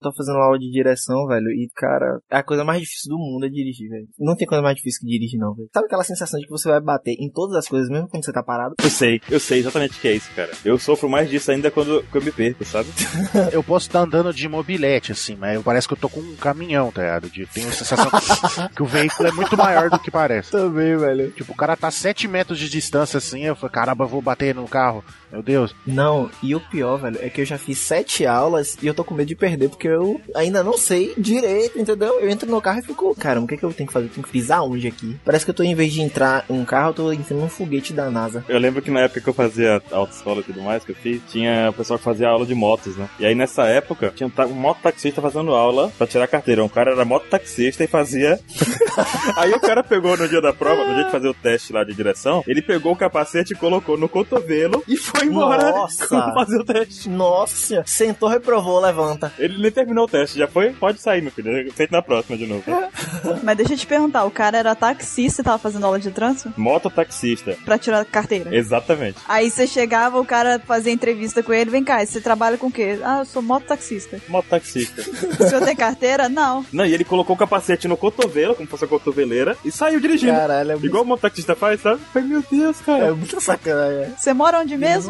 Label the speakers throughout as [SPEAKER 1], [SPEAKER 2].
[SPEAKER 1] tô fazendo aula de direção, velho, e, cara, a coisa mais difícil do mundo é dirigir, velho. Não tem coisa mais difícil que dirigir, não, velho. Sabe aquela sensação de que você vai bater em todas as coisas, mesmo quando você tá parado?
[SPEAKER 2] Eu sei, eu sei exatamente o que é isso, cara. Eu sofro mais disso ainda quando, quando eu me perco, sabe?
[SPEAKER 3] Eu posso estar andando de mobilete, assim, mas parece que eu tô com um caminhão, tá ligado? De- Tenho a sensação que- que o veículo é muito maior do que parece.
[SPEAKER 1] Também, velho.
[SPEAKER 3] Tipo, o cara tá 7 metros de distância assim, eu falo, caramba, eu vou bater no carro. Meu Deus.
[SPEAKER 1] Não, e o pior, velho, é que eu já fiz sete aulas e eu tô com medo de perder, porque eu ainda não sei direito, entendeu? Eu entro no carro e fico, caramba, o que, é que eu tenho que fazer? Eu tenho que frisar onde aqui? Parece que eu tô, em vez de entrar em um carro, eu tô entrando num foguete da NASA.
[SPEAKER 2] Eu lembro que na época que eu fazia autoescola e tudo mais, que eu fiz, tinha o pessoal que fazia aula de motos, né? E aí nessa época, tinha um, ta- um mototaxista fazendo aula pra tirar carteira. Um cara era mototaxista e fazia. aí o cara pegou no dia da prova, no dia de fazer o teste lá de direção, ele pegou o capacete e colocou no cotovelo e foi embora
[SPEAKER 1] Nossa.
[SPEAKER 2] fazer o teste.
[SPEAKER 1] Nossa, sentou, reprovou, levanta.
[SPEAKER 2] Ele nem terminou o teste, já foi? Pode sair, meu filho. Feito na próxima de novo.
[SPEAKER 4] Mas deixa eu te perguntar, o cara era taxista e tava fazendo aula de trânsito
[SPEAKER 2] Mototaxista.
[SPEAKER 4] pra tirar a carteira?
[SPEAKER 2] Exatamente.
[SPEAKER 4] Aí você chegava, o cara fazia entrevista com ele, vem cá, você trabalha com o quê? Ah, eu sou mototaxista.
[SPEAKER 2] Mototaxista.
[SPEAKER 4] O senhor tem carteira? Não.
[SPEAKER 2] Não, e ele colocou o capacete no cotovelo, como fosse a cotoveleira, e saiu dirigindo.
[SPEAKER 1] Caralho, é muito,
[SPEAKER 2] Igual o mototaxista faz, sabe? Foi, meu Deus, cara.
[SPEAKER 1] é muita sacanagem.
[SPEAKER 4] Você mora onde mesmo?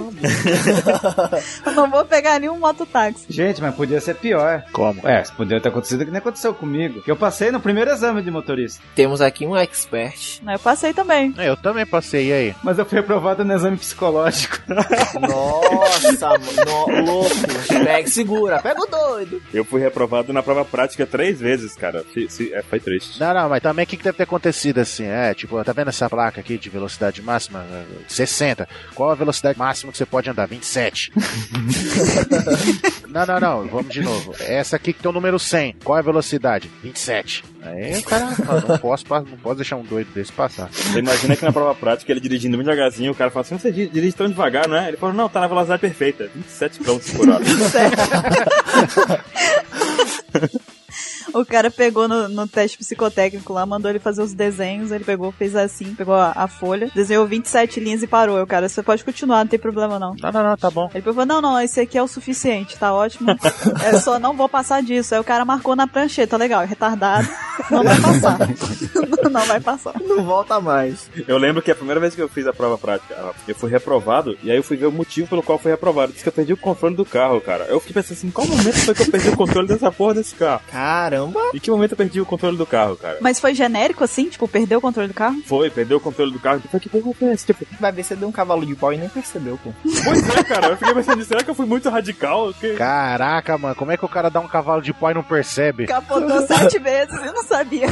[SPEAKER 4] Eu não vou pegar nenhum mototáxi.
[SPEAKER 5] Gente, mas podia ser pior.
[SPEAKER 3] Como?
[SPEAKER 5] É, podia ter acontecido que nem aconteceu comigo. Que eu passei no primeiro exame de motorista.
[SPEAKER 1] Temos aqui um expert.
[SPEAKER 4] Eu passei também.
[SPEAKER 3] É, eu também passei, e aí?
[SPEAKER 5] Mas eu fui aprovado no exame psicológico.
[SPEAKER 1] Nossa, mano, no- louco. Pega, e segura, pega o doido.
[SPEAKER 2] Eu fui reprovado na prova prática três vezes, cara. Se- se- é, foi triste.
[SPEAKER 3] Não, não, mas também o que, que deve ter acontecido assim? É, tipo, tá vendo essa placa aqui de velocidade máxima? Eh, 60. Qual a velocidade máxima que você pode andar? 27. não, não, não, vamos de novo. Essa aqui que tem o número 100. Qual é a velocidade? 27. Aí o cara, fala, não posso, pa- não posso deixar um doido desse passar.
[SPEAKER 2] Você imagina que na prova prática, ele dirigindo muito devagarzinho, o cara fala assim, você di- dirige tão devagar, não é? Ele falou, não, tá na velocidade perfeita. 27 km por hora.
[SPEAKER 4] O cara pegou no, no teste psicotécnico lá, mandou ele fazer os desenhos, ele pegou, fez assim, pegou a, a folha, desenhou 27 linhas e parou. Aí O cara, você pode continuar, não tem problema não.
[SPEAKER 3] Não, não, não, tá bom.
[SPEAKER 4] Ele falou, não, não, esse aqui é o suficiente, tá ótimo. Eu só não vou passar disso. Aí o cara marcou na prancheta, legal, é retardado, não vai passar. Não, não vai passar.
[SPEAKER 1] Não volta mais.
[SPEAKER 2] Eu lembro que a primeira vez que eu fiz a prova prática, ah, eu fui reprovado, e aí eu fui ver o motivo pelo qual eu fui reprovado. Diz que eu perdi o controle do carro, cara. Eu fiquei pensando assim, qual momento foi que eu perdi o controle dessa porra desse carro?
[SPEAKER 1] Caramba.
[SPEAKER 2] Em que momento eu perdi o controle do carro, cara?
[SPEAKER 4] Mas foi genérico assim? Tipo, perdeu o controle do carro?
[SPEAKER 2] Foi, perdeu o controle do carro. Foi que porra foi essa? Tipo,
[SPEAKER 1] Vai ver, você deu um cavalo de pau e nem percebeu, pô.
[SPEAKER 2] pois é, cara. Eu fiquei pensando, será que eu fui muito radical? Que-
[SPEAKER 3] Caraca, mano, como é que o cara dá um cavalo de pó e não percebe?
[SPEAKER 4] Capotou sete vezes e não sabia.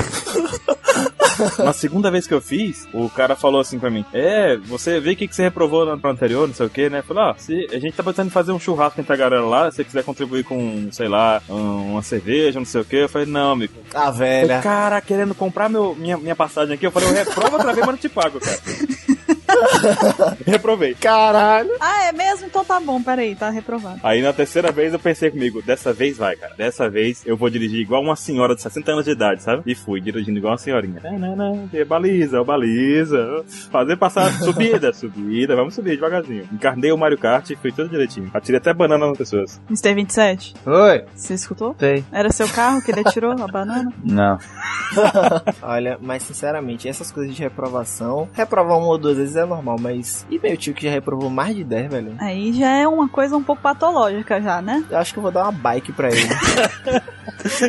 [SPEAKER 2] Na segunda vez que eu fiz, o cara falou assim pra mim: É, você vê o que, que você reprovou no ano anterior, não sei o que, né? Falou: Ó, se a gente tá pensando em fazer um churrasco entre a galera lá, se você quiser contribuir com, sei lá, um- uma cerveja, não sei o que. Eu falei: Não, amigo.
[SPEAKER 1] A
[SPEAKER 2] O
[SPEAKER 1] velha.
[SPEAKER 2] cara querendo comprar meu, minha, minha passagem aqui. Eu falei: Eu reprovo outra vez, mas não te pago, cara. Reprovei.
[SPEAKER 1] Caralho.
[SPEAKER 4] Ah, é mesmo? Então tá bom, peraí, tá reprovado.
[SPEAKER 2] Aí na terceira vez eu pensei comigo, dessa vez vai, cara. Dessa vez eu vou dirigir igual uma senhora de 60 anos de idade, sabe? E fui dirigindo igual uma senhorinha. Não, não, não. E Baliza, ó, baliza. Fazer passar subida, subida. Vamos subir devagarzinho. Encarnei o Mario Kart e fui tudo direitinho. Atirei até banana nas pessoas.
[SPEAKER 4] Mr. 27,
[SPEAKER 5] Oi.
[SPEAKER 4] você escutou?
[SPEAKER 5] Sei.
[SPEAKER 4] Era seu carro que ele atirou a banana?
[SPEAKER 5] Não.
[SPEAKER 1] Olha, mas sinceramente, essas coisas de reprovação, reprovar uma ou duas vezes é normal, mas. E meu tio que já reprovou mais de 10, velho?
[SPEAKER 4] Aí já é uma coisa um pouco patológica já, né?
[SPEAKER 1] Eu acho que eu vou dar uma bike pra ele.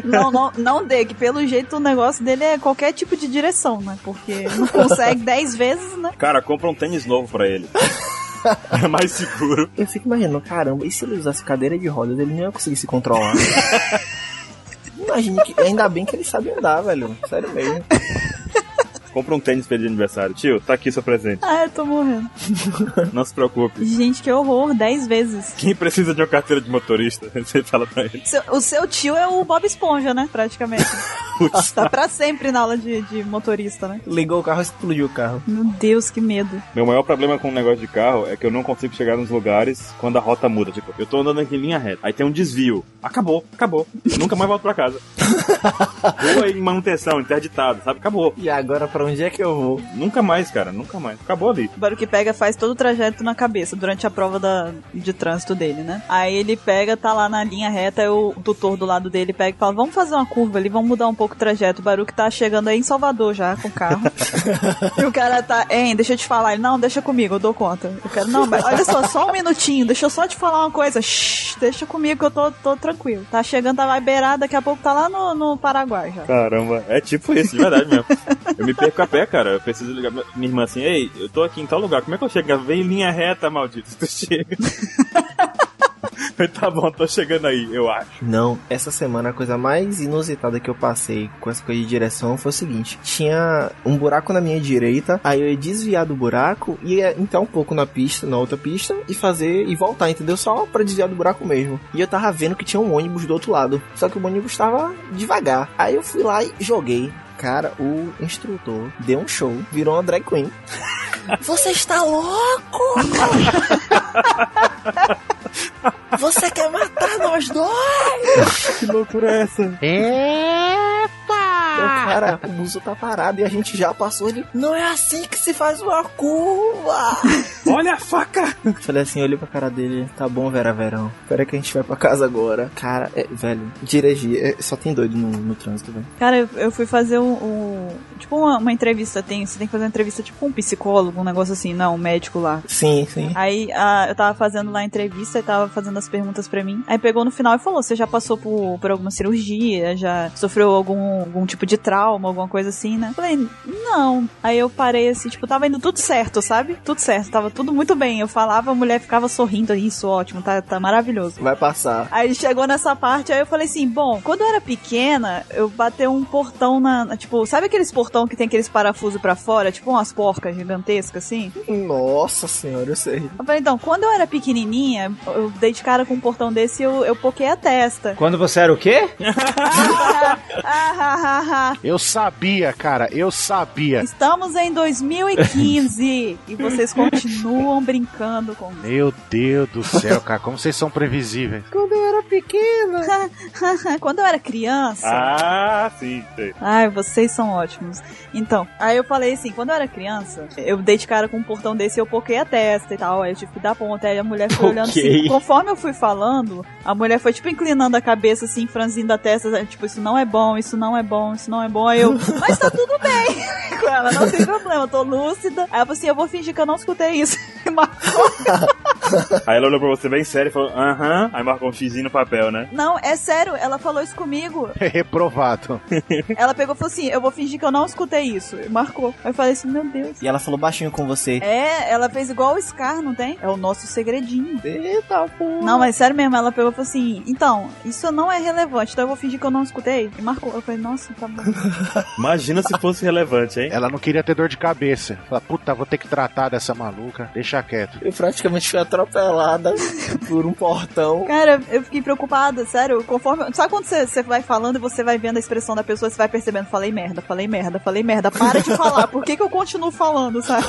[SPEAKER 4] Não, não, não dê, que pelo jeito o negócio dele é qualquer tipo de direção, né? Porque não consegue dez vezes, né?
[SPEAKER 2] Cara, compra um tênis novo pra ele. É mais seguro.
[SPEAKER 1] Eu fico imaginando, caramba, e se ele usasse cadeira de rodas, ele não ia conseguir se controlar. Imagine que. Ainda bem que ele sabe andar, velho. Sério mesmo.
[SPEAKER 2] Compra um tênis pra ele de aniversário. Tio, tá aqui seu presente.
[SPEAKER 4] Ah, eu tô morrendo.
[SPEAKER 2] Não se preocupe.
[SPEAKER 4] Gente, que horror, dez vezes.
[SPEAKER 2] Quem precisa de uma carteira de motorista? Você fala pra ele.
[SPEAKER 4] Seu- O seu tio é o Bob Esponja, né? Praticamente.
[SPEAKER 2] Putz.
[SPEAKER 4] Tá pra sempre na aula de, de motorista, né?
[SPEAKER 1] Ligou o carro, explodiu o carro.
[SPEAKER 4] Meu Deus, que medo.
[SPEAKER 2] Meu maior problema com o negócio de carro é que eu não consigo chegar nos lugares quando a rota muda. Tipo, eu tô andando aqui em linha reta, aí tem um desvio. Acabou, acabou. Eu nunca mais volto pra casa. Rua em manutenção, interditado, sabe? Acabou.
[SPEAKER 1] E agora pra onde é que eu vou?
[SPEAKER 2] Nunca mais, cara, nunca mais. Acabou ali.
[SPEAKER 4] O barulho que pega faz todo o trajeto na cabeça durante a prova da, de trânsito dele, né? Aí ele pega, tá lá na linha reta, aí o tutor do lado dele pega e fala: Vamos fazer uma curva ali, vamos mudar um pouco o trajeto. O Baruque tá chegando aí em Salvador já com o carro. e o cara tá, hein, deixa eu te falar. Ele, não, deixa comigo, eu dou conta. Eu quero, não, mas olha só, só um minutinho, deixa eu só te falar uma coisa. Shhh, deixa comigo que eu tô, tô tranquilo. Tá chegando, tá lá beirada, daqui a pouco tá lá no, no Paraguai já.
[SPEAKER 2] Caramba, é tipo isso, de verdade mesmo. Eu me perco a pé, cara. Eu preciso ligar pra minha irmã assim, ei, eu tô aqui em tal lugar, como é que eu chego? Ela, Vem em linha reta, maldito. Tu chega. Eu, tá bom, tô chegando aí, eu acho.
[SPEAKER 1] Não, essa semana a coisa mais inusitada que eu passei com essa coisa de direção foi o seguinte: tinha um buraco na minha direita, aí eu ia desviar do buraco, ia entrar um pouco na pista, na outra pista, e fazer e voltar, entendeu? Só pra desviar do buraco mesmo. E eu tava vendo que tinha um ônibus do outro lado, só que o ônibus tava devagar. Aí eu fui lá e joguei. Cara, o instrutor deu um show, virou uma drag queen. Você está louco? Você quer matar nós dois?
[SPEAKER 2] Que loucura é essa?
[SPEAKER 1] Então, cara, o buzo tá parado e a gente já passou ele. Não é assim que se faz uma curva!
[SPEAKER 2] Olha a faca!
[SPEAKER 1] Falei assim, olhei pra cara dele. Tá bom, Vera Verão. Espera que a gente vai pra casa agora. Cara, é, velho, dirigir. é- só tem doido no, no trânsito, velho.
[SPEAKER 4] Cara, eu, eu fui fazer um. um- tipo, uma, uma entrevista. Tem, você tem que fazer uma entrevista tipo com um psicólogo, um negócio assim, não, um médico lá.
[SPEAKER 1] Sim, sim.
[SPEAKER 4] Aí ah, eu tava fazendo lá a entrevista e tava fazendo as perguntas pra mim. Aí pegou no final e falou: Você já passou por, por alguma cirurgia? Já sofreu algum, algum tipo de trauma, alguma coisa assim, né? Falei, não. Aí eu parei assim, tipo, tava indo tudo certo, sabe? Tudo certo, tava tudo muito bem. Eu falava, a mulher ficava sorrindo, isso, ótimo, tá, tá maravilhoso.
[SPEAKER 1] Vai passar.
[SPEAKER 4] Aí chegou nessa parte, aí eu falei assim: bom, quando eu era pequena, eu bateu um portão na. na- Tipo, sabe aqueles portão que tem aqueles parafusos pra fora? Tipo umas porcas gigantescas assim?
[SPEAKER 1] Nossa senhora, eu sei.
[SPEAKER 4] Eu falei: então, quando eu era pequenininha, eu dei de cara com um portão desse e eu, eu poquei a testa.
[SPEAKER 5] Quando você era o quê?
[SPEAKER 4] ah, ah, ah, ah.
[SPEAKER 3] Eu sabia, cara, eu sabia.
[SPEAKER 4] Estamos em 2015 e vocês continuam brincando com.
[SPEAKER 3] Meu Deus do céu, cara, como vocês são previsíveis.
[SPEAKER 4] quando eu era criança.
[SPEAKER 2] Ah, sim, sei.
[SPEAKER 4] Ai, vocês são ótimos. Então, aí eu falei assim, quando eu era criança, eu dei de cara com um portão desse e eu poquei a testa e tal. Aí eu tive que dar ponta. Aí a mulher foi olhando assim.
[SPEAKER 2] Poquei.
[SPEAKER 4] Conforme eu fui falando, a mulher foi tipo inclinando a cabeça, assim, franzindo a testa, tipo, isso não é bom, isso não é bom, isso não é bom. Aí eu, mas tá tudo bem com ela, não tem problema, eu tô lúcida. Aí ela falou assim, eu vou fingir que eu não escutei isso. Mas,
[SPEAKER 2] Aí ela olhou pra você bem sério e falou, aham. Aí marcou um xizinho no papel, né?
[SPEAKER 4] não, é sério, ela falou isso comigo.
[SPEAKER 3] É Reprovado.
[SPEAKER 4] Ela pegou e falou assim, eu vou fingir que eu não escutei isso. E marcou. Aí eu falei assim, meu Deus.
[SPEAKER 1] E ela falou baixinho com você.
[SPEAKER 4] É, ela fez igual o Scar, não tem? É o nosso segredinho.
[SPEAKER 1] Eita, porra.
[SPEAKER 4] Não, mas sério mesmo, ela pegou e falou assim: então, isso não é relevante, então eu vou fingir que eu não escutei. E marcou. Eu falei, nossa, tá bom.
[SPEAKER 2] Imagina se fosse relevante, hein?
[SPEAKER 3] Ela não queria ter dor de cabeça. Fala, puta, vou ter que tratar dessa maluca. Deixa quieto.
[SPEAKER 1] Eu praticamente fui atropelada por um portão.
[SPEAKER 4] Cara, eu fiquei preocupada, sério. Conforme. Sabe quando você, você vai falando e você vai vendo a expressão da pessoa, você vai percebendo, falei merda, falei merda, falei merda, para de falar. Por que, que eu continuo falando, sabe?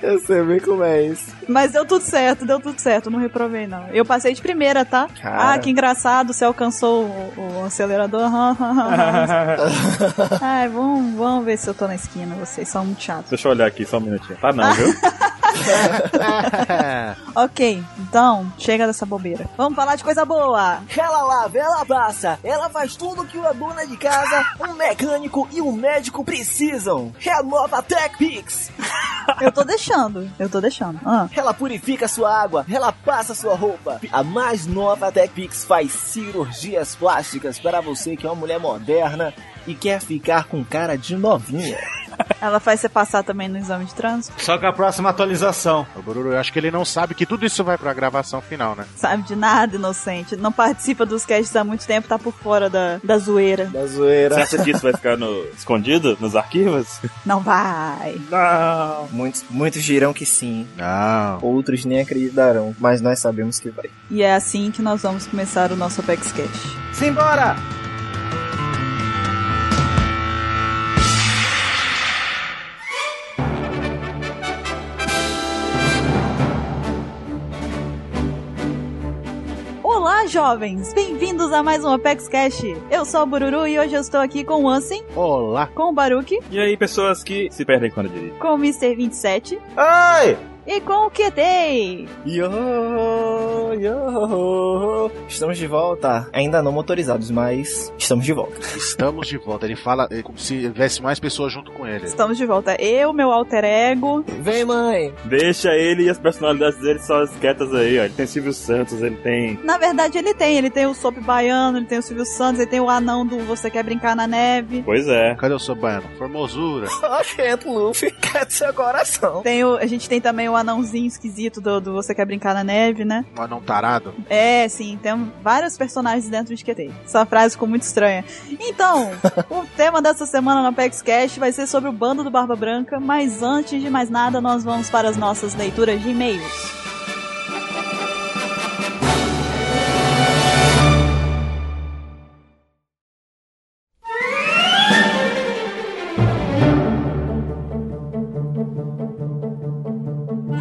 [SPEAKER 1] Eu sei bem como é isso.
[SPEAKER 4] Mas deu tudo certo, deu tudo certo, não reprovei, não. Eu passei de primeira, tá?
[SPEAKER 1] Cara.
[SPEAKER 4] Ah, que engraçado, você alcançou o, o acelerador. aham, aham, aham. Ai, vamos, vamos ver se eu tô na esquina. Vocês são muito chatos.
[SPEAKER 2] Deixa eu olhar aqui só um minutinho. Tá não, viu?
[SPEAKER 4] Ok, então, chega dessa bobeira. Vamos falar de coisa boa.
[SPEAKER 1] Ela lava, ela passa, ela faz tudo que uma dona de casa, um mecânico e um médico precisam. É a nova Tech Pix.
[SPEAKER 4] Eu tô deixando, eu tô deixando. Ah,
[SPEAKER 1] Ela purifica sua água, ela passa sua roupa. A mais nova TechPix faz cirurgias plásticas para você que é uma mulher moderna e quer ficar com cara de novinha.
[SPEAKER 4] ela faz você passar também no exame de trânsito.
[SPEAKER 5] Só com a próxima atualização.
[SPEAKER 3] O Bururu, eu acho que ele não sabe que tudo isso vai pra gravação final, né?
[SPEAKER 4] Sabe de nada, inocente. Não participa dos casts há muito tempo, tá por fora da, da zoeira.
[SPEAKER 1] Da
[SPEAKER 2] Você
[SPEAKER 1] zoeira.
[SPEAKER 2] acha que isso vai ficar no- escondido nos arquivos?
[SPEAKER 4] Não vai.
[SPEAKER 2] Não.
[SPEAKER 1] Muitos, muitos dirão que sim,
[SPEAKER 3] Não.
[SPEAKER 1] outros nem acreditarão, mas nós sabemos que vai.
[SPEAKER 4] E é assim que nós vamos começar o nosso Apex Cash.
[SPEAKER 5] Simbora!
[SPEAKER 4] Olá, jovens! Bem-vindos a mais um Apex Cash. Eu sou o Bururu e hoje eu estou aqui com o Ansem,
[SPEAKER 3] Olá.
[SPEAKER 4] com o Baruque,
[SPEAKER 2] E aí, pessoas que se perdem quando dirigem.
[SPEAKER 4] com o Mr. 27
[SPEAKER 1] Ai!
[SPEAKER 4] e com o Ketei.
[SPEAKER 1] Yo, yo. Estamos de volta. Ainda não motorizados, mas estamos de volta.
[SPEAKER 3] Estamos de volta. Ele fala é, como se tivesse mais pessoas junto com ele.
[SPEAKER 4] Estamos de volta. Eu, meu alter ego.
[SPEAKER 1] Vem, mãe!
[SPEAKER 2] Deixa ele e as personalidades dele só as quietas aí, ó. Ele tem Silvio Santos, ele tem.
[SPEAKER 4] Na verdade, ele tem. Ele tem o Sop Baiano, ele tem o Silvio Santos, ele tem o anão do Você Quer Brincar na Neve.
[SPEAKER 2] Pois é.
[SPEAKER 3] Cadê o seu baiano? Formosura.
[SPEAKER 1] Oxente, Luffy, quer seu coração.
[SPEAKER 4] Tem o, a gente tem também o anãozinho esquisito do, do Você Quer Brincar na Neve, né?
[SPEAKER 3] Um anão tarado.
[SPEAKER 4] É, sim, tem vários personagens dentro de QT. Essa frase ficou muito estranha. Então, o tema dessa semana no Apex Cash vai ser sobre o bando do Barba Branca, mas antes de mais nada, nós vamos para as nossas leituras de e-mails.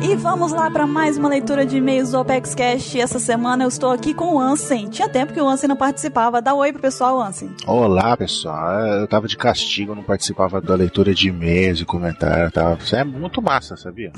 [SPEAKER 4] E Vamos lá para mais uma leitura de e-mails do Apex Cash. Essa semana eu estou aqui com o Ansem. Tinha tempo que o Ansem não participava. Dá oi pro pessoal, Ansem.
[SPEAKER 3] Olá, pessoal. Eh, Eu tava de castigo, não participava da leitura de e-mails e comentário. Tava... Isso é muito massa, sabia?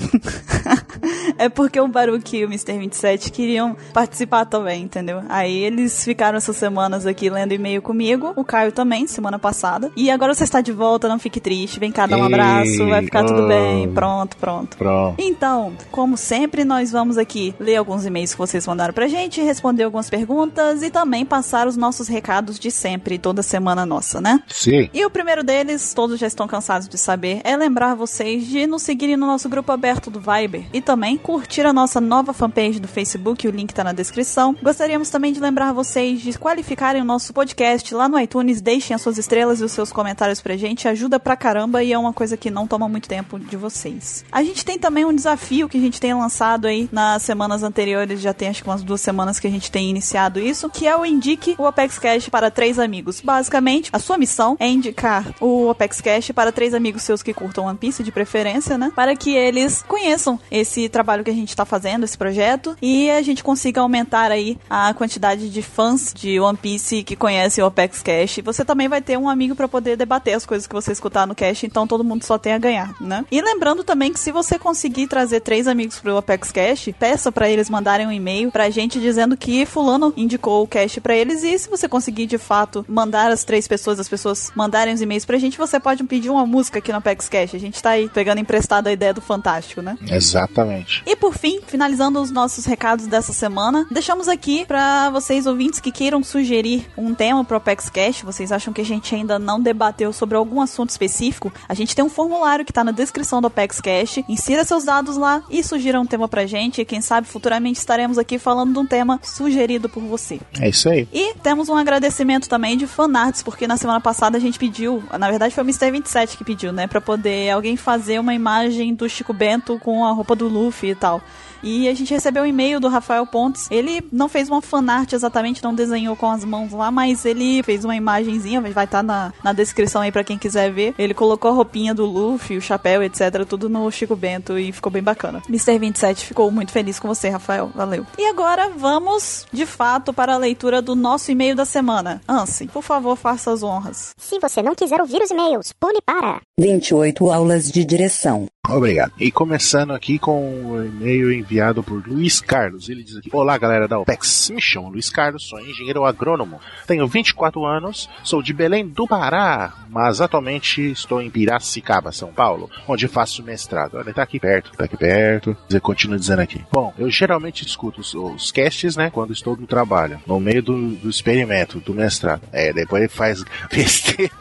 [SPEAKER 4] É porque o Baruque e o Mr. 27 queriam participar também, entendeu? Aí eles ficaram essas semanas aqui lendo e-mail comigo, o Caio também, semana passada. E agora você está de volta, não fique triste, vem cá dar um
[SPEAKER 3] Ei,
[SPEAKER 4] abraço, vai ficar tudo
[SPEAKER 3] oh.
[SPEAKER 4] bem, pronto, pronto.
[SPEAKER 3] Pronto.
[SPEAKER 4] Então, como sempre, nós vamos aqui ler alguns e-mails que vocês mandaram pra gente, responder algumas perguntas e também passar os nossos recados de sempre, toda semana nossa, né?
[SPEAKER 3] Sim.
[SPEAKER 4] E o primeiro deles, todos já estão cansados de saber, é lembrar vocês de nos seguirem no nosso grupo aberto do Viber e também curtir a nossa nova fanpage do Facebook, o link tá na descrição. Gostaríamos também de lembrar vocês de qualificarem o nosso podcast lá no iTunes, deixem as suas estrelas e os seus comentários pra gente, ajuda pra caramba e é uma coisa que não toma muito tempo de vocês. A gente tem também um desafio que a gente tem lançado aí nas semanas anteriores, já tem acho que umas duas semanas que a gente tem iniciado isso, que é o Indique o Apex Cash para três amigos. Basicamente, a sua missão é indicar o Apex Cash para três amigos seus que curtam One Piece, de preferência, né? Para que eles conheçam esse trabalho que a gente está fazendo, esse projeto, e a gente consiga aumentar aí a quantidade de fãs de One Piece que conhecem o Apex Cash. Você também vai ter um amigo para poder debater as coisas que você escutar no Cash, então todo mundo só tem a ganhar, né? E lembrando também que se você conseguir trazer três amigos pro Apex Cash, peça para eles mandarem um e-mail pra gente dizendo que fulano indicou o Cash para eles e se você conseguir de fato mandar as três pessoas, as pessoas mandarem os e-mails pra gente, você pode pedir uma música aqui no Apex Cash. A gente tá aí pegando emprestado a ideia do Fantástico, né?
[SPEAKER 3] Exatamente.
[SPEAKER 4] E por fim, finalizando os nossos recados dessa semana, deixamos aqui pra vocês ouvintes que queiram sugerir um tema pro Apex Cash, vocês acham que a gente ainda não debateu sobre algum assunto específico, a gente tem um formulário que tá na descrição do Apex Cash, insira seus dados lá e sugira um tema pra gente e quem sabe futuramente estaremos aqui falando de um tema sugerido por você.
[SPEAKER 3] É isso aí.
[SPEAKER 4] E temos um agradecimento também de fanarts, porque na semana passada a gente pediu, na verdade foi o Mr. 27 que pediu, né, Pra poder alguém fazer uma imagem do Chico Bento com a roupa do Luffy e tal. E a gente recebeu um e-mail do Rafael Pontes. Ele não fez uma fanart exatamente, não desenhou com as mãos lá, mas ele fez uma imagenzinha, vai estar na, na descrição aí pra quem quiser ver. Ele colocou a roupinha do Luffy, o chapéu, etc, tudo no Chico Bento e ficou bem bacana. Mr. 27 ficou muito feliz com você, Rafael. Valeu. E agora vamos, de fato, para a leitura do nosso e-mail da semana. Anse, por favor, faça as honras.
[SPEAKER 6] Se você não quiser ouvir os e-mails, pule para.
[SPEAKER 7] 28 aulas de direção.
[SPEAKER 3] Obrigado. E começando aqui com o e-mail enviado por Luiz Carlos. Ele diz aqui: Olá, galera da OPEX. Me chamo Luiz Carlos, sou engenheiro agrônomo. Tenho 24 anos, sou de Belém do Pará, mas atualmente estou em Piracicaba, São Paulo, onde faço mestrado. Olha, tá aqui perto, tá aqui perto. Ele continua dizendo aqui: Bom, eu geralmente escuto os, os casts, né, quando estou no trabalho, no meio do, do experimento, do mestrado. É, depois ele faz besteira.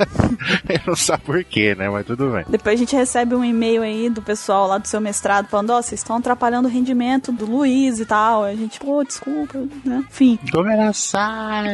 [SPEAKER 3] eu não sei porquê, né, mas tudo bem.
[SPEAKER 4] Depois a gente recebe um e-mail aí do pessoal lá do seu mestrado falando: ó, vocês estão atrapalhando o rendimento do Luiz e tal. A gente, pô, desculpa, né? Enfim.
[SPEAKER 3] Começar,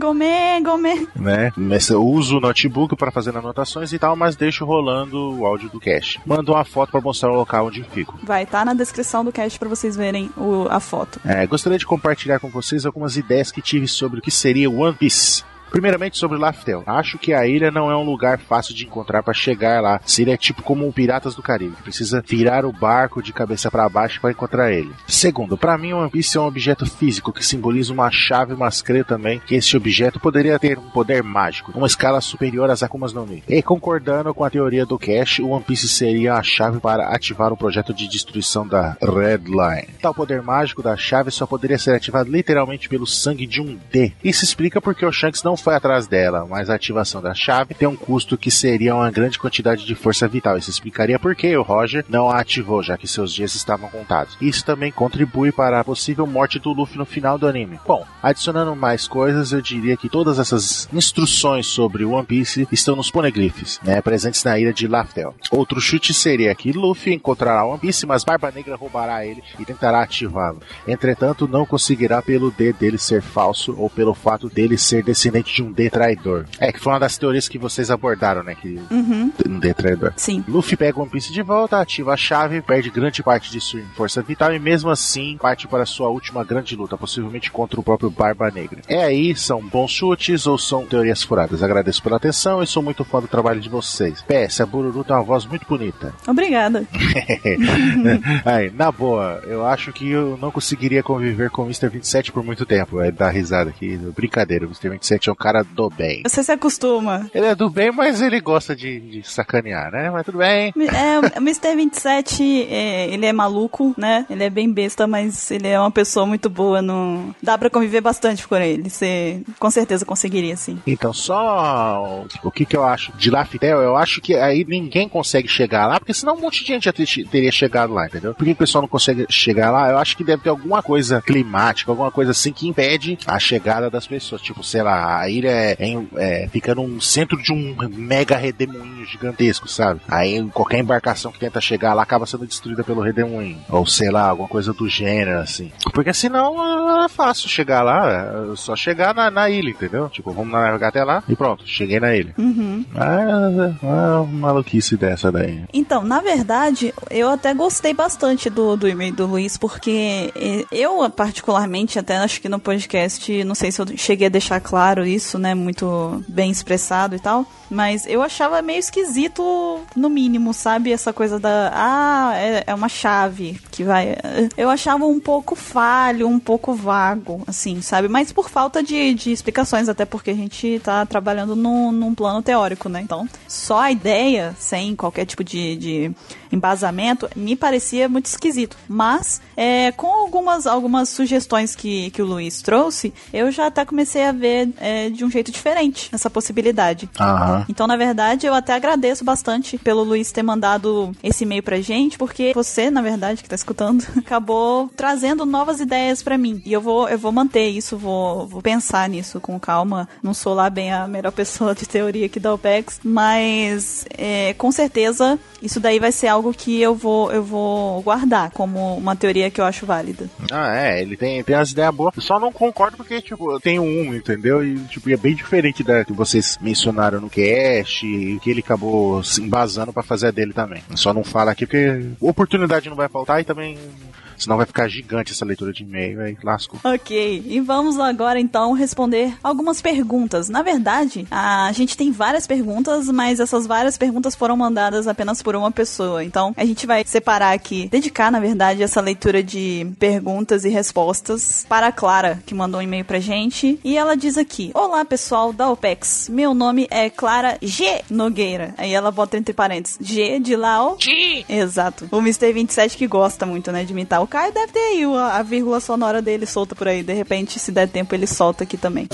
[SPEAKER 4] Gomê, gomê.
[SPEAKER 3] né? Mas eu uso o notebook para fazer anotações e tal, mas deixo rolando o áudio do cache. Mando uma foto para mostrar o local onde fico.
[SPEAKER 4] Vai tá na descrição do cast pra vocês verem o- a foto.
[SPEAKER 3] É, gostaria de compartilhar com vocês algumas ideias que tive sobre o que seria One Piece. Primeiramente sobre Laftel. Acho que a ilha não é um lugar fácil de encontrar pra chegar lá. Seria tipo como o Piratas do Caribe, que precisa virar o barco de cabeça pra baixo pra encontrar ele. Segundo, pra mim One Piece é um objeto físico que simboliza uma chave e uma screw também, que este objeto poderia ter um poder mágico, uma escala superior às Akumas no Mi. E concordando com a teoria do Cash, o One Piece seria a chave para ativar o projeto de destruição da Red Line. Tal poder mágico da chave só poderia ser ativado literalmente pelo sangue de um D. Isso explica porque o Shanks não foi atrás dela, mas a ativação da chave tem um custo que seria uma grande quantidade de força vital. Isso explicaria por que o Roger não a ativou, já que seus dias estavam contados. Isso também contribui para a possível morte do Luffy no final do anime. Bom, adicionando mais coisas, eu diria que todas essas instruções sobre One Piece estão nos poneglyphs, né, presentes na ilha de Laftel. Outro chute seria que Luffy encontrará One Piece, mas Barba Negra roubará ele e tentará ativá-lo. Entretanto, não conseguirá pelo D dele ser falso ou pelo fato dele ser descendente de um D traidor. É que foi uma das teorias que vocês abordaram, né, que
[SPEAKER 4] Uhum.
[SPEAKER 3] um D traidor.
[SPEAKER 4] Sim.
[SPEAKER 3] Luffy pega One Piece de volta, ativa a chave, perde grande parte de sua força vital e mesmo assim parte para sua última grande luta, possivelmente contra o próprio Barba Negra. É aí, são bons chutes ou são teorias furadas. Agradeço pela atenção e sou muito fã do trabalho de vocês. PS, a Bururu tem uma voz muito bonita.
[SPEAKER 4] Obrigada.
[SPEAKER 3] aí, na boa, eu acho que eu não conseguiria conviver com o Mr. 27 por muito tempo. É dar risada aqui. Brincadeira, o Mr. 27 é um cara do bem.
[SPEAKER 4] Você se acostuma.
[SPEAKER 3] Ele é do bem, mas ele gosta de, de sacanear, né? Mas tudo bem.
[SPEAKER 4] Mi- É, o Mr. 27, é, ele é maluco, né? Ele é bem besta, mas ele é uma pessoa muito boa. No... Dá pra conviver bastante com ele. Você com certeza conseguiria, sim.
[SPEAKER 3] Então, só o que, que eu acho de Laftel, eu acho que aí ninguém consegue chegar lá, porque senão um monte de gente já te- teria chegado lá, entendeu? Por que que o pessoal não consegue chegar lá? Eu acho que deve ter alguma coisa climática, alguma coisa assim que impede a chegada das pessoas. Tipo, sei lá, a ilha é, em- é, fica num centro de um mega redemoinho gigantesco, sabe? Aí qualquer embarcação que tenta chegar lá acaba sendo destruída pelo redemoinho. Ou sei lá, alguma coisa do gênero, assim. Porque senão ah, é fácil chegar lá, é só chegar na, na ilha, entendeu? Tipo, vamos navegar até lá e pronto, cheguei na ilha.
[SPEAKER 4] Uhum.
[SPEAKER 3] Ah, é uma maluquice dessa daí.
[SPEAKER 4] Então, na verdade, eu até gostei bastante do, do e-mail do Luiz, porque eh, eu, particularmente, até acho que no podcast, não sei se eu cheguei a deixar claro isso, né? Muito bem expressado e tal. Mas eu achava meio esquisito, no mínimo, sabe? Essa coisa da. Ah, é, é uma chave que vai. Eu achava um pouco falho, um pouco vago, assim, sabe? Mas por falta de, de explicações, até porque a gente tá trabalhando num, num plano teórico, né? Então, só a ideia, sem qualquer tipo de, de embasamento, me parecia muito esquisito. Mas, é, com algumas, algumas sugestões que, que o Luiz trouxe, eu já até comecei a ver é, de um jeito diferente essa possibilidade.
[SPEAKER 3] Aham.
[SPEAKER 4] Então, na verdade, eu até agradeço bastante pelo Luiz ter mandado esse e-mail pra gente, porque você, na verdade, que tá escutando, acabou trazendo novas ideias pra mim. E eu vou, eu vou manter isso, vou, vou pensar nisso com calma. Não sou lá bem a melhor pessoa de teoria aqui da OPEX, mas é, com certeza isso daí vai ser algo que eu vou, eu vou guardar como uma teoria que eu acho válida.
[SPEAKER 3] Ah, é, ele tem, tem umas ideias boas. Eu só não concordo porque, tipo, eu tenho um, entendeu? E, tipo, é bem diferente da que vocês mencionaram no cast e que ele acabou se embasando pra fazer a dele também. Eu Só não fala aqui porque oportunidade não vai faltar e também. Senão vai ficar gigante essa leitura de e-mail, aí lasco.
[SPEAKER 4] Ok, e vamos agora então responder algumas perguntas. Na verdade, a gente tem várias perguntas, mas essas várias perguntas foram mandadas apenas por uma pessoa. Então, a gente vai separar aqui, dedicar, na verdade, essa leitura de perguntas e respostas para a Clara, que mandou um e-mail pra gente. E ela diz aqui: Olá, pessoal da OPEX. Meu nome é Clara G. Nogueira. Aí ela bota entre parênteses: G de Lao. Exato. O Mr. 27 que gosta muito, né, de imitar o Caio, deve ter aí o- a, vírgula sonora dele solta por aí. De repente, se der tempo, ele solta aqui também.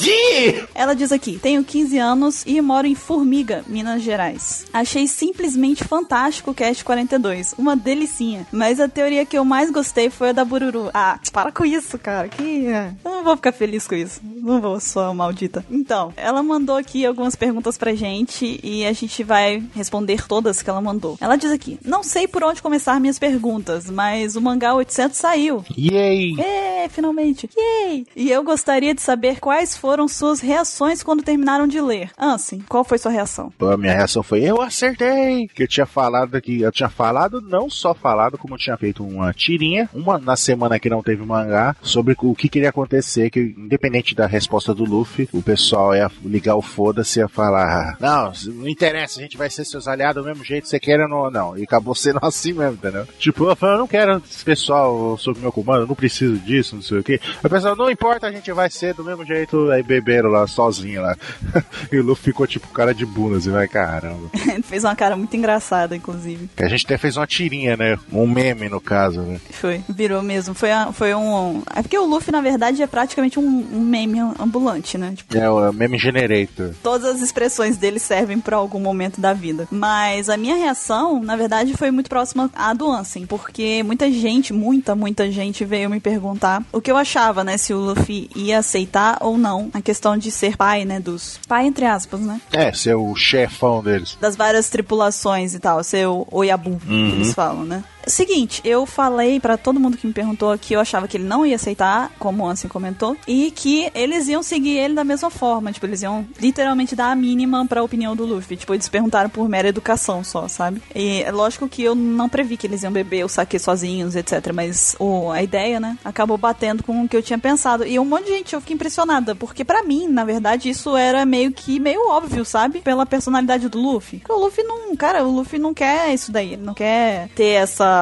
[SPEAKER 4] Ela diz aqui: Tenho 15 anos e moro em Formiga, Minas Gerais. Achei simplesmente fantástico o Cast 42. Uma delicinha. Mas a teoria que eu mais gostei foi a da Bururu. Ah, para com isso, cara. Que. é. Eu não vou ficar feliz com isso. Não vou, sua maldita. Então, ela mandou aqui algumas perguntas pra gente e a gente vai responder todas que ela mandou. Ela diz aqui: Não sei por onde começar minhas perguntas, mas o mangá 800 saiu.
[SPEAKER 3] Yay!
[SPEAKER 4] É, finalmente. Yay! E eu gostaria de saber quais foram suas reações quando terminaram de ler. Ansem, qual foi sua reação?
[SPEAKER 3] A minha reação foi, eu acertei! Que eu tinha falado que eu tinha falado, não só falado, como eu tinha feito uma tirinha, uma na semana que não teve mangá, sobre o que queria acontecer, que independente da resposta do Luffy, o pessoal ia ligar o foda-se e ia falar: "Ah, Não, não interessa, a gente vai ser seus aliados do mesmo jeito, você queira ou não. E acabou sendo assim mesmo, entendeu? Tipo, eu falo, eu não quero esse pessoal sob meu comando, eu não preciso disso, não sei o quê. Aí O pessoal, não importa, a gente vai ser do mesmo jeito. Aí beberam lá, sozinho lá. e o Luffy ficou tipo cara de bunda, assim, vai caramba.
[SPEAKER 4] Ele fez uma cara muito engraçada, inclusive.
[SPEAKER 3] Que a gente até fez uma tirinha, né? Um meme, no caso, né?
[SPEAKER 4] Foi, virou mesmo. Foi, a- foi um. É porque o Luffy, na verdade, é praticamente um, um meme ambulante, né? Tipo,
[SPEAKER 3] É o meme generator.
[SPEAKER 4] todas as expressões dele servem pra algum momento da vida. Mas a minha reação, na verdade, foi muito próxima à do Ansem, porque muita gente, muita, muita gente veio me perguntar o que eu achava, né? Se o Luffy ia aceitar ou não a questão de ser pai, né? Dos. Pai, entre aspas, né?
[SPEAKER 3] É, ser o chefão deles.
[SPEAKER 4] das várias tripulações e tal, seu Oiabu, que eles falam, né? Seguinte, eu falei pra todo mundo que me perguntou que eu achava que ele não ia aceitar, como o Ansem comentou, e que eles iam seguir ele da mesma forma, tipo, eles iam literalmente dar a mínima pra opinião do Luffy, tipo, eles perguntaram por mera educação só, sabe? E é lógico que eu não previ que eles iam beber o saque sozinhos, etc, mas o, a ideia, né, acabou batendo com o que eu tinha pensado. E um monte de gente, eu fiquei impressionada, porque pra mim, na verdade, isso era meio que meio óbvio, sabe? Pela personalidade do Luffy. Porque o Luffy não, cara, o Luffy não quer isso daí, ele não quer ter essa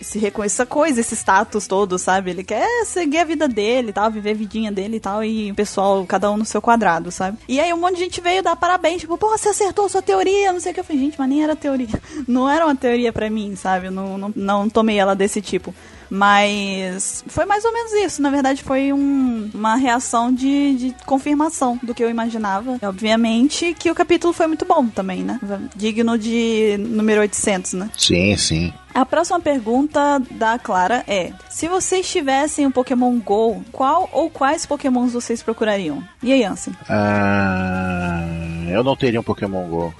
[SPEAKER 4] esse recon- essa coisa, esse status todo, sabe? Ele quer seguir a vida dele, e tal, viver a vidinha dele e tal e o pessoal cada um no seu quadrado, sabe? E aí um monte de gente veio dar parabéns, tipo, pô, você acertou a sua teoria, não sei o que eu falei, gente, mas nem era teoria. Não era uma teoria pra mim, sabe? Eu não, não, não tomei ela desse tipo. Mas foi mais ou menos isso. Na verdade, foi um- uma reação de, de confirmação do que eu imaginava. Obviamente que o capítulo foi muito bom também, né? Digno de número 800, né?
[SPEAKER 3] Sim, sim.
[SPEAKER 4] A próxima pergunta da Clara é: Se vocês tivessem um Pokémon Go, qual ou quais Pokémons vocês procurariam? E aí, Ansem?
[SPEAKER 3] Ah, eu não teria um Pokémon Go.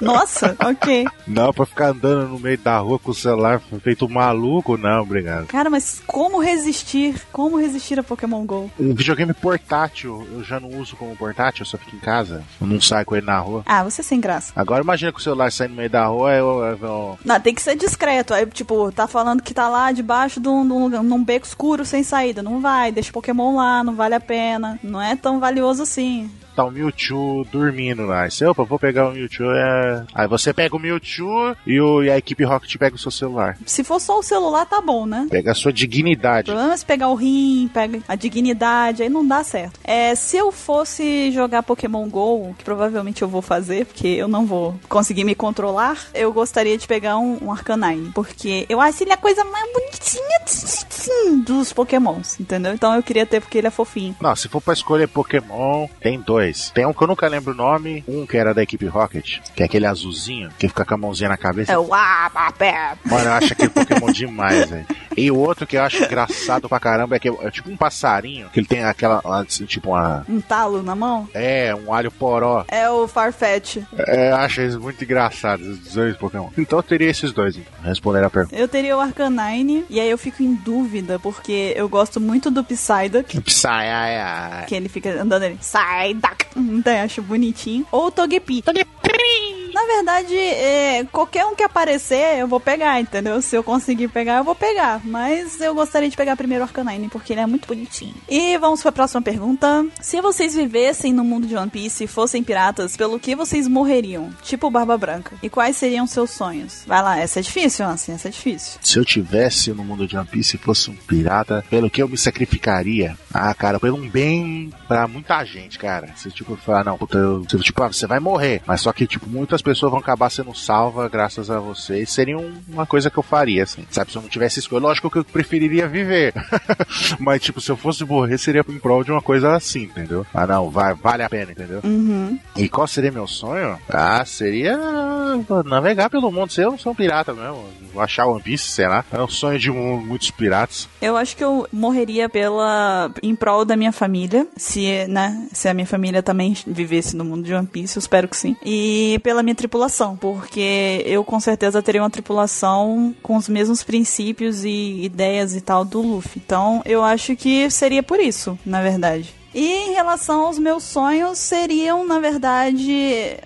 [SPEAKER 4] Nossa, ok.
[SPEAKER 3] Não, pra ficar andando no meio da rua com o celular feito um maluco, não, obrigado.
[SPEAKER 4] Cara, mas como resistir? Como resistir a Pokémon Go?
[SPEAKER 3] Um videogame portátil, eu já não uso como portátil, eu só fico em casa. Eu não saio com ele na rua.
[SPEAKER 4] Ah, você é sem graça.
[SPEAKER 3] Agora imagina com o celular saindo no meio da rua, eu, eu- eu-
[SPEAKER 4] Não, tem que ser discreto. Aí, tipo, tá falando que tá lá debaixo de um, de um lugar- num beco escuro sem saída. Não vai, deixa o Pokémon lá, não vale a pena. Não é tão valioso assim.
[SPEAKER 3] tá o Mewtwo dormindo lá. Aí você, opa, vou pegar o Mewtwo. É... Aí você pega o Mewtwo e, o- e a equipe Rocket pega o seu celular.
[SPEAKER 4] Se for só o celular, tá bom, né?
[SPEAKER 3] Pega a sua
[SPEAKER 4] O
[SPEAKER 3] dignidade.
[SPEAKER 4] problema é se pegar o rim, pega a dignidade, aí não dá certo. É, se eu fosse jogar Pokémon GO, que provavelmente eu vou fazer, porque eu não vou conseguir me controlar, eu gostaria de pegar um, um Arcanine. Porque eu acho ele a coisa mais bonitinha dos Pokémons, entendeu? Então eu queria ter porque ele é fofinho.
[SPEAKER 3] Não, se for pra escolher Pokémon, tem dois. Tem um que eu nunca lembro o nome, um que era da equipe Rocket, que é aquele azulzinho, que fica com a mãozinha na cabeça.
[SPEAKER 4] É o Abapé.
[SPEAKER 3] Mano, eu acho aquele Pokémon demais, velho. E o outro que eu acho engraçado pra caramba é que é tipo um passarinho, que ele tem aquela, assim, tipo uma...
[SPEAKER 4] Um talo na mão.
[SPEAKER 3] É, um alho poró.
[SPEAKER 4] É o Farfetch.
[SPEAKER 3] É, eu acho isso muito engraçado, esses dois Pokémon. Então eu teria esses dois, hein? responder a pergunta.
[SPEAKER 4] Eu teria o Arcanine, e aí eu fico em dúvida, porque eu gosto muito do Psyduck.
[SPEAKER 3] Psy,
[SPEAKER 4] É. Que ele fica andando ali. Sai da. c-". Então eu acho bonitinho. Ou o Togepi. Na verdade, é, qualquer um que aparecer, eu vou pegar, entendeu? Se eu conseguir pegar, eu vou pegar. Mas eu gostaria de pegar primeiro o Arcanine, porque ele é muito bonitinho. E vamos pra próxima pergunta. Se vocês vivessem no mundo de One Piece e fossem piratas, pelo que vocês morreriam? Tipo Barba Branca. E quais seriam seus sonhos? Vai lá, essa é difícil, assim, essa é difícil.
[SPEAKER 3] Se eu tivesse no mundo de One Piece e fosse um pirata, pelo que eu me sacrificaria? Ah, cara, pelo um bem pra muita gente, cara. Se tipo, eu falar, não, puta, eu, se, tipo, ah, você vai morrer. Mas só que, tipo, muitas pessoas vão acabar sendo salvas graças a você. E seria um- uma coisa que eu faria, assim. Sabe, se eu não tivesse escolha, lógico que eu preferiria viver. Mas, tipo, se eu fosse morrer, seria em prol de uma coisa assim, entendeu? Ah, não, vai, vale a pena, entendeu?
[SPEAKER 4] Uhum.
[SPEAKER 3] E qual seria meu sonho? Ah, seria navegar pelo mundo, ser um, ser um pirata mesmo. Achar One Piece, sei lá. É um sonho de mu- muitos piratas.
[SPEAKER 4] Eu acho que eu morreria pela em prol da minha família, se, né, se a minha família também vivesse no mundo de One Piece, eu espero que sim. E pela minha tripulação, porque eu com certeza teria uma tripulação com os mesmos princípios e ideias e tal do Luffy. Então, eu acho que seria por isso, na verdade. E em relação aos meus sonhos, seriam, na verdade,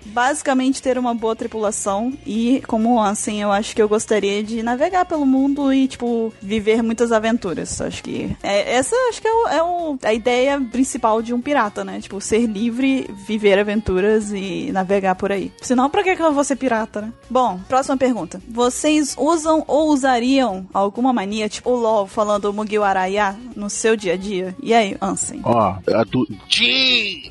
[SPEAKER 4] basicamente ter uma boa tripulação. E, como assim, eu acho que eu gostaria de navegar pelo mundo e, tipo, viver muitas aventuras. Acho que. é- essa acho que é, o- é o- a ideia principal de um pirata, né? Tipo, ser livre, viver aventuras e navegar por aí. Senão, pra que que eu vou ser pirata, né? Bom, próxima pergunta. Vocês usam ou usariam alguma mania, tipo o LOL falando Mugiwaraya no seu dia a dia? E aí, Ansem?
[SPEAKER 3] Ó, a do Jin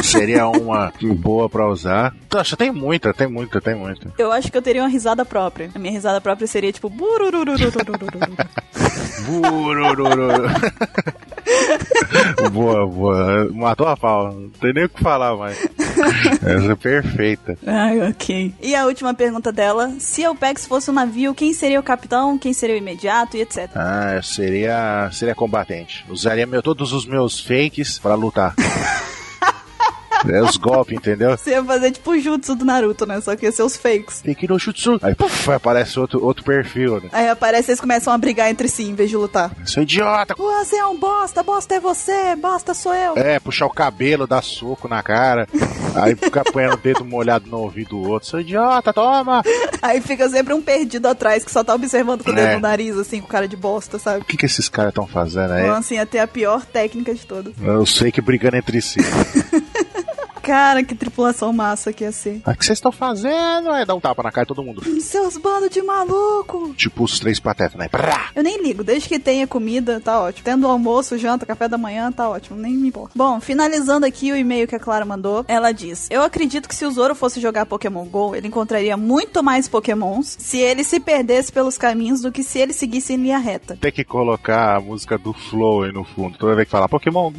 [SPEAKER 3] seria uma boa pra usar. Nossa, tem muita, tem muita, tem muita.
[SPEAKER 4] Eu acho que eu teria uma risada própria. A minha risada própria seria tipo. bururururururururu.
[SPEAKER 3] Burururu. boa, boa. Matou a pau. Não tem nem o que falar mais. Essa é perfeita.
[SPEAKER 4] Ai, ok. E a última pergunta dela: se o Pex fosse um navio, quem seria o capitão, quem seria o imediato e etc.
[SPEAKER 3] Ah, eu seria, seria combatente. Usaria meu, todos os meus fakes pra lutar. é os golpes, entendeu?
[SPEAKER 4] Você ia fazer tipo o jutsu do Naruto, né? Só que ia ser os fakes.
[SPEAKER 3] Fake no jutsu. Aí, puf, aparece outro, outro perfil, né?
[SPEAKER 4] Aí aparece eles começam a brigar entre si em vez de lutar.
[SPEAKER 3] Sou idiota.
[SPEAKER 4] O Ansem é um bosta, bosta é você, bosta sou eu.
[SPEAKER 3] É, puxar o cabelo, dar soco na cara. aí ficar apanhando o dedo molhado no ouvido do outro. Sou idiota, toma!
[SPEAKER 4] Aí fica sempre um perdido atrás que só tá observando com o dedo
[SPEAKER 3] É.
[SPEAKER 4] no nariz, assim, com cara de bosta, sabe?
[SPEAKER 3] O que, que esses caras estão fazendo
[SPEAKER 4] O
[SPEAKER 3] aí?
[SPEAKER 4] Ansem ia ter a pior técnica de todas.
[SPEAKER 3] Eu sei que brigando entre si.
[SPEAKER 4] Cara, que tripulação massa que ia ser.
[SPEAKER 3] Mas o que vocês estão fazendo? Aí dá um tapa na cara de todo mundo.
[SPEAKER 4] Seus bandos de maluco!
[SPEAKER 3] Tipo os três patetas, né? Prá!
[SPEAKER 4] Eu nem ligo, desde que tenha comida, tá ótimo. Tendo almoço, janta, café da manhã, tá ótimo, nem me importa. Bom, finalizando aqui o e-mail que a Clara mandou, ela diz: Eu acredito que se o Zoro fosse jogar Pokémon GO, ele encontraria muito mais Pokémons se ele se perdesse pelos caminhos do que se ele seguisse em linha reta.
[SPEAKER 3] Tem que colocar a música do Flow aí no fundo. Toda vez que falar Pokémon.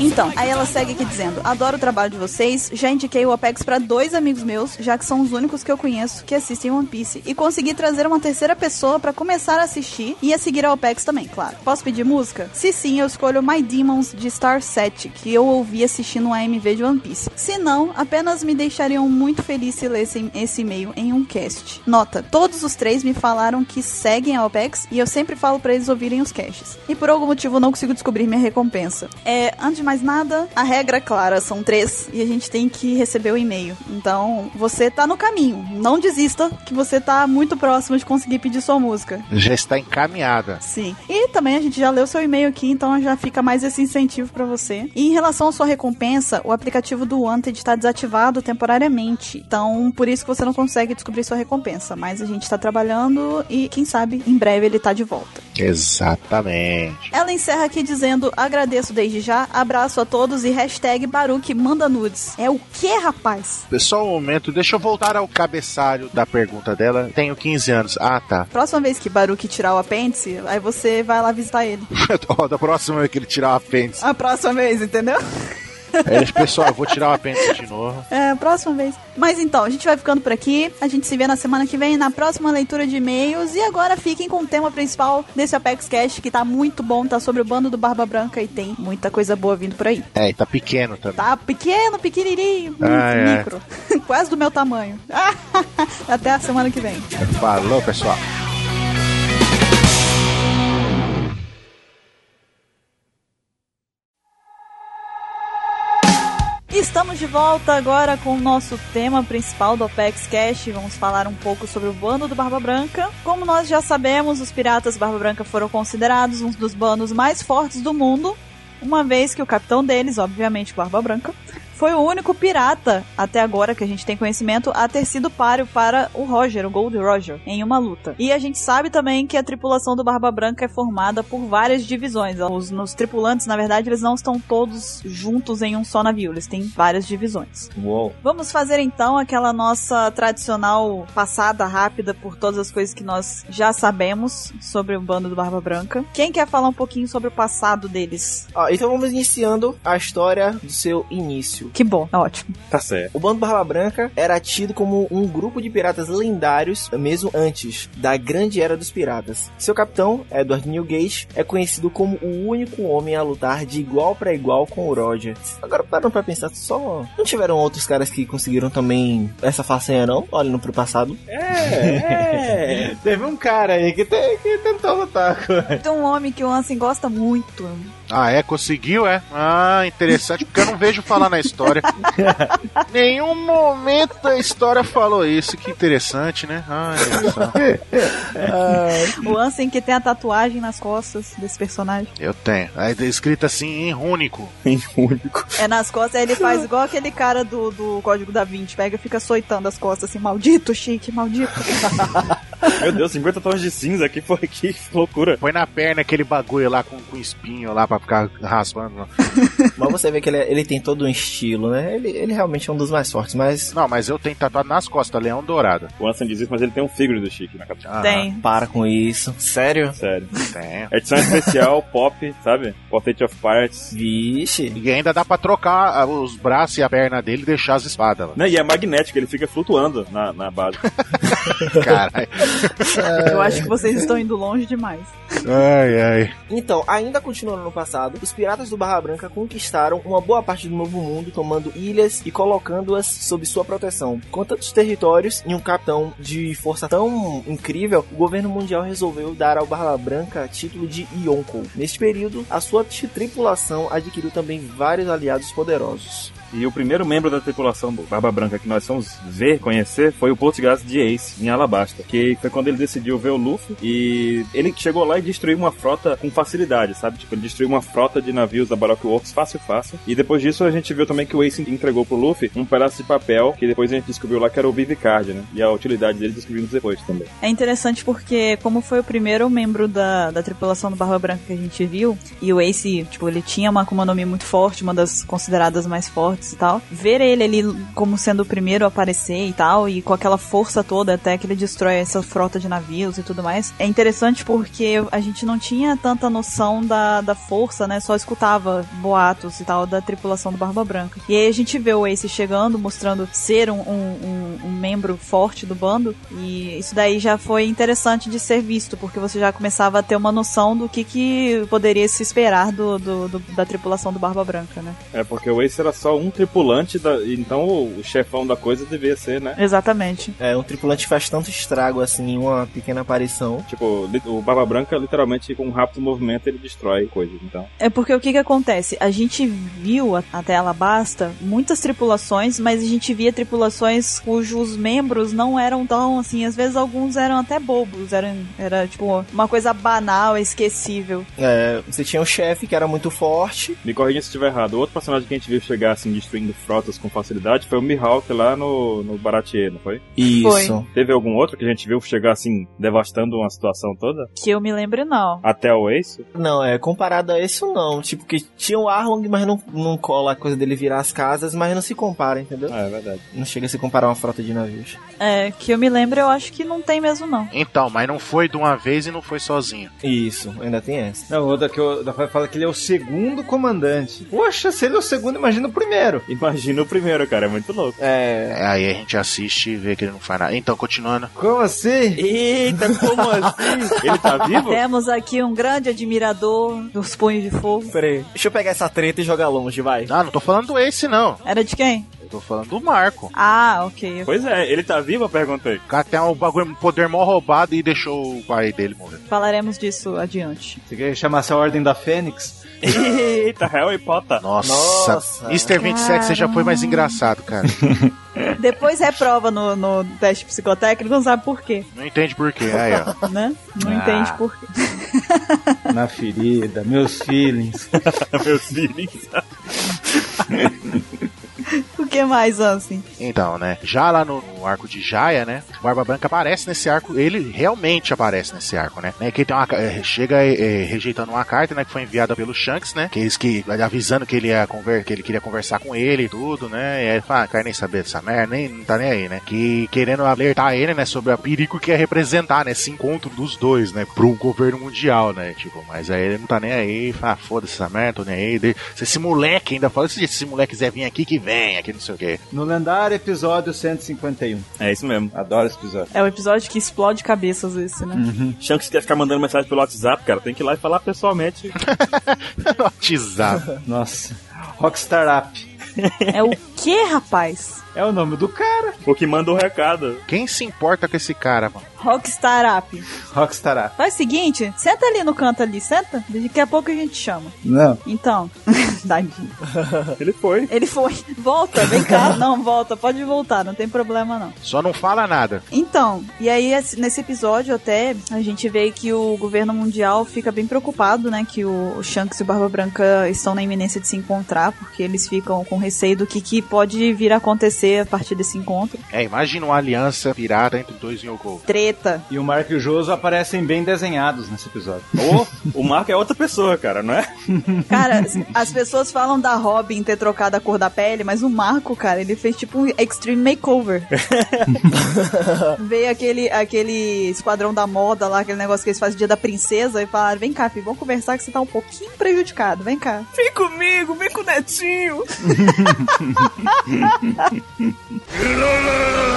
[SPEAKER 4] Então, aí ela segue aqui dizendo: Adoro o trabalho de vocês, já indiquei o Apex pra dois amigos meus, já que são os únicos que eu conheço que assistem One Piece, e consegui trazer uma terceira pessoa pra começar a assistir e a seguir ao Apex também, claro. Posso pedir música? Se sim, eu escolho My Demons de Star 7, que eu ouvi assistindo um AMV de One Piece. Se não, apenas me deixariam muito feliz se lessem esse e-mail em um cast. Nota: todos os três me falaram que seguem a OPEX e eu sempre falo pra eles ouvirem os casts. E por algum motivo eu não consigo descobrir minha recompensa. É, antes de mais nada, a regra é clara, são três e a gente tem que receber o e-mail. Então, você tá no caminho. Não desista que você tá muito próximo de conseguir pedir sua música.
[SPEAKER 3] Já está encaminhada.
[SPEAKER 4] Sim. E também a gente já leu seu e-mail aqui, então já fica mais esse incentivo pra você. E em relação à sua recompensa, o aplicativo do Wanted está desativado temporariamente. Então, por isso que você não consegue descobrir sua recompensa. Mas a gente tá trabalhando e, quem sabe, em breve ele tá de volta.
[SPEAKER 3] Exatamente.
[SPEAKER 4] Ela encerra aqui dizendo: agradeço desde já, abraço a todos e hashtag Baruque manda nudes. É o que, rapaz?
[SPEAKER 3] Só um momento, deixa eu voltar ao cabeçalho da pergunta dela. Tenho 15 anos. Ah, tá.
[SPEAKER 4] Próxima vez que Baruque tirar o apêndice, aí você vai lá visitar ele.
[SPEAKER 3] Ó, da próxima vez que ele tirar o apêndice.
[SPEAKER 4] A próxima vez, entendeu?
[SPEAKER 3] Aí ele, pessoal, eu vou tirar o apêndice de novo.
[SPEAKER 4] É, próxima vez. Mas então, a gente vai ficando por aqui. A gente se vê na semana que vem na próxima leitura de e-mails. E agora fiquem com o tema principal desse Apex Cash, que tá muito bom, tá sobre o bando do Barba Branca e tem muita coisa boa vindo por aí.
[SPEAKER 3] É, e tá pequeno também.
[SPEAKER 4] Tá pequeno, pequenininho, muito
[SPEAKER 3] Ai, ai.
[SPEAKER 4] micro. Quase do meu tamanho. Até a semana que vem.
[SPEAKER 3] Falou, pessoal.
[SPEAKER 4] Estamos de volta agora com o nosso tema principal do Apex Cash. Vamos falar um pouco sobre o bando do Barba Branca. Como nós já sabemos, os piratas Barba Branca foram considerados um dos bandos mais fortes do mundo, uma vez que o capitão deles, obviamente Barba Branca, foi o único pirata, até agora que a gente tem conhecimento, a ter sido páreo para o Roger, o Gold Roger, em uma luta. E a gente sabe também que a tripulação do Barba Branca é formada por várias divisões. Então, Os, os tripulantes, na verdade, eles não estão todos juntos em um só navio, eles têm várias divisões.
[SPEAKER 5] Uou.
[SPEAKER 4] Vamos fazer então aquela nossa tradicional passada rápida por todas as coisas que nós já sabemos sobre o bando do Barba Branca. Quem quer falar um pouquinho sobre o passado deles?
[SPEAKER 1] Ó, então vamos iniciando a história do seu início.
[SPEAKER 4] Que bom, ótimo.
[SPEAKER 2] Tá certo.
[SPEAKER 1] O Bando Barba Branca era tido como um grupo de piratas lendários, mesmo antes da Grande Era dos Piratas. Seu capitão, Edward Newgate, é conhecido como o único homem a lutar de igual para igual com o Roger. Agora parando pra pensar, só não tiveram outros caras que conseguiram também essa façanha não? Olhando pro passado.
[SPEAKER 5] É, teve um cara aí que, te- que tentou lutar. com-
[SPEAKER 4] Tem um homem que o Ansem gosta muito.
[SPEAKER 3] Ah, é? Conseguiu, é? Ah, interessante, porque eu não vejo falar na história. Nenhum momento da história falou isso. Que interessante, né? Ah, olha só.
[SPEAKER 4] O Ansem que tem a tatuagem nas costas desse personagem.
[SPEAKER 3] eu tenho. Aí tá escrito assim em rúnico.
[SPEAKER 2] um único.
[SPEAKER 4] É nas costas, aí ele faz igual aquele cara do, do Código da Vinci. Pega e fica soitando as costas assim, maldito, chique, maldito.
[SPEAKER 2] Meu Deus, 50 tons de cinza aqui, foi que loucura.
[SPEAKER 3] Põe na perna aquele bagulho lá com, com espinho lá pra ficar raspando.
[SPEAKER 1] Mas você vê que ele, é- ele tem todo um estilo, né? Ele, ele realmente é um dos mais fortes, mas
[SPEAKER 3] Não, mas eu tenho tatuado nas costas, leão dourado.
[SPEAKER 2] O Anson diz isso, mas ele tem um figure do Chique na capitã.
[SPEAKER 3] Ah,
[SPEAKER 4] Tem.
[SPEAKER 1] para com isso. Sério?
[SPEAKER 2] Sério. É
[SPEAKER 3] Tenho.
[SPEAKER 2] Edição especial, pop, sabe? Portrait of Pirates.
[SPEAKER 1] Vixe.
[SPEAKER 3] E ainda dá pra trocar ah, os braços e a perna dele e deixar as espadas lá.
[SPEAKER 2] Né, e é magnético, ele fica flutuando na, na base.
[SPEAKER 3] Caralho.
[SPEAKER 4] Eu acho que vocês estão indo longe demais.
[SPEAKER 3] ai, ai.
[SPEAKER 1] Então, ainda continuando no passado, os piratas do Barra Branca conquistaram uma boa parte do Novo Mundo, tomando ilhas e colocando-as sob sua proteção. Com tantos territórios e um capitão de força tão incrível, o governo mundial resolveu dar ao Barra Branca título de Yonkou. Neste período, a sua tri- tripulação adquiriu também vários aliados poderosos.
[SPEAKER 2] E o primeiro membro da tripulação do Barba Branca que nós fomos ver, conhecer, foi o Português de Ace, em Alabasta. Que foi quando ele decidiu ver o Luffy e ele chegou lá e destruiu uma frota com facilidade, sabe? Tipo, ele destruiu uma frota de navios da Baroque Works fácil, fácil. E depois disso a gente viu também que o Ace entregou pro Luffy um pedaço de papel que depois a gente descobriu lá que era o Vivicard, né? E a utilidade dele descobrimos depois também.
[SPEAKER 4] É interessante porque, como foi o primeiro membro da, da tripulação do Barba Branca que a gente viu, e o Ace, tipo, ele tinha uma Akuma no Mi muito forte, uma das consideradas mais fortes e tal, ver ele ali como sendo o primeiro a aparecer e tal, e com aquela força toda até que ele destrói essa frota de navios e tudo mais, é interessante porque a gente não tinha tanta noção da, da força, né? Só escutava boatos e tal da tripulação do Barba Branca. E aí a gente vê o Ace chegando, mostrando ser um, um- um- um membro forte do bando. E isso daí já foi interessante de ser visto, porque você já começava a ter uma noção do que, que poderia se esperar do, do- do- da tripulação do Barba Branca, né?
[SPEAKER 2] É, porque o Ace era só um tripulante, da... então o o chefão da coisa devia ser, né?
[SPEAKER 4] Exatamente.
[SPEAKER 1] É, um tripulante faz tanto estrago assim em uma pequena aparição.
[SPEAKER 2] Tipo, li- o Barba Branca, literalmente, com um rápido movimento, ele destrói coisas, então.
[SPEAKER 4] É porque o que que acontece? A gente viu a- até Alabasta muitas tripulações, mas a gente via tripulações cujos membros não eram tão assim. Às vezes alguns eram até bobos, eram, era tipo uma coisa banal, esquecível.
[SPEAKER 1] É, você tinha um chefe que era muito forte.
[SPEAKER 2] Me corrija se estiver errado. O outro personagem que a gente viu chegar, assim, destruindo frotas com facilidade foi o Mihawk lá no, no Baratier, não foi?
[SPEAKER 1] Isso.
[SPEAKER 2] Teve algum outro que a gente viu chegar, assim, devastando uma situação toda?
[SPEAKER 4] Que eu me lembro, não.
[SPEAKER 2] Até o Ace?
[SPEAKER 1] Não, é, comparado a isso não. Tipo, que tinha o Arlong, mas não, não cola a coisa dele virar as casas, mas não se compara, entendeu?
[SPEAKER 2] Ah, é verdade.
[SPEAKER 1] Não chega a se comparar uma frota de navios.
[SPEAKER 4] É, que eu me lembro, eu acho que não tem mesmo, não.
[SPEAKER 3] Então, mas não foi de uma vez e não foi sozinho.
[SPEAKER 1] Isso, ainda tem essa.
[SPEAKER 5] Não, o da que o da fala que ele é o segundo comandante. Poxa, se ele é o segundo, imagina o primeiro.
[SPEAKER 2] Imagina o primeiro, cara, é muito louco.
[SPEAKER 1] É.
[SPEAKER 3] É, aí a gente assiste e vê que ele não faz nada. Então, continuando.
[SPEAKER 5] Como assim?
[SPEAKER 2] Eita, É como assim? Ele tá vivo?
[SPEAKER 4] Temos aqui um grande admirador dos punhos de fogo.
[SPEAKER 1] Pera aí. Deixa eu pegar essa treta e jogar longe, vai.
[SPEAKER 3] Ah, Não, não tô falando do Ace, não.
[SPEAKER 4] Era de quem?
[SPEAKER 3] Eu tô falando do Marco.
[SPEAKER 4] Ah, ok.
[SPEAKER 2] Pois é, ele tá vivo, eu perguntei.
[SPEAKER 3] O cara tem um bagulho, um poder mó roubado e deixou o pai dele morrer.
[SPEAKER 4] Falaremos disso adiante.
[SPEAKER 5] Você quer chamar essa Ordem da Fênix?
[SPEAKER 2] Eita, Harry Potter.
[SPEAKER 3] Nossa.
[SPEAKER 1] Nossa.
[SPEAKER 3] Easter 27 você já foi mais engraçado, cara.
[SPEAKER 4] Depois reprova no, no teste psicotécnico, não sabe por quê,
[SPEAKER 3] não entende por quê. Aí, ó.
[SPEAKER 4] né? Não
[SPEAKER 3] Ah.
[SPEAKER 4] entende por quê.
[SPEAKER 5] Na ferida, meus feelings.
[SPEAKER 2] Meus filhos.
[SPEAKER 4] O que mais, assim?
[SPEAKER 3] Então, né? Já lá no, no arco de Jaya, né? O Barba Branca aparece nesse arco. Ele realmente aparece nesse arco, né? né que ele tem uma, ca- eh, chega eh, rejeitando uma carta, né? Que foi enviada pelo Shanks, né? Que eles que avisando que ele ia conver, que ele queria conversar com ele e tudo, né? E aí ele fala, ah, quer nem saber dessa merda, nem não tá nem aí, né? Que querendo alertar ele, né? Sobre o perigo que é representar, né? Esse encontro dos dois, né? Pro governo mundial, né? Tipo, mas aí ele não tá nem aí, fala, ah, foda-se essa merda, tô nem aí. De- Se esse moleque ainda fala, se esse moleque quiser vir aqui, que vem, aqui não sei o quê.
[SPEAKER 5] No lendário episódio 151.
[SPEAKER 2] É isso mesmo.
[SPEAKER 5] Adoro esse episódio.
[SPEAKER 4] É o episódio que explode cabeças esse, né?
[SPEAKER 2] Shanks quer ficar mandando mensagem pelo WhatsApp, cara. Tem que ir lá e falar pessoalmente.
[SPEAKER 3] Hipnotizado.
[SPEAKER 5] Nossa. Rockstar Up.
[SPEAKER 4] É o que, rapaz?
[SPEAKER 5] É o nome do cara.
[SPEAKER 2] O que manda o recado.
[SPEAKER 3] Quem se importa com esse cara, mano?
[SPEAKER 4] Rockstar Up.
[SPEAKER 5] Rockstar Up.
[SPEAKER 4] Faz o seguinte, senta ali no canto ali, senta. Daqui a pouco a gente chama.
[SPEAKER 5] Não.
[SPEAKER 4] Então, tadinho.
[SPEAKER 2] Ele foi.
[SPEAKER 4] Ele foi. Volta, vem cá. Não, volta, pode voltar, não tem problema não.
[SPEAKER 3] Só não fala nada.
[SPEAKER 4] Então, e aí esse- nesse episódio até a gente vê que o governo mundial fica bem preocupado, né, que o, o Shanks e o Barba Branca estão na iminência de se encontrar, porque eles ficam com receio do que, que pode vir a acontecer a partir desse encontro.
[SPEAKER 3] É, imagina uma aliança pirata entre dois um Yoko.
[SPEAKER 4] Treta.
[SPEAKER 5] E o Mark e o Joso aparecem bem desenhados nesse episódio.
[SPEAKER 2] Ou o Marco é outra pessoa, cara, não é?
[SPEAKER 4] Cara, as- as pessoas falam da Robin ter trocado a cor da pele, mas o Marco, cara, ele fez tipo um extreme makeover. Veio aquele, aquele esquadrão da moda lá, aquele negócio que eles fazem dia da princesa, e falaram: vem cá, filho, vamos conversar que você tá um pouquinho prejudicado, vem cá. Vem comigo, vem com o netinho.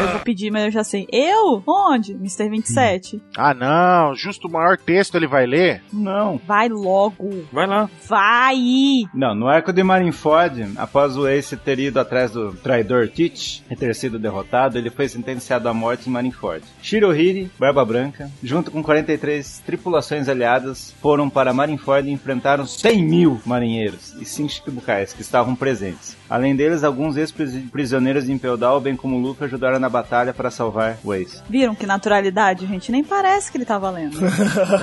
[SPEAKER 4] Eu vou pedir, mas eu já sei. Eu? Onde? Mr. 27.
[SPEAKER 3] Ah, não, justo o maior texto ele vai ler.
[SPEAKER 5] Não.
[SPEAKER 4] Vai logo.
[SPEAKER 2] Vai lá.
[SPEAKER 4] Vai!
[SPEAKER 5] Não, no arco de Marineford, após o Ace ter ido atrás do traidor Teach e ter sido derrotado, ele foi sentenciado à morte em Marineford. Shirohiri, Barba Branca, junto com 43 tripulações aliadas, foram para Marineford e enfrentaram 100 mil marinheiros e 5 chibukais que estavam presentes. Além deles, alguns ex-prisioneiros de Impel Down, bem como Luffy, ajudaram na batalha para salvar o Ace.
[SPEAKER 4] Viram que naturalidade, gente? Nem parece que ele tá tava lendo.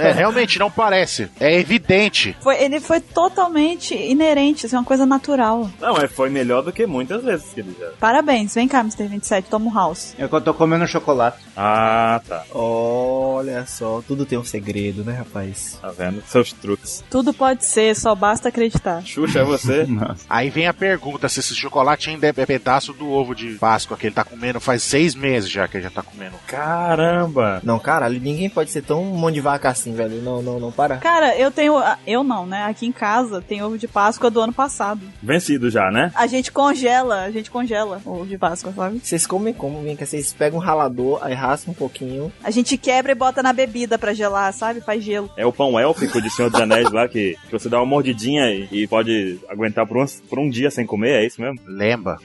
[SPEAKER 3] É, realmente não parece. É evidente.
[SPEAKER 4] Foi, ele foi totalmente inerente, assim, uma coisa natural.
[SPEAKER 2] Não, é, foi melhor do que muitas vezes que ele já.
[SPEAKER 4] Parabéns, vem cá, Mr. 27, toma o house.
[SPEAKER 5] É que eu tô comendo chocolate.
[SPEAKER 2] Ah, tá.
[SPEAKER 1] Olha só, tudo tem um segredo, né, rapaz?
[SPEAKER 2] Tá vendo? Seus truques.
[SPEAKER 4] Tudo pode ser, só basta acreditar.
[SPEAKER 2] Xuxa, é você?
[SPEAKER 5] Nossa.
[SPEAKER 3] Aí vem a pergunta se esse chocolate ainda é pedaço do ovo de Páscoa que ele tá comendo faz seis meses já que ele já tá comendo.
[SPEAKER 2] Caramba!
[SPEAKER 1] Não, caralho, ninguém pode ser tão mão de vaca assim, velho. Não, não, não, para.
[SPEAKER 4] Cara, eu tenho. ah, Eu não, né? Aqui em casa tem ovo de Páscoa do ano passado.
[SPEAKER 2] Vencido já, né?
[SPEAKER 4] A gente congela, a gente congela o ovo de Páscoa, sabe?
[SPEAKER 1] Vocês comem como, vem cá, vocês pegam um ralador, aí raspam um pouquinho.
[SPEAKER 4] A gente quebra e bota na bebida pra gelar, sabe? Faz gelo.
[SPEAKER 2] É o pão élfico de Senhor dos Anéis lá, que, que você dá uma mordidinha e, e pode aguentar por um, por um dia sem comer, é isso mesmo?
[SPEAKER 3] Lembra?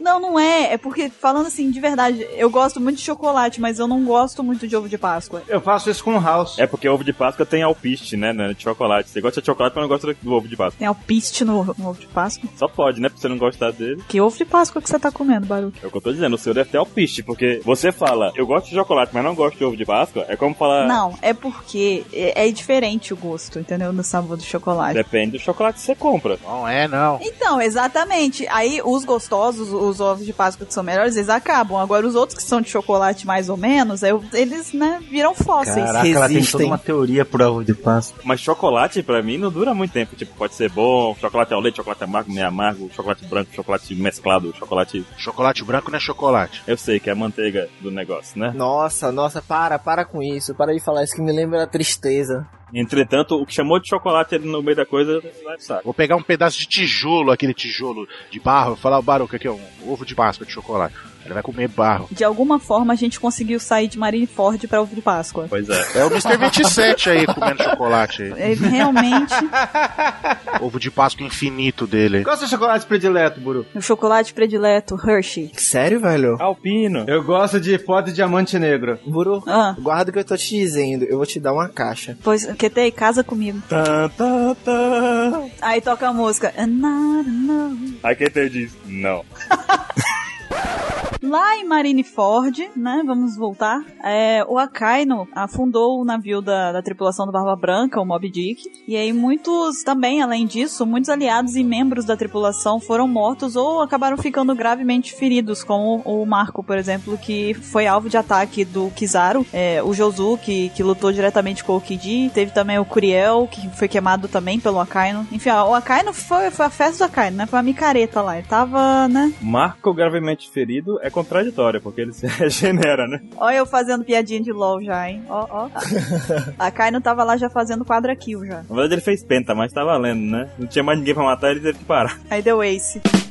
[SPEAKER 4] Não, não é. É porque, falando assim, de verdade, eu gosto muito de chocolate, mas eu não gosto muito de ovo de Páscoa.
[SPEAKER 5] Eu faço isso com o House.
[SPEAKER 2] É porque ovo de Páscoa tem alpiste, né? né, De chocolate. Você gosta de chocolate, mas não gosta do ovo de Páscoa.
[SPEAKER 4] Tem alpiste no, no ovo de Páscoa?
[SPEAKER 2] Só pode, né? Pra você não gostar dele.
[SPEAKER 4] Que ovo de Páscoa que você tá comendo, Baru?
[SPEAKER 2] É o que eu tô dizendo, o seu deve ter alpiste, porque você fala, eu gosto de chocolate, mas não gosto de ovo de Páscoa. É como
[SPEAKER 5] Ah.
[SPEAKER 2] falar.
[SPEAKER 4] Não, é porque é, é diferente o gosto, entendeu? No sabor do
[SPEAKER 5] É.
[SPEAKER 4] chocolate.
[SPEAKER 2] Depende do chocolate que você compra.
[SPEAKER 3] Não é não.
[SPEAKER 4] Então, exatamente. Aí os gostosos, os ovos de Páscoa que são melhores, eles acabam. Agora os outros que são de chocolate mais ou menos, aí eu- eles, né, viram fósseis.
[SPEAKER 5] Caraca, ela tem toda
[SPEAKER 1] resistem.
[SPEAKER 5] uma teoria pro ovo de Páscoa.
[SPEAKER 2] Mas chocolate, pra mim, não dura muito tempo. Tipo, pode ser bom, chocolate ao leite, chocolate amargo, meio amargo, chocolate branco, chocolate mesclado, chocolate.
[SPEAKER 3] Chocolate branco não é chocolate.
[SPEAKER 2] Eu sei que é a manteiga do negócio, né?
[SPEAKER 1] Nossa, nossa, para, para com isso. Para de falar isso que me lembra a tristeza.
[SPEAKER 2] Entretanto, o que chamou de chocolate ali no meio da coisa, vai pro saco.
[SPEAKER 3] Vou pegar um pedaço de tijolo, aquele tijolo de barro, vou falar o Baruca aqui, ó, um ovo de Páscoa de chocolate. Ele vai comer barro.
[SPEAKER 4] De alguma forma a gente conseguiu sair de Marineford pra ovo de Páscoa.
[SPEAKER 2] Pois é.
[SPEAKER 3] É o Mr. 27 aí comendo chocolate aí.
[SPEAKER 4] É, Realmente,
[SPEAKER 3] Ovo de Páscoa infinito dele.
[SPEAKER 5] Qual é o seu chocolate predileto, Buru?
[SPEAKER 4] o chocolate predileto, Hershey.
[SPEAKER 1] Sério, velho?
[SPEAKER 2] Alpino.
[SPEAKER 5] Eu gosto de pó de diamante negro.
[SPEAKER 1] Buru,
[SPEAKER 4] Ah,
[SPEAKER 1] guarda o que eu tô te dizendo. Eu vou te dar uma caixa.
[SPEAKER 4] pois, QT, casa comigo.
[SPEAKER 2] Tá, tá, tá.
[SPEAKER 4] Aí toca a música. Not enough.
[SPEAKER 2] Aí quem te diz, não.
[SPEAKER 4] Lá em Marineford, né? Vamos voltar. é, o Akaino afundou o navio da, da tripulação do Barba Branca, o Mob Dick. E aí, muitos também, além disso, muitos aliados e membros da tripulação foram mortos ou acabaram ficando gravemente feridos, como o, o Marco, por exemplo, que foi alvo de ataque do Kizaru. É, o Josu, que, que lutou diretamente com o Kid. Teve também o Curiel, que foi queimado também pelo Akaino. Enfim, ó, o Akaino foi, foi a festa do Akaino, né? Foi uma micareta lá. Ele tava, né?
[SPEAKER 2] Marco gravemente ferido é contraditório, porque ele se regenera, né?
[SPEAKER 4] Olha eu fazendo piadinha de LOL já, hein? Ó, ó. A Kaino tava lá já fazendo quadra kill já.
[SPEAKER 2] Na verdade, ele fez penta, mas tá valendo, né? Não tinha mais ninguém pra matar, ele teve que parar.
[SPEAKER 4] Aí deu Ace.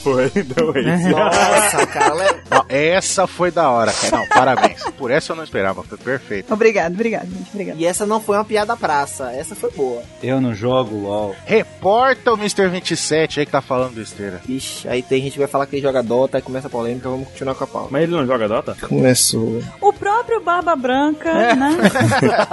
[SPEAKER 2] Foi, deu isso.
[SPEAKER 1] Nossa, cara, le-
[SPEAKER 3] Não, essa foi da hora, cara. Não, parabéns. Por essa eu não esperava, foi perfeito.
[SPEAKER 4] Obrigado, obrigado, gente. Obrigado.
[SPEAKER 1] E essa não foi uma piada praça, essa foi boa.
[SPEAKER 5] Eu não jogo LOL.
[SPEAKER 3] Reporta o Mr. 27 aí que tá falando besteira.
[SPEAKER 1] Ixi, aí tem gente que vai falar que ele joga Dota, aí começa a polêmica, vamos continuar com a pauta.
[SPEAKER 2] Mas ele não joga Dota?
[SPEAKER 1] Começou.
[SPEAKER 4] O próprio Barba Branca, né?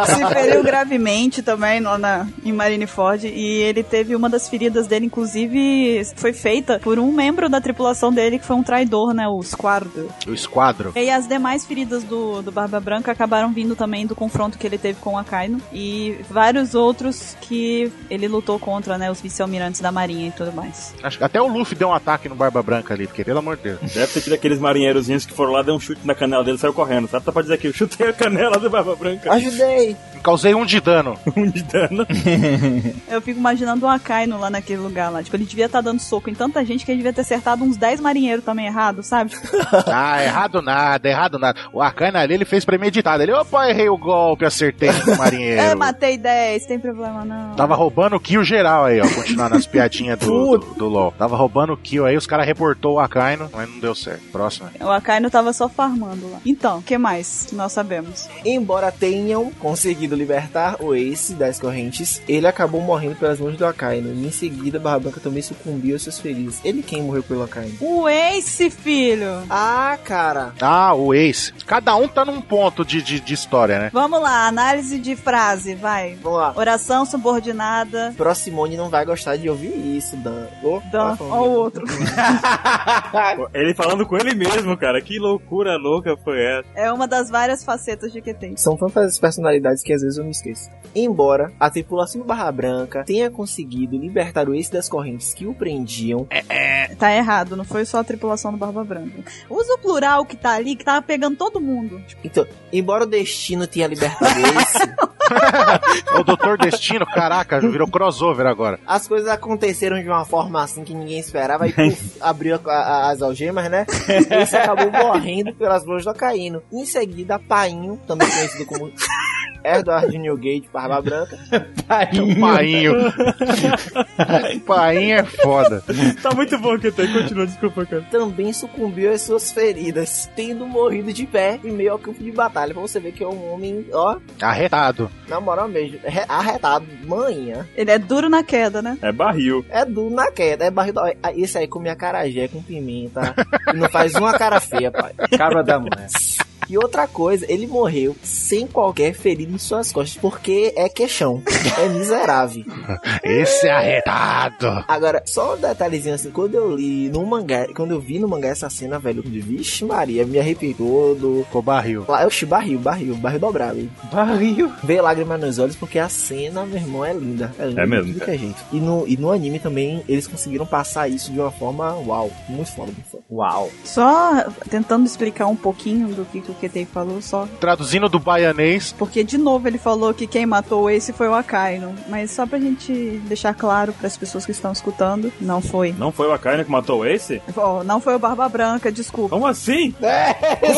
[SPEAKER 4] se feriu gravemente também lá na, em Marineford. E ele teve uma das feridas dele, inclusive, foi feita por um membro da tripulação dele, que foi um traidor, né? O Squardo.
[SPEAKER 3] O esquadro.
[SPEAKER 4] E aí as demais feridas do, do Barba Branca acabaram vindo também do confronto que ele teve com o Akaino e vários outros que ele lutou contra, né? Os vice-almirantes da marinha e tudo mais.
[SPEAKER 3] Acho que até o Luffy deu um ataque no Barba Branca ali, porque pelo amor de Deus.
[SPEAKER 2] Deve ter tido aqueles marinheirozinhos que foram lá, deu um chute na canela dele e saiu correndo. Sabe, tá pra dizer que eu chutei a canela do Barba Branca.
[SPEAKER 1] Ajudei!
[SPEAKER 3] Causei um de dano.
[SPEAKER 2] Um de dano.
[SPEAKER 4] Eu fico imaginando o Akaino lá naquele lugar lá. Tipo, ele devia estar dando soco em tanta gente que ele devia ter acertado uns 10 marinheiros também errado, sabe? Tipo,
[SPEAKER 3] Ah, errado nada, errado nada. O Akana ali ele fez premeditado. Ele, opa, errei o golpe, acertei o marinheiro.
[SPEAKER 4] é, matei 10, tem problema não.
[SPEAKER 3] Tava roubando o kill geral aí, ó. Continuar nas piadinhas do, do, do LOL. Tava roubando o kill aí, os caras reportou o Akaino, mas não deu certo. Próximo.
[SPEAKER 4] O Akaino Então, tava só farmando lá. Então, o que mais que nós sabemos?
[SPEAKER 1] Embora tenham conseguido libertar o Ace das correntes, ele acabou morrendo pelas mãos do Akainu. E em seguida, Barra Branca também sucumbiu aos seus feridos. Ele quem morreu pelo Akainu?
[SPEAKER 4] O Ace, filho!
[SPEAKER 1] Ah, cara.
[SPEAKER 3] Ah, o Ace. Cada um tá num ponto de, de, de história, né?
[SPEAKER 4] Vamos lá, análise de frase, vai.
[SPEAKER 1] Vamos lá.
[SPEAKER 4] Oração subordinada.
[SPEAKER 1] Proximone não vai gostar de ouvir isso, Dan. Ô,
[SPEAKER 4] Dan,
[SPEAKER 1] tá falando
[SPEAKER 4] ó o
[SPEAKER 1] mesmo.
[SPEAKER 4] outro.
[SPEAKER 2] ele falando com ele mesmo, cara. Que loucura louca foi essa.
[SPEAKER 4] É uma das várias facetas de que tem.
[SPEAKER 1] São tantas personalidades que às vezes eu me esqueço. Embora a tripulação do Barra Branca tenha conseguido libertar o Ace das correntes que o prendiam,
[SPEAKER 4] Tá errado, não foi só a tripulação do Barba Branca. Usa o plural que tá ali, que tava pegando todo mundo. Tipo,
[SPEAKER 1] Então, embora o destino tenha libertado esse,
[SPEAKER 3] O Doutor Destino, caraca, virou crossover agora.
[SPEAKER 1] as coisas aconteceram de uma forma assim que ninguém esperava e puf, abriu a- a- as algemas, né? Esse acabou morrendo pelas mãos do Caíno. Em seguida, Painho, também conhecido como Edward Newgate, Barba Branca,
[SPEAKER 3] O Painho. O Painho é foda.
[SPEAKER 2] Tá muito bom que tem. Continua, desculpa, cara.
[SPEAKER 1] também sucumbiu às suas feridas, tendo morrido de pé em meio ao campo de batalha. Pra você ver que é um homem, ó,
[SPEAKER 3] Arretado.
[SPEAKER 1] na moral mesmo, re- arretado, manha.
[SPEAKER 4] Ele é duro na queda, né?
[SPEAKER 2] É barril.
[SPEAKER 1] É duro na queda, é barrido. ó, Esse aí come acarajé com pimenta. Não faz uma cara feia, pai. É.
[SPEAKER 5] Cabra da mulher.
[SPEAKER 1] E outra coisa, ele morreu sem qualquer ferida em suas costas, porque é queixão, é miserável.
[SPEAKER 3] Esse é arretado.
[SPEAKER 1] Agora, só um detalhezinho assim, quando eu li no mangá, quando eu vi no mangá essa cena, velho, de vixe Maria, me arrepiou do.
[SPEAKER 3] Ficou barril.
[SPEAKER 1] Lá, é, oxi, barril, barril, barril dobrado. hein?
[SPEAKER 5] Barril.
[SPEAKER 1] Veio lágrimas nos olhos porque a cena, meu irmão, é linda. É, linda de
[SPEAKER 2] mesmo,
[SPEAKER 1] tudo
[SPEAKER 2] cara.
[SPEAKER 1] que é jeito. E no, e no anime também, eles conseguiram passar isso de uma forma, uau, muito foda, muito foda.
[SPEAKER 5] Uau.
[SPEAKER 4] Só tentando explicar um pouquinho do que, que o Ketei falou, só.
[SPEAKER 3] Traduzindo do baianês.
[SPEAKER 4] Porque, de novo, ele falou que quem matou o Ace foi o Akainu. Mas só pra gente deixar claro pras pessoas que estão escutando, não foi.
[SPEAKER 2] Não foi o Akainu que matou o Ace?
[SPEAKER 4] Ó, não foi o Barba Branca, desculpa.
[SPEAKER 2] Como assim?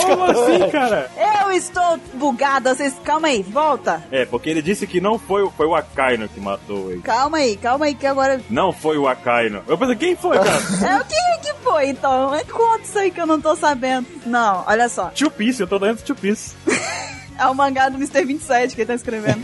[SPEAKER 2] Como assim, cara?
[SPEAKER 4] Eu estou bugada, vocês. Calma aí, volta.
[SPEAKER 2] É, porque ele disse que não foi, o- foi o Akainu que matou o Ace.
[SPEAKER 4] Calma aí, calma aí, que agora.
[SPEAKER 2] Não foi o Akainu. Eu pensei, quem foi, cara?
[SPEAKER 4] É o que, que foi então? Me Conta isso aí que eu não tô sabendo. Não, olha só.
[SPEAKER 2] Two Piece, eu tô dentro de Two Piece.
[SPEAKER 4] É o mangá do Mr. 27 que ele tá escrevendo.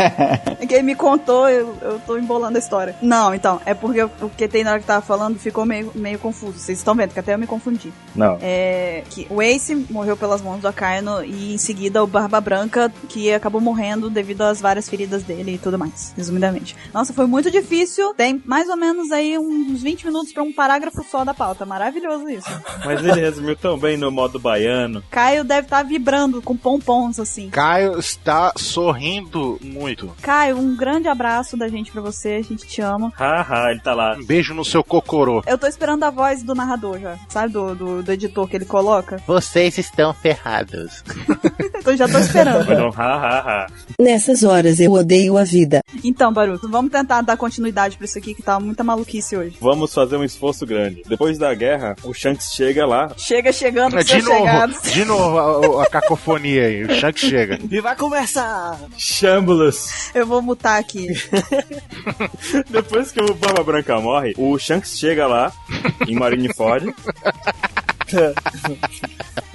[SPEAKER 4] É que ele me contou, eu, eu tô embolando a história. Não, então, é porque eu- o que tem na hora que tava falando ficou meio, meio confuso. Vocês estão vendo que até eu me confundi.
[SPEAKER 2] Não.
[SPEAKER 4] É, que o Ace morreu pelas mãos do Akaino e em seguida o Barba Branca, que acabou morrendo devido às várias feridas dele e tudo mais, resumidamente. Nossa, foi muito difícil. Tem mais ou menos aí uns 20 minutos pra um parágrafo só da pauta. Maravilhoso isso.
[SPEAKER 2] Mas ele resumiu tão bem no modo baiano.
[SPEAKER 4] Caio deve estar vibrando com pompons assim.
[SPEAKER 3] Caio está sorrindo muito.
[SPEAKER 4] Caio, um grande abraço da gente pra você, a gente te ama.
[SPEAKER 2] Haha, ele tá lá.
[SPEAKER 3] Um beijo no seu cocorô.
[SPEAKER 4] Eu tô esperando a voz do narrador já, sabe? Do, do, do editor que ele coloca.
[SPEAKER 8] Vocês estão ferrados.
[SPEAKER 4] Eu já tô esperando.
[SPEAKER 2] Mas não, hahaha.
[SPEAKER 7] Nessas horas eu odeio a vida.
[SPEAKER 4] Então, Baruto, vamos tentar dar continuidade pra isso aqui que tá muita maluquice hoje.
[SPEAKER 2] Vamos fazer um esforço grande. Depois da guerra, o Shanks chega lá
[SPEAKER 4] Chega chegando com
[SPEAKER 3] É, De
[SPEAKER 4] seus chegados.
[SPEAKER 3] novo, de novo a, a cacofonia aí. O Shanks chega.
[SPEAKER 1] E vai começar!
[SPEAKER 5] Shambles.
[SPEAKER 4] Eu vou mutar aqui.
[SPEAKER 2] Depois que o Barba Branca morre, o Shanks chega lá, em Marineford.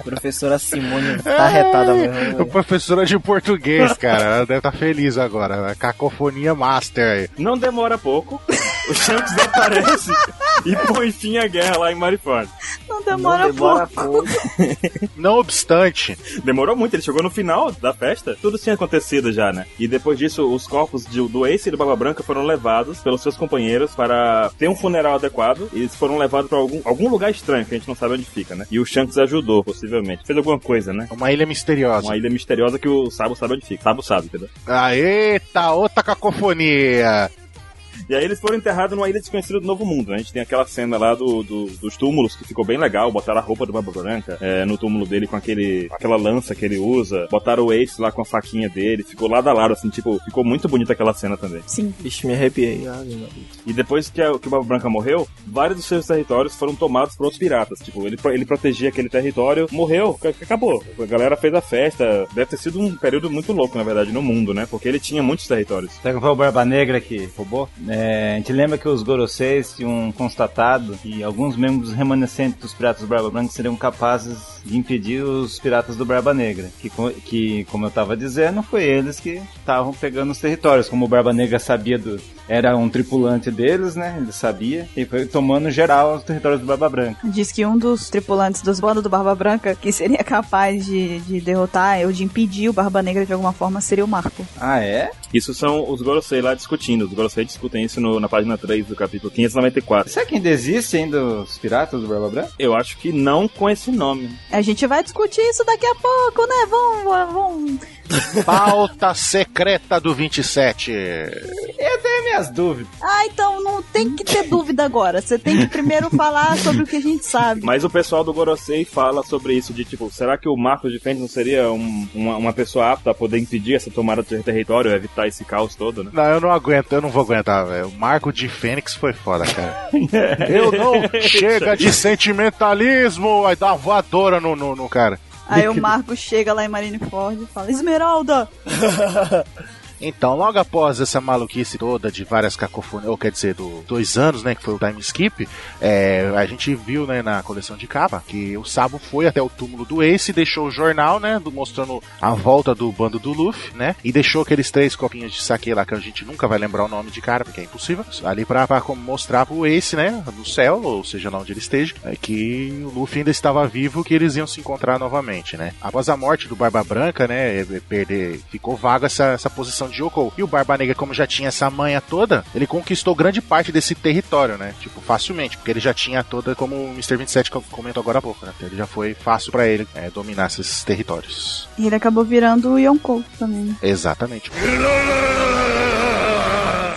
[SPEAKER 1] Professora Simone tá retada
[SPEAKER 3] O
[SPEAKER 1] mesmo.
[SPEAKER 3] professora de português, cara, ela deve estar feliz agora. Cacofonia Master aí.
[SPEAKER 2] Não demora pouco, o Shanks aparece e põe fim à guerra lá em Marineford.
[SPEAKER 4] Não demora,
[SPEAKER 1] Não demora
[SPEAKER 4] pouco.
[SPEAKER 1] pouco.
[SPEAKER 3] Não obstante,
[SPEAKER 2] Demorou muito, ele chegou no final da festa, tudo tinha acontecido já, né? E depois disso, os corpos de- do Ace e do Barba Branca foram levados pelos seus companheiros para ter um funeral adequado. E eles foram levados para algum, algum lugar estranho, que a gente não sabe onde fica, né? E o Shanks ajudou, possivelmente. Fez alguma coisa, né?
[SPEAKER 3] uma ilha misteriosa.
[SPEAKER 2] Uma ilha misteriosa que o Sabo sabe onde fica. Sabo sabe, entendeu?
[SPEAKER 3] Aê, tá outra cacofonia.
[SPEAKER 2] E aí eles foram enterrados numa ilha desconhecida do Novo Mundo. né? A gente tem aquela cena lá do, do- dos túmulos que ficou bem legal. Botaram a roupa do Barba Branca é, no túmulo dele com aquele, aquela lança que ele usa. Botaram o Ace lá com a faquinha dele. Ficou lado a lado, assim, tipo, ficou muito bonita aquela cena também.
[SPEAKER 4] Sim.
[SPEAKER 1] Ixi, me arrepiei. Ah, meu Deus.
[SPEAKER 2] E depois que, a- que o Barba Branca morreu, vários dos seus territórios foram tomados por outros piratas. Tipo, ele, pro- ele protegia aquele território, morreu, ac- acabou. A galera fez a festa. Deve ter sido um período muito louco, na verdade, no mundo, né? Porque ele tinha muitos territórios.
[SPEAKER 5] Sabe qual foi o um Barba Negra que roubou? É, a gente lembra que os Goroseis tinham constatado que alguns membros remanescentes dos piratas do Barba Branca seriam capazes de impedir os piratas do Barba Negra. Que, co- que como eu tava dizendo, foi eles que estavam pegando os territórios. Como o Barba Negra sabia do. Era um tripulante deles, né? Ele sabia. E foi tomando geral os territórios do Barba Branca.
[SPEAKER 4] Diz que um dos tripulantes dos bandos do Barba Branca, que seria capaz de, de derrotar ou de impedir o Barba Negra de alguma forma, seria o Marco.
[SPEAKER 5] Ah, é?
[SPEAKER 2] Isso são os Gorosei lá discutindo. Os Gorosei discutem isso no- na página 3 do capítulo 594.
[SPEAKER 5] Será que ainda existe ainda os piratas do Barba Branca?
[SPEAKER 2] Eu acho que não com esse nome.
[SPEAKER 4] A gente vai discutir isso daqui a pouco, né? Vamos, vamos.
[SPEAKER 3] Pauta secreta do 27.
[SPEAKER 5] Eu tenho minhas dúvidas.
[SPEAKER 4] Ah, então não tem que ter dúvida agora. Você tem que primeiro falar sobre o que a gente sabe.
[SPEAKER 2] Mas o pessoal do Gorosei fala sobre isso, de tipo, será que o Marcos de Fênix não seria um- uma, uma pessoa apta a poder impedir essa tomada de território, evitar esse caos todo, né?
[SPEAKER 3] Não, eu não aguento, eu não vou aguentar, velho. O Marco de Fênix foi foda, cara. Eu não. Chega de sentimentalismo. Vai dar uma voadora no, no, no cara.
[SPEAKER 4] Aí o Marco chega lá em Marineford e fala: Esmeralda!
[SPEAKER 3] Então, logo após essa maluquice toda de várias cacofonias, ou quer dizer, do dois anos, né, que foi o time skip, é, a gente viu, né, na coleção de capa, que o Sabo foi até o túmulo do Ace, deixou o jornal, né, do- mostrando a volta do bando do Luffy, né, e deixou aqueles três copinhos de saque lá, que a gente nunca vai lembrar o nome de cara, porque é impossível, ali pra, pra como mostrar pro Ace, né, no céu, ou seja lá onde ele esteja, é, que o Luffy ainda estava vivo, que eles iam se encontrar novamente, né. Após a morte do Barba Branca, né, é, é, perder, ficou vaga essa, essa posição de Yoko. E o Barba Negra, como já tinha essa manha toda, ele conquistou grande parte desse território, né, tipo, facilmente, porque ele já tinha toda, como o Mr. 27 co- comentou agora há pouco, né, então ele já foi fácil pra ele é, dominar esses territórios.
[SPEAKER 4] E ele acabou virando o Yonkou também. né?
[SPEAKER 3] Exatamente.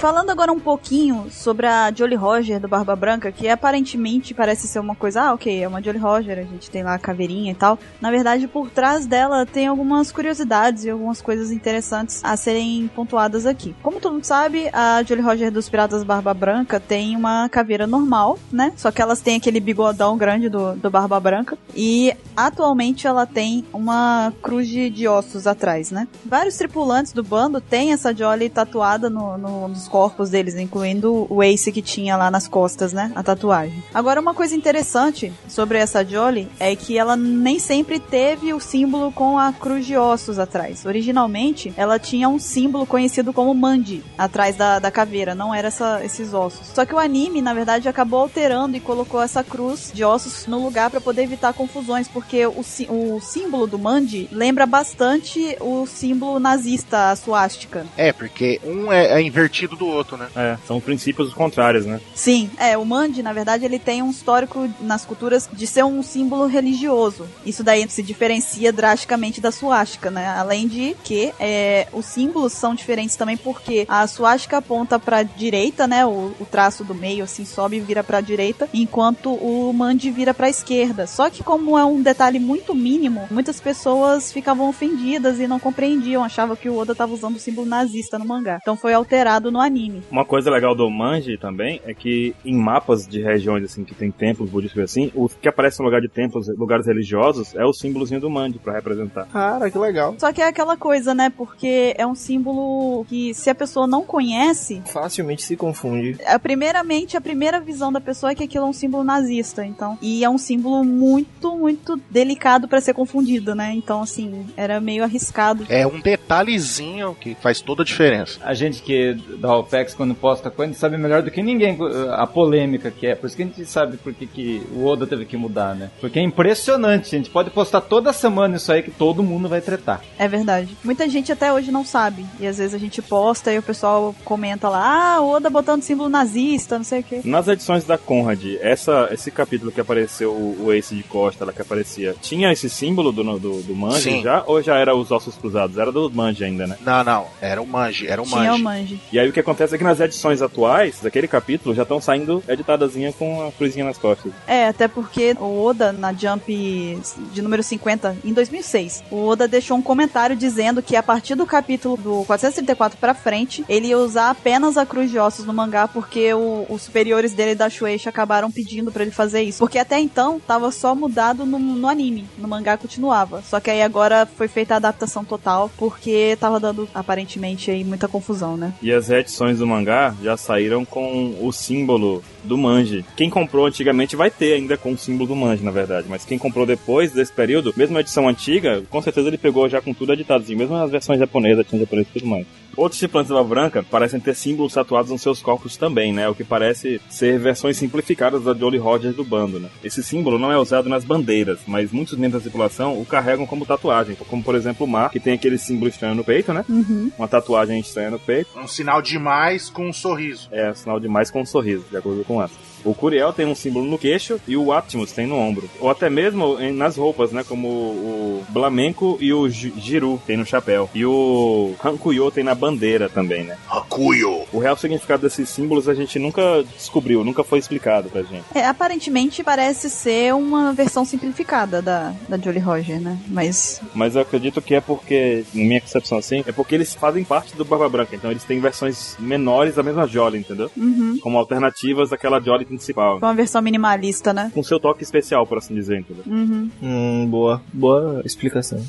[SPEAKER 4] Falando agora um pouquinho sobre a Jolly Roger do Barba Branca, que aparentemente parece ser uma coisa, ah, ok, é uma Jolly Roger, a gente tem lá a caveirinha e tal. Na verdade, por trás dela tem algumas curiosidades e algumas coisas interessantes a serem pontuadas aqui. Como todo mundo sabe, a Jolly Roger dos Piratas Barba Branca tem uma caveira normal, né? Só que elas têm aquele bigodão grande do, do Barba Branca. E Atualmente ela tem uma cruz de, de ossos atrás, né? Vários tripulantes do bando têm essa Jolly tatuada no, no- nos corpos deles, incluindo o Ace que tinha lá nas costas, né? A tatuagem. Agora, uma coisa interessante sobre essa Jolly é que ela nem sempre teve o símbolo com a cruz de ossos atrás. Originalmente, ela tinha um símbolo conhecido como Mandi atrás da, da caveira, não era essa- esses ossos. Só que o anime, na verdade, acabou alterando e colocou essa cruz de ossos no lugar pra poder evitar confusões, porque o, sí- o símbolo do Mandi lembra bastante o símbolo nazista, a suástica.
[SPEAKER 3] É, porque um é, é invertido do outro, né?
[SPEAKER 2] É, são princípios contrários, né?
[SPEAKER 4] Sim, é, o Mandi, na verdade, ele tem um histórico nas culturas de ser um símbolo religioso. Isso daí se diferencia drasticamente da suástica, né? Além de que é, os símbolos são diferentes também porque a suástica aponta pra direita, né? O, o traço do meio, assim, sobe e vira pra direita, enquanto o Mandi vira pra esquerda. Só que como é um detalhe muito mínimo, muitas pessoas ficavam ofendidas e não compreendiam, achavam que o Oda tava usando o símbolo nazista no mangá. Então foi alterado no anime. anime.
[SPEAKER 2] Uma coisa legal do Manji também é que em mapas de regiões assim que tem templos budistas e assim, o que aparece no lugar de templos, lugares religiosos, é o símbolozinho do Manji pra representar.
[SPEAKER 1] Cara, que legal.
[SPEAKER 4] Só que é aquela coisa, né? Porque é um símbolo que se a pessoa não conhece,
[SPEAKER 1] Facilmente se confunde.
[SPEAKER 4] a primeiramente a primeira visão da pessoa é que aquilo é um símbolo nazista, então. E é um símbolo muito, muito delicado pra ser confundido, né? Então, assim, era meio arriscado.
[SPEAKER 3] É um detalhezinho que faz toda a diferença.
[SPEAKER 5] A gente que da OPEX, quando posta coisa, sabe melhor do que ninguém uh, a polêmica que é. Por isso que a gente sabe por que, que o Oda teve que mudar, né? Porque é impressionante. A gente pode postar toda semana isso aí que todo mundo vai tretar.
[SPEAKER 4] É verdade. Muita gente até hoje não sabe. E às vezes a gente posta e o pessoal comenta lá, ah, o Oda botando símbolo nazista, não sei o quê.
[SPEAKER 2] Nas edições da Conrad, essa, esse capítulo que apareceu o, o Ace de Costa, ela que aparecia, tinha esse símbolo do, do, do Manji
[SPEAKER 3] Sim.
[SPEAKER 2] já? Ou já era os ossos cruzados? Era do Manji ainda, né?
[SPEAKER 3] Não, não, era o Manji, era É um o
[SPEAKER 4] Tinha um o
[SPEAKER 3] Manji.
[SPEAKER 4] Manji.
[SPEAKER 2] E aí o que acontece é que nas edições atuais, daquele capítulo, já estão saindo editadazinha com a cruzinha nas costas.
[SPEAKER 4] É, até porque o Oda, na Jump de número 50, em 2006, o Oda deixou um comentário dizendo que a partir do capítulo do 434 pra frente, ele ia usar apenas a cruz de ossos no mangá, porque o- os superiores dele da Shueisha acabaram pedindo pra ele fazer isso. Porque até então, tava só mudado no, no anime, no mangá continuava. Só que aí agora foi feita a adaptação total, porque tava dando, aparentemente, aí muita confusão, né?
[SPEAKER 2] E as reedições do mangá já saíram com o símbolo do Manji. Quem comprou antigamente vai ter ainda com o símbolo do Manji, na verdade. Mas quem comprou depois desse período, mesmo a edição antiga, com certeza ele pegou já com tudo editado, assim, mesmo as versões japonesas, edições japonesas e tudo mais. Outros tripulantes da Barba Branca parecem ter símbolos tatuados nos seus corpos também, né? O que parece ser versões simplificadas da Jolly Rogers do bando, né? Esse símbolo não é usado nas bandeiras, mas muitos membros da tripulação o carregam como tatuagem. Como, por exemplo, o Mar, que tem aquele símbolo estranho no peito, né?
[SPEAKER 4] Uhum.
[SPEAKER 2] Uma tatuagem estranha no peito.
[SPEAKER 3] Um sinal demais com um sorriso.
[SPEAKER 2] É sinal demais com um sorriso, de acordo com ela. O Curiel tem um símbolo no queixo e o Optimus tem no ombro. Ou até mesmo em- nas roupas, né? Como o o Blamenco e o Gi- Giru tem no chapéu. E o Hankuyo tem na bandeira também, né?
[SPEAKER 3] Hakuyo.
[SPEAKER 2] O real significado desses símbolos a gente nunca descobriu, nunca foi explicado pra gente.
[SPEAKER 4] É, aparentemente parece ser uma versão simplificada da, da Jolly Roger, né? Mas
[SPEAKER 2] Mas eu acredito que é porque, na minha concepção assim, é porque eles fazem parte do Barba Branca. Então eles têm versões menores da mesma Jolly, entendeu?
[SPEAKER 4] uhum,
[SPEAKER 2] Como alternativas daquela Jolly principal.
[SPEAKER 4] foi uma versão minimalista, né?
[SPEAKER 2] Com seu toque especial, por assim dizer, entendeu?
[SPEAKER 4] Uhum,
[SPEAKER 1] Hum, boa. Boa explicação.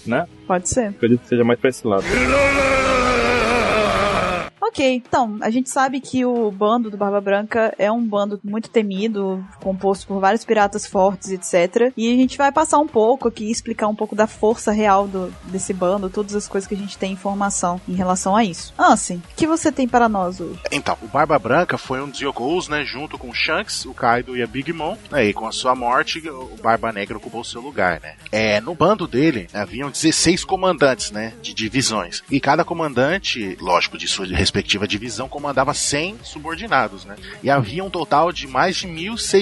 [SPEAKER 4] pode ser.
[SPEAKER 2] Acredito que seja mais pra esse lado.
[SPEAKER 4] Ok, então, a gente sabe que o bando do Barba Branca é um bando muito temido, composto por vários piratas fortes, etc. E a gente vai passar um pouco aqui, explicar um pouco da força real do, desse bando, todas as coisas que a gente tem informação em relação a isso. Ansem, o que você tem para nós hoje?
[SPEAKER 3] Então, o Barba Branca foi um dos Yokos, né? Junto com o Shanks, o Kaido e a Big Mom. Né, e com a sua morte, o Barba Negra ocupou seu lugar, né? É, no bando dele, haviam 16 comandantes, né? De divisões. E cada comandante, lógico, de sua respectiva divisão, comandava 100 subordinados, né? E havia um total de mais de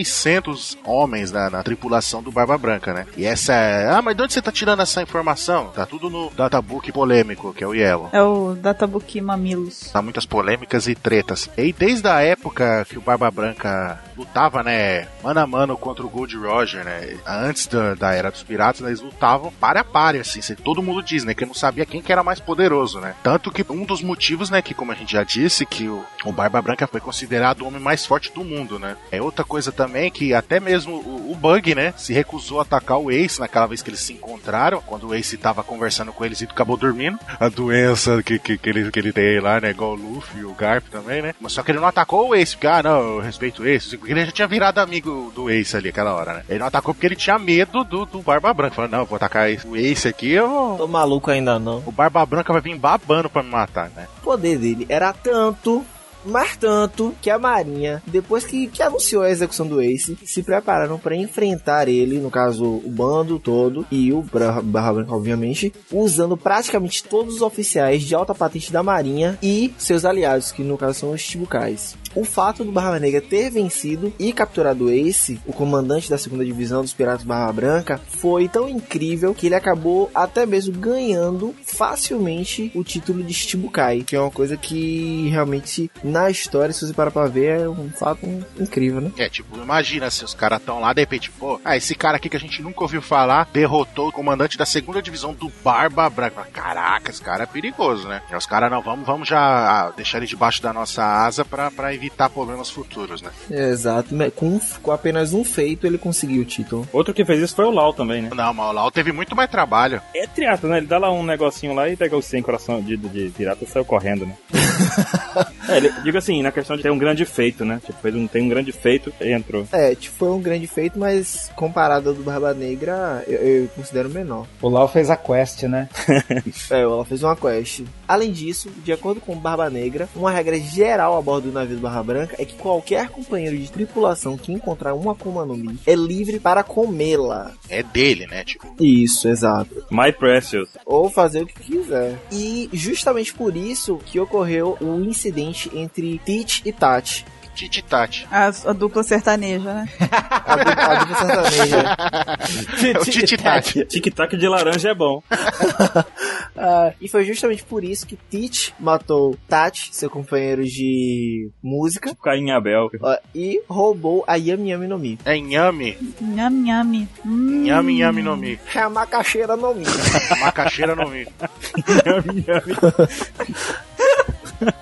[SPEAKER 3] 1.600 homens na, na tripulação do Barba Branca, né? E essa... Ah, mas de onde você tá tirando essa informação? Tá tudo no databook polêmico, que é o Yellow.
[SPEAKER 4] É o Databuki Mamilos.
[SPEAKER 3] Há muitas polêmicas e tretas. E desde a época que o Barba Branca lutava, né, mano a mano contra o Gold Roger, né, antes da, da Era dos Piratas, né, eles lutavam para a pare, assim, se- todo mundo diz, né, que não sabia quem que era mais poderoso, né. Tanto que um dos motivos, né, que como a gente já disse, que o, o Barba Branca foi considerado o homem mais forte do mundo, né. É outra coisa também que É, até mesmo o, o Bug, né, se recusou a atacar o Ace naquela vez que eles se encontraram, quando o Ace tava conversando com eles e acabou dormindo a doença que, que, que, ele, que ele tem lá, né? Igual o Luffy e o Garp também, né? Mas só que ele não atacou o Ace, porque, ah, não, eu respeito o Ace. Porque ele já tinha virado amigo do Ace ali aquela hora, né? Ele não atacou porque ele tinha medo do, do Barba Branca. Falou, não, eu vou atacar esse- o Ace aqui, eu vou-
[SPEAKER 1] Tô maluco ainda não.
[SPEAKER 3] O Barba Branca vai vir babando pra me matar, né?
[SPEAKER 1] O poder dele era tanto, mas tanto, que a Marinha, depois que, que anunciou a execução do Ace, se prepararam pra enfrentar ele, no caso, o bando todo e o Bra- Barra Branca, obviamente, usando praticamente todos os oficiais de alta patente da Marinha e seus aliados, que no caso são os Chibukais. O fato do Barba Negra ter vencido e capturado Ace, o comandante da segunda divisão dos Piratas Barba Branca, foi tão incrível que ele acabou até mesmo ganhando facilmente o título de Shichibukai, que é uma coisa que realmente na história, se você parar pra ver, é um fato incrível, né?
[SPEAKER 3] É, tipo, imagina se os caras estão lá, de repente, pô, ah, esse cara aqui que a gente nunca ouviu falar derrotou o comandante da segunda divisão do Barba Branca. Caraca, esse cara é perigoso, né? E os caras, não, vamos, vamos já ah, deixar ele debaixo da nossa asa pra, pra evitar problemas futuros, né?
[SPEAKER 1] Exato, mas com, com apenas um feito ele conseguiu o título.
[SPEAKER 2] Outro que fez isso foi o Lau também, né?
[SPEAKER 3] Não, mas o Lau teve muito mais trabalho.
[SPEAKER 2] É triata, né? Ele dá lá um negocinho lá e pega os 100 coração de, de pirata e saiu correndo, né? é, ele, digo assim, na questão de ter um grande feito, né? Tipo, fez um, tem um grande feito e entrou.
[SPEAKER 1] É, tipo, foi um grande feito, mas comparado ao do Barba Negra, eu, eu considero menor.
[SPEAKER 5] O Lau fez a quest, né?
[SPEAKER 1] É, ela fez uma quest. Além disso, de acordo com o Barba Negra, uma regra geral a bordo do navio do Barba Branca é que qualquer companheiro de tripulação que encontrar uma Akuma no Mi é livre para comê-la.
[SPEAKER 3] É dele, né? Tipo,
[SPEAKER 1] Isso, exato.
[SPEAKER 2] My Precious.
[SPEAKER 1] Ou fazer o que quiser. E justamente por isso que ocorreu o incidente entre Teach e Tati.
[SPEAKER 3] Titi Tati.
[SPEAKER 4] A, a dupla sertaneja, né?
[SPEAKER 1] A du- a dupla sertaneja.
[SPEAKER 3] É o Titi Tati.
[SPEAKER 2] Tic-tac de laranja é bom.
[SPEAKER 1] Ah, e foi justamente por isso que Teach matou Tati, seu companheiro de música,
[SPEAKER 2] Tipo Caim e Abel.
[SPEAKER 1] ó, e roubou a Yami Yami no Mi.
[SPEAKER 3] É Nhame.
[SPEAKER 4] Nham, nham. Hum.
[SPEAKER 3] Nhame, Nhame no Mi.
[SPEAKER 1] É a macaxeira no Mi.
[SPEAKER 3] Macaxeira no Mi.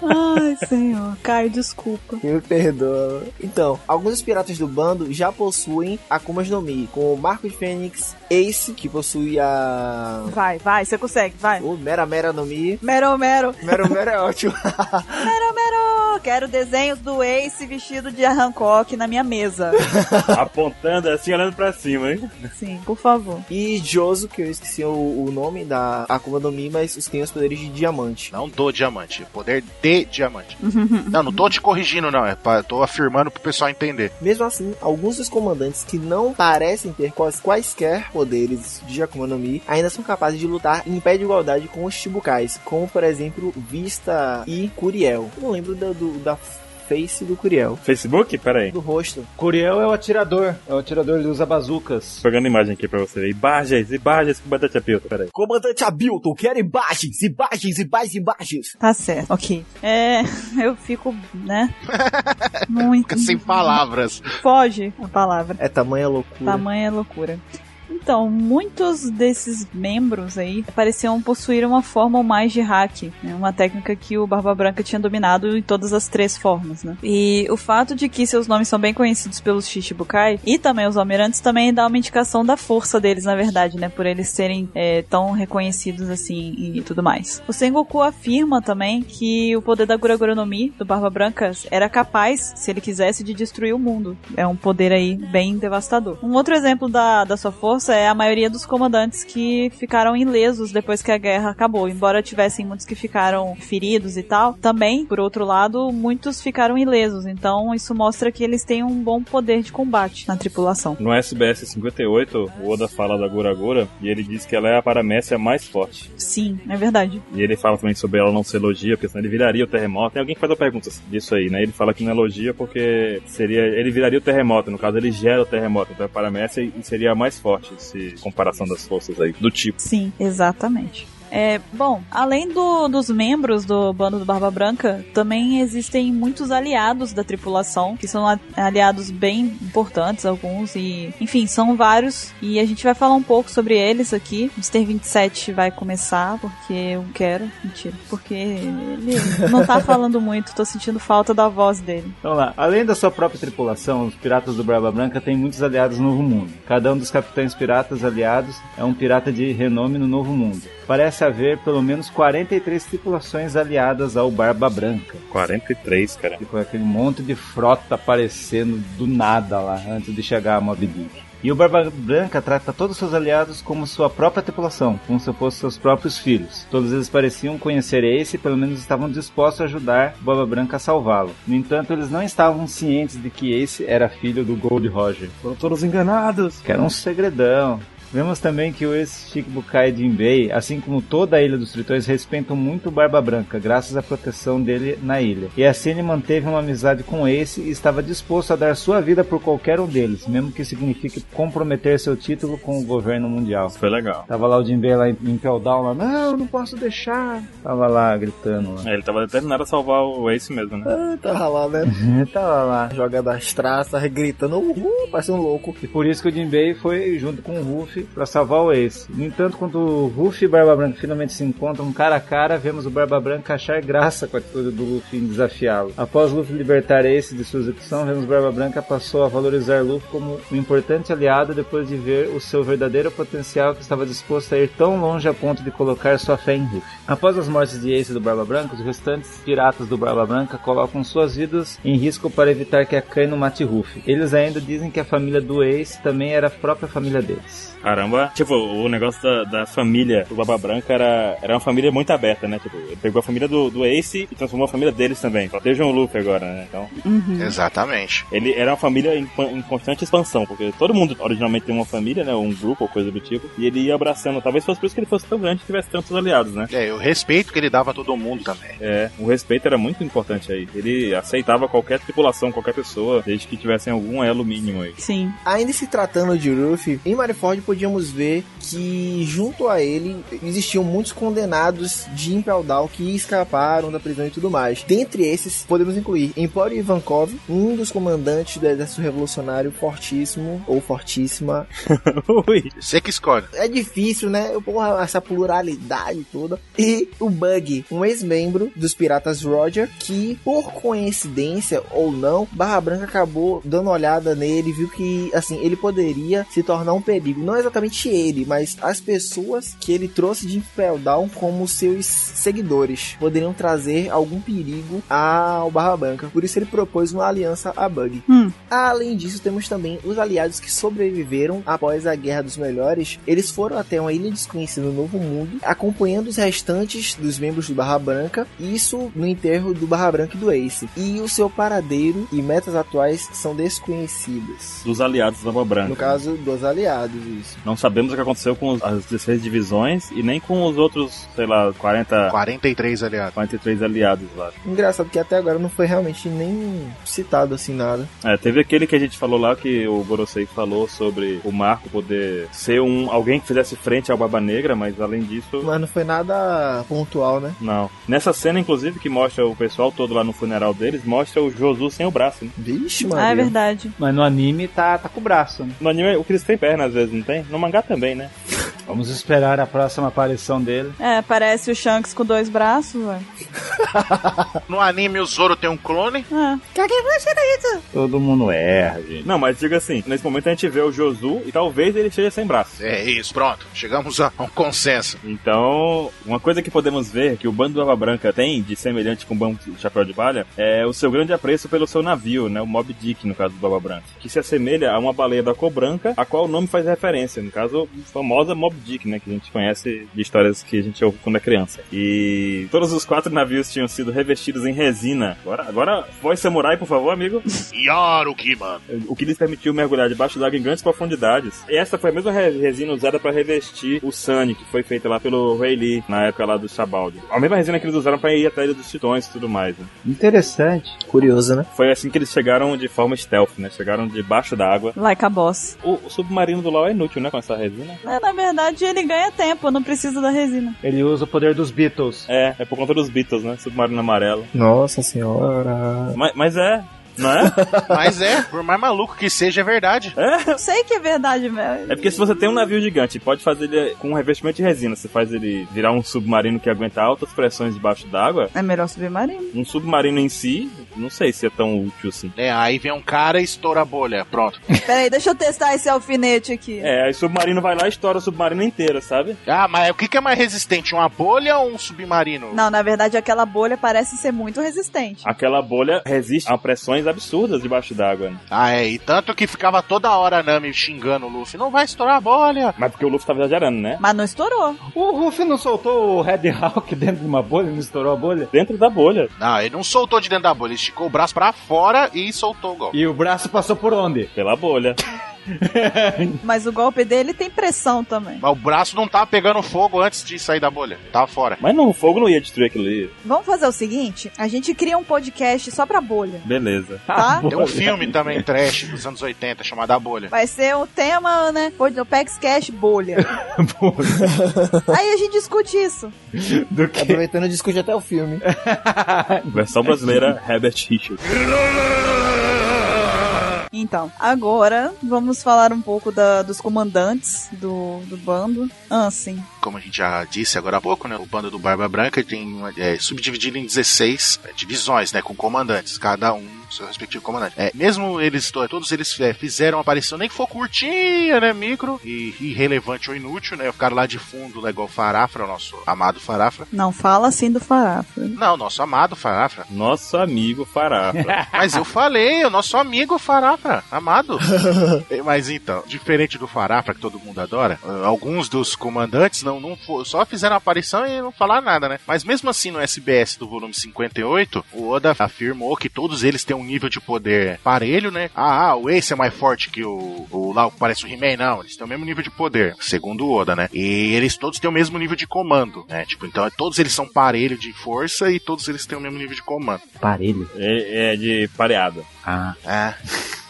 [SPEAKER 4] Ai, senhor. Caio, desculpa.
[SPEAKER 1] Me perdoa. Então, alguns dos piratas do bando já possuem Akumas no Mi, como o Marco de Fênix, Ace, que possui a...
[SPEAKER 4] Vai, vai, você consegue, vai.
[SPEAKER 1] O Mera Mera no Mi.
[SPEAKER 4] Mero, mero.
[SPEAKER 1] Mero Mera é ótimo.
[SPEAKER 4] Mero, mero. Quero desenhos do Ace vestido de Hancock na minha mesa.
[SPEAKER 2] Apontando assim, olhando pra cima, hein?
[SPEAKER 4] Sim, por favor.
[SPEAKER 1] E Joso, que eu esqueci o, o nome da Akuma no Mi, mas tem os poderes de diamante.
[SPEAKER 3] Não do diamante. Poder de diamante. Não, não tô te corrigindo, não. É pra, tô afirmando pro pessoal entender.
[SPEAKER 1] Mesmo assim, alguns dos comandantes que não parecem ter quais, quaisquer poderes de Akuma no Mi ainda são capazes de lutar em pé de igualdade com os Chibukais, como por exemplo Vista e Curiel. Eu não lembro da, do- da face do Curiel,
[SPEAKER 2] Facebook? Pera aí.
[SPEAKER 1] do rosto.
[SPEAKER 5] Curiel é o atirador. É o atirador, ele usa bazucas.
[SPEAKER 2] Pegando imagem aqui pra você ver. Imagens, imagens com batata pilta. Pera aí.
[SPEAKER 1] Comandante Abilton, quero imagens, imagens, imagens, imagens.
[SPEAKER 4] Tá certo, ok. É, eu fico, né? Muito.
[SPEAKER 3] Fica sem palavras.
[SPEAKER 4] Foge a palavra.
[SPEAKER 1] É tamanha loucura.
[SPEAKER 4] Tamanha loucura. Então, muitos desses membros aí pareciam possuir uma forma ou mais de hack, né? uma técnica que o Barba Branca tinha dominado em todas as três formas, né? E o fato de que seus nomes são bem conhecidos pelos Shichibukai e também os Almirantes também dá uma indicação da força deles, na verdade, né? Por eles serem é, tão reconhecidos assim e tudo mais. O Sengoku afirma também que o poder da Guragura no Mi, do Barba Branca, era capaz, se ele quisesse, de destruir o mundo. É um poder aí bem devastador. Um outro exemplo da, da sua força é a maioria dos comandantes que ficaram ilesos depois que a guerra acabou. Embora tivessem muitos que ficaram feridos e tal, também, por outro lado, muitos ficaram ilesos. Então, isso mostra que eles têm um bom poder de combate na tripulação.
[SPEAKER 2] No SBS 58, o Oda fala da Gura Gura e ele diz que ela é a paramécia mais forte.
[SPEAKER 4] Sim, é verdade.
[SPEAKER 2] E ele fala também sobre ela não ser elogia, porque senão ele viraria o terremoto. Tem alguém que faz a pergunta disso aí, né? Ele fala que não elogia porque seria. Ele viraria o terremoto, no caso ele gera o terremoto. Então é paramécia e seria a mais forte, se comparação das forças aí, do tipo.
[SPEAKER 4] Sim, exatamente. É, bom, além do- dos membros do bando do Barba Branca, também existem muitos aliados da tripulação, que são a- aliados bem importantes, alguns, e enfim, são vários. E a gente vai falar um pouco sobre eles aqui. Mr. 27 vai começar, porque eu quero. Mentira, porque ele não tá falando muito, tô sentindo falta da voz dele.
[SPEAKER 5] Então lá, além da sua própria tripulação, os piratas do Barba Branca têm muitos aliados no Novo Mundo. Cada um dos capitães piratas aliados é um pirata de renome no Novo Mundo. Parece haver pelo menos 43 tripulações aliadas ao Barba Branca.
[SPEAKER 2] 43, cara.
[SPEAKER 5] Ficou aquele monte de frota aparecendo do nada lá, antes de chegar a Mob Dick. E o Barba Branca trata todos os seus aliados como sua própria tripulação, como se fossem seus próprios filhos. Todos eles pareciam conhecer Ace e pelo menos estavam dispostos a ajudar o Barba Branca a salvá-lo. No entanto, eles não estavam cientes de que Ace era filho do Gold Roger. Foram todos enganados, que era um segredão. Vemos também que o ex-Shikibukai Jinbei, assim como toda a Ilha dos Tritões, respeitam muito o Barba Branca, graças à proteção dele na ilha. E assim ele manteve uma amizade com Ace e estava disposto a dar sua vida por qualquer um deles, mesmo que signifique comprometer seu título com o governo mundial.
[SPEAKER 2] Foi legal.
[SPEAKER 5] Tava lá o Jinbei lá em, em Peldown, lá, não, não posso deixar. Tava lá gritando lá.
[SPEAKER 2] É, ele tava determinado a salvar o Ace mesmo, né?
[SPEAKER 1] Ah, tava lá, né?
[SPEAKER 5] Tava lá.
[SPEAKER 1] Jogando as traças, gritando, uhul, parece um louco.
[SPEAKER 5] E por isso que o Jinbei foi junto com o Ruffy pra salvar o Ace. No entanto, quando o Ruffy e Barba Branca finalmente se encontram cara a cara, vemos o Barba Branca achar graça com a atitude do Luffy em desafiá-lo. Após Luffy libertar Ace de sua execução, vemos Barba Branca passou a valorizar Luffy como um importante aliado depois de ver o seu verdadeiro potencial que estava disposto a ir tão longe a ponto de colocar sua fé em Ruffy. Após as mortes de Ace e do Barba Branca, os restantes piratas do Barba Branca colocam suas vidas em risco para evitar que a Kano mate Ruffy. Eles ainda dizem que a família do Ace também era a própria família deles.
[SPEAKER 2] Caramba. Tipo, o negócio da, da família do Baba Branca era, era uma família muito aberta, né? Tipo, ele pegou a família do, do Ace e transformou a família deles também. Protejam o Luffy agora, né? Então,
[SPEAKER 3] Exatamente.
[SPEAKER 2] ele era uma família em, pan- em constante expansão, porque todo mundo originalmente tem uma família, né? Ou um grupo ou coisa do tipo. E ele ia abraçando. Talvez fosse por isso que ele fosse tão grande e tivesse tantos aliados, né?
[SPEAKER 3] É, o respeito que ele dava a todo mundo também.
[SPEAKER 2] É, o respeito era muito importante aí. Ele aceitava qualquer tripulação, qualquer pessoa, desde que tivessem algum elo mínimo aí.
[SPEAKER 4] Sim.
[SPEAKER 1] Ainda se tratando de Ruffy, em Marineford podíamos ver que junto a ele existiam muitos condenados de Impel Down que escaparam da prisão e tudo mais. Dentre esses, podemos incluir Emporio Ivankov, um dos comandantes do exército revolucionário fortíssimo ou fortíssima.
[SPEAKER 2] Ui,
[SPEAKER 3] Você que escolhe.
[SPEAKER 1] É difícil, né? Porra, essa pluralidade toda. E o Bug, um ex-membro dos piratas Roger, que por coincidência ou não, Barra Branca acabou dando uma olhada nele, viu que assim, ele poderia se tornar um perigo. Não exatamente ele, mas as pessoas que ele trouxe de Impel Down como seus seguidores poderiam trazer algum perigo ao Barra Branca. Por isso ele propôs uma aliança a Bug. Além disso, temos também os aliados que sobreviveram após a Guerra dos Melhores. Eles foram até uma ilha desconhecida no Novo Mundo, acompanhando os restantes dos membros do Barra Branca, isso no enterro do Barra Branca e do Ace. E o seu paradeiro e metas atuais são desconhecidas.
[SPEAKER 2] dos aliados da Barba Branca.
[SPEAKER 1] No caso dos aliados, isso.
[SPEAKER 2] Não sabemos o que aconteceu com os- as 16 divisões e nem com os outros, sei lá, 40,
[SPEAKER 3] 43, aliás.
[SPEAKER 2] 43 aliados lá.
[SPEAKER 1] Engraçado que até agora não foi realmente nem citado assim nada.
[SPEAKER 2] É, teve aquele que a gente falou lá que o Gorosei falou sobre o Marco poder ser um alguém que fizesse frente ao Barba Negra, mas além disso.
[SPEAKER 1] Mas não foi nada pontual, né?
[SPEAKER 2] Não. Nessa cena, inclusive, que mostra o pessoal todo lá no funeral deles, mostra o Josu sem o braço. Né?
[SPEAKER 1] Vixe, mano.
[SPEAKER 4] Ah, é verdade.
[SPEAKER 5] Mas no anime tá, tá com o braço, né?
[SPEAKER 2] No anime, o Chris tem perna às vezes, não tem? No mangá também, né?
[SPEAKER 5] Vamos esperar a próxima aparição dele.
[SPEAKER 4] É, parece o Shanks com dois braços, ué.
[SPEAKER 3] No anime, o Zoro tem um clone.
[SPEAKER 4] É.
[SPEAKER 5] Todo mundo erra, gente.
[SPEAKER 2] Não, mas diga assim, nesse momento a gente vê o Josu e talvez ele esteja sem braço.
[SPEAKER 3] É isso, pronto. Chegamos a um consenso.
[SPEAKER 2] Então, uma coisa que podemos ver é que o bando do Barba Branca tem de semelhante com o bando do Chapéu de Palha é o seu grande apreço pelo seu navio, né? O Mob Dick, no caso do Barba Branca, que se assemelha a uma baleia da cor branca, a qual o nome faz referência, no caso, a famosa Mob Dick, né? Que a gente conhece de histórias que a gente ouve quando é criança. E todos os quatro navios tinham sido revestidos em resina. Agora, agora, voz samurai, por favor, amigo.
[SPEAKER 3] Yaruki, mano.
[SPEAKER 2] O que lhes permitiu mergulhar debaixo d'água em grandes profundidades. E essa foi a mesma re- resina usada para revestir o Sunny, que foi feita lá pelo Ray Lee, na época lá do Sabaldi. A mesma resina que eles usaram para ir até a Ilha dos Titões e tudo mais. né?
[SPEAKER 5] Interessante.
[SPEAKER 1] Curioso, né?
[SPEAKER 2] Foi assim que eles chegaram de forma stealth, né? Chegaram debaixo d'água.
[SPEAKER 4] Like a boss.
[SPEAKER 2] O, o submarino do Lau é inútil, né? Com essa resina.
[SPEAKER 4] É, na verdade, ele ganha tempo, não precisa da resina.
[SPEAKER 5] Ele usa o poder dos Beatles.
[SPEAKER 2] É, é por conta dos Beatles, né? Submarino amarelo.
[SPEAKER 1] Nossa senhora.
[SPEAKER 2] Mas, mas é, não é?
[SPEAKER 3] Mas é, por mais maluco que seja, é verdade.
[SPEAKER 4] Eu sei que é verdade, velho.
[SPEAKER 2] É porque se você tem um navio gigante, pode fazer ele com um revestimento de resina. Você faz ele virar um submarino que aguenta altas pressões debaixo d'água.
[SPEAKER 4] É melhor submarino.
[SPEAKER 2] Um submarino em si, não sei se é tão útil assim.
[SPEAKER 3] É, aí vem um cara e estoura a bolha. Pronto.
[SPEAKER 4] Peraí, deixa eu testar esse alfinete aqui.
[SPEAKER 2] É, aí o submarino vai lá e estoura o submarino inteiro, sabe?
[SPEAKER 3] Ah, mas o que que é mais resistente? Uma bolha ou um submarino?
[SPEAKER 4] Não, na verdade, aquela bolha parece ser muito resistente.
[SPEAKER 2] Aquela bolha resiste a pressões absurdas debaixo d'água. Né?
[SPEAKER 3] Ah, é. E tanto que ficava toda hora a Nami xingando o Luffy. Não vai estourar a bolha.
[SPEAKER 2] Mas porque o Luffy tá exagerando, né?
[SPEAKER 4] Mas não estourou.
[SPEAKER 5] O Ruffy não soltou o Red Hawk dentro de uma bolha, não estourou a bolha?
[SPEAKER 2] Dentro da bolha.
[SPEAKER 3] Não, ele não soltou de dentro da bolha. Ele esticou o braço pra fora e soltou o golpe.
[SPEAKER 5] E o braço passou por onde?
[SPEAKER 2] Pela bolha.
[SPEAKER 4] Mas o golpe dele tem pressão também.
[SPEAKER 3] Mas o braço não tava pegando fogo antes de sair da bolha. Tava fora.
[SPEAKER 2] Mas não, o fogo não ia destruir aquilo ali.
[SPEAKER 4] Vamos fazer o seguinte: a gente cria um podcast só pra bolha,
[SPEAKER 2] Beleza.
[SPEAKER 4] tá?
[SPEAKER 3] Tem um filme também, trash, dos anos 80, chamado A Bolha.
[SPEAKER 4] Vai ser o tema, né? Podnopex Cash bolha. Aí a gente discute isso.
[SPEAKER 5] Do que?
[SPEAKER 1] Aproveitando, discute até o filme.
[SPEAKER 2] Versão brasileira, Herbert Hitchcock.
[SPEAKER 4] Então, agora vamos falar um pouco da- dos comandantes do, do bando. Ansem.
[SPEAKER 3] Como a gente já disse agora há pouco, né? O bando do Barba Branca tem é, subdividido em 16 é, divisões, né? Com comandantes, cada um seu respectivo comandante. É, mesmo eles, to- todos eles é, fizeram uma aparição, nem que for curtinha, né? Micro e irrelevante ou inútil, né? Ficaram lá de fundo, né, igual o Farafra, o nosso amado Farafra.
[SPEAKER 4] Não fala assim do faráfio.
[SPEAKER 3] Não, nosso amado Farafra.
[SPEAKER 2] Nosso amigo Farafra.
[SPEAKER 3] Mas eu falei, o nosso amigo Farafra, amado. É, Mas então, diferente do Farafra, que todo mundo adora, eh, alguns dos comandantes não, não fo- só fizeram aparição e não falaram nada, né? Mas mesmo assim, no SBS do volume 58, o Oda afirmou que todos eles têm um nível de poder parelho, né? Ah, ah, o Ace é mais forte que o, o lá, o que parece o He-Man, não. Eles têm o mesmo nível de poder, segundo o Oda, né? E eles todos têm o mesmo nível de comando, né? Tipo, então todos eles são parelho de força e todos eles têm o mesmo nível de comando.
[SPEAKER 5] Parelho.
[SPEAKER 2] é, é de pareada.
[SPEAKER 5] Ah.
[SPEAKER 3] Ah,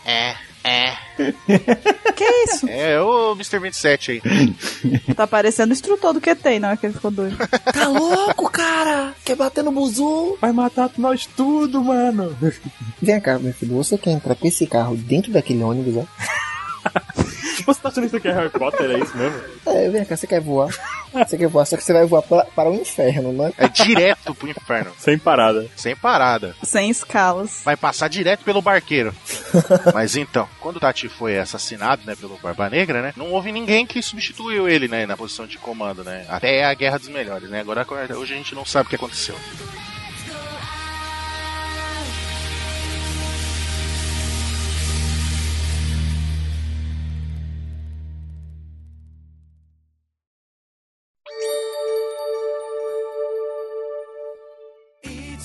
[SPEAKER 3] é, é.
[SPEAKER 4] Que isso?
[SPEAKER 3] É, o Mr. 27 aí.
[SPEAKER 4] Tá parecendo o instrutor do QT, não é que ele ficou doido.
[SPEAKER 1] Tá louco, cara? Quer bater no buzu?
[SPEAKER 2] Vai matar nós tudo, mano.
[SPEAKER 1] Vem cá, meu filho. Você quer entrar com esse carro dentro daquele ônibus, é? ó?
[SPEAKER 2] Você tá achando que isso aqui é Harry Potter? É isso mesmo?
[SPEAKER 1] É, vem cá. Você quer voar? Você quer voar, só que você vai voar pra- para o inferno, né?
[SPEAKER 3] É direto pro inferno,
[SPEAKER 2] Sem parada.
[SPEAKER 3] sem parada.
[SPEAKER 4] Sem escalas.
[SPEAKER 3] Vai passar direto pelo barqueiro. Mas então, quando o Tati foi assassinado, né, pelo Barba Negra, né, não houve ninguém que substituiu ele, né, na posição de comando, né. Até a Guerra dos Melhores, né. Agora, hoje a gente não sabe o que aconteceu.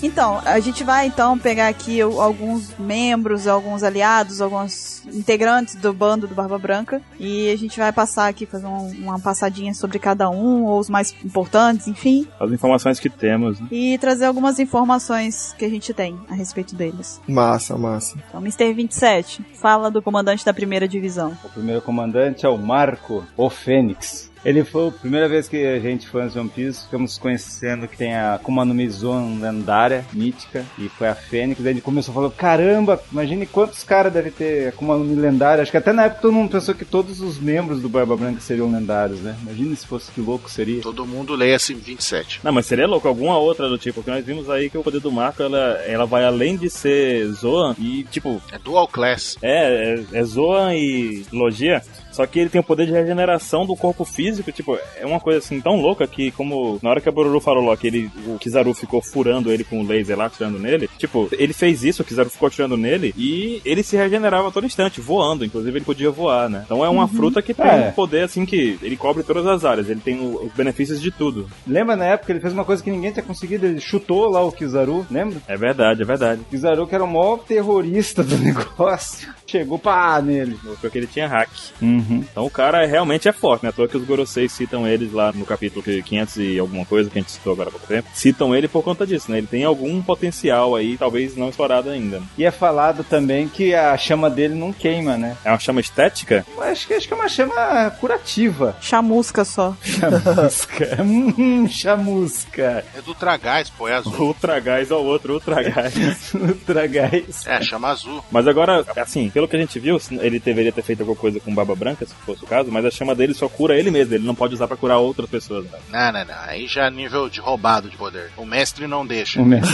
[SPEAKER 4] Então, a gente vai então pegar aqui o- alguns membros, alguns aliados, alguns integrantes do bando do Barba Branca e a gente vai passar aqui, fazer um- uma passadinha sobre cada um, ou os mais importantes, enfim,
[SPEAKER 2] As informações que temos, né?
[SPEAKER 4] e trazer algumas informações que a gente tem a respeito deles.
[SPEAKER 1] Massa, massa.
[SPEAKER 4] Então, Mr. 27, fala do comandante da primeira divisão.
[SPEAKER 5] O primeiro comandante é o Marco, o Fênix. Ele foi a primeira vez que a gente fãs de One Piece, ficamos conhecendo que tem a Akuma no Mizon lendária, mítica, e foi a Fênix. Daí ele começou a falar, caramba, imagine quantos caras devem ter Akuma no Mi lendária. Acho que até na época todo mundo pensou que todos os membros do Barba Branca seriam lendários, né? Imagina se fosse que louco seria.
[SPEAKER 3] Todo mundo lê esse 27.
[SPEAKER 2] Não, mas seria louco alguma outra do tipo, porque nós vimos aí que o poder do Marco, ela, ela vai além de ser Zoan e, tipo,
[SPEAKER 3] É dual class.
[SPEAKER 2] É, é, é Zoan e Logia. Só que ele tem o poder de regeneração do corpo físico. Tipo, é uma coisa assim tão louca que, como na hora que a Boruru falou lá que ele, o Kizaru ficou furando ele com o laser lá, atirando nele. Tipo, ele fez isso, o Kizaru ficou atirando nele e ele se regenerava a todo instante, voando. Inclusive, ele podia voar, né? Então é uma fruta que tem
[SPEAKER 5] É.
[SPEAKER 2] um poder assim que ele cobre todas as áreas. Ele tem o- os benefícios de tudo.
[SPEAKER 5] Lembra na época ele fez uma coisa que ninguém tinha conseguido, ele chutou lá o Kizaru, lembra?
[SPEAKER 2] É verdade, é verdade.
[SPEAKER 5] O Kizaru que era o maior terrorista do negócio, chegou pá nele.
[SPEAKER 2] Mostrou que ele tinha hack.
[SPEAKER 5] Uhum.
[SPEAKER 2] Então o cara é- realmente é forte, né? À toa que os Goroseis citam eles lá no capítulo que- 500 e alguma coisa, que a gente citou agora há pouco tempo. Citam ele por conta disso, né? Ele tem algum potencial aí, talvez não explorado ainda.
[SPEAKER 5] E é falado também que a chama dele não queima, né?
[SPEAKER 2] É uma chama estética?
[SPEAKER 5] Eu Acho que, acho que é uma chama curativa.
[SPEAKER 4] Chamusca só.
[SPEAKER 5] Chamusca. hum, chamusca.
[SPEAKER 3] É do Tragás, pô, é azul.
[SPEAKER 2] Ultra gás ao outro, ultra gás.
[SPEAKER 5] Ultra gás.
[SPEAKER 3] É, chama azul.
[SPEAKER 2] Mas agora, assim, pelo que a gente viu, ele deveria ter feito alguma coisa com Barba Branca, se fosse o caso, mas a chama dele só cura ele mesmo, ele não pode usar pra curar outras pessoas. né?
[SPEAKER 3] Não, não, não. Aí já é nível de roubado de poder. O mestre não deixa.
[SPEAKER 5] O Um mestre.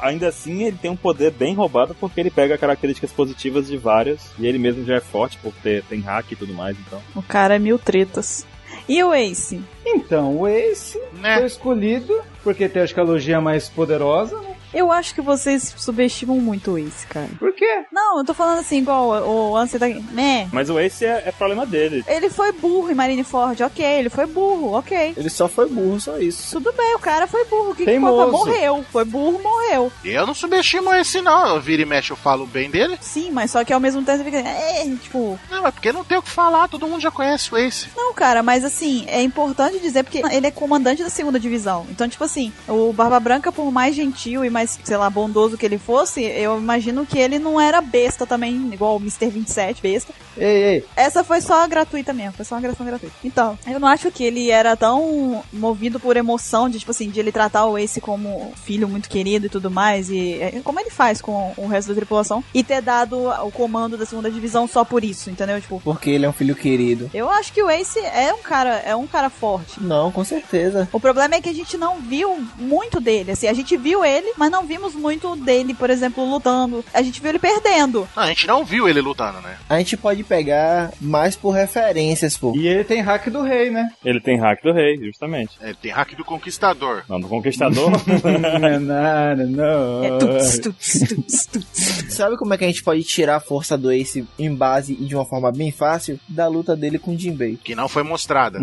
[SPEAKER 2] Ainda assim, ele tem um poder bem roubado porque ele pega características positivas de várias, e ele mesmo já é forte por ter tem hack e tudo mais, então.
[SPEAKER 4] O cara é mil tretas. E o Ace?
[SPEAKER 5] Então, o Ace
[SPEAKER 3] Né?
[SPEAKER 5] foi escolhido porque tem acho que a logia mais é poderosa, né?
[SPEAKER 4] Eu acho que vocês subestimam muito o Ace, cara.
[SPEAKER 5] Por quê?
[SPEAKER 4] Não, eu tô falando assim, igual o, o Ansem tá aqui. Meh.
[SPEAKER 2] Mas o Ace é, é problema dele.
[SPEAKER 4] Ele foi burro em Marineford, ok. Ele foi burro, ok.
[SPEAKER 1] Ele só foi burro, só isso.
[SPEAKER 4] Tudo bem, o cara foi burro. O que, que foi? Foi-
[SPEAKER 2] Teimoso.
[SPEAKER 4] Morreu. Foi burro, morreu.
[SPEAKER 3] Eu não subestimo esse, não. Eu viro e mexe, eu falo bem dele.
[SPEAKER 4] Sim, mas só que ao mesmo tempo você fica. É, tipo.
[SPEAKER 3] Não, é porque não tem o que falar, todo mundo já conhece o Ace.
[SPEAKER 4] Não, cara, mas assim, é importante dizer porque ele é comandante da segunda divisão. Então, tipo assim, o Barba Branca, por mais gentil e mais, sei lá, bondoso que ele fosse, eu imagino que ele não era besta também, igual o Mr. 27, besta.
[SPEAKER 5] Ei, ei.
[SPEAKER 4] Essa foi só gratuita mesmo, foi só uma agressão gratuita. Então, eu não acho que ele era tão movido por emoção de, tipo assim, de ele tratar o Ace como um filho muito querido e tudo mais, e é, como ele faz com o resto da tripulação, e ter dado o comando da segunda divisão só por isso, entendeu? Tipo,
[SPEAKER 1] Porque ele é um filho querido.
[SPEAKER 4] eu acho que o Ace é um cara, é um cara forte.
[SPEAKER 1] Não, com certeza.
[SPEAKER 4] O problema é que a gente não viu muito dele, assim, a gente viu ele, mas não vimos muito dele, por exemplo, lutando. A gente viu ele perdendo.
[SPEAKER 3] Não, a gente não viu ele lutando, né?
[SPEAKER 1] A gente pode pegar mais por referências, pô.
[SPEAKER 5] E ele tem hack do rei, né?
[SPEAKER 2] Ele tem hack do rei, justamente.
[SPEAKER 3] Ele tem hack do conquistador.
[SPEAKER 2] Não, do conquistador.
[SPEAKER 5] não, não, não.
[SPEAKER 4] É tuts, tuts, tuts, tuts.
[SPEAKER 1] Sabe como é que a gente pode tirar a força do Ace em base e de uma forma bem fácil? Da luta dele com o Jinbei.
[SPEAKER 3] Que não foi mostrada.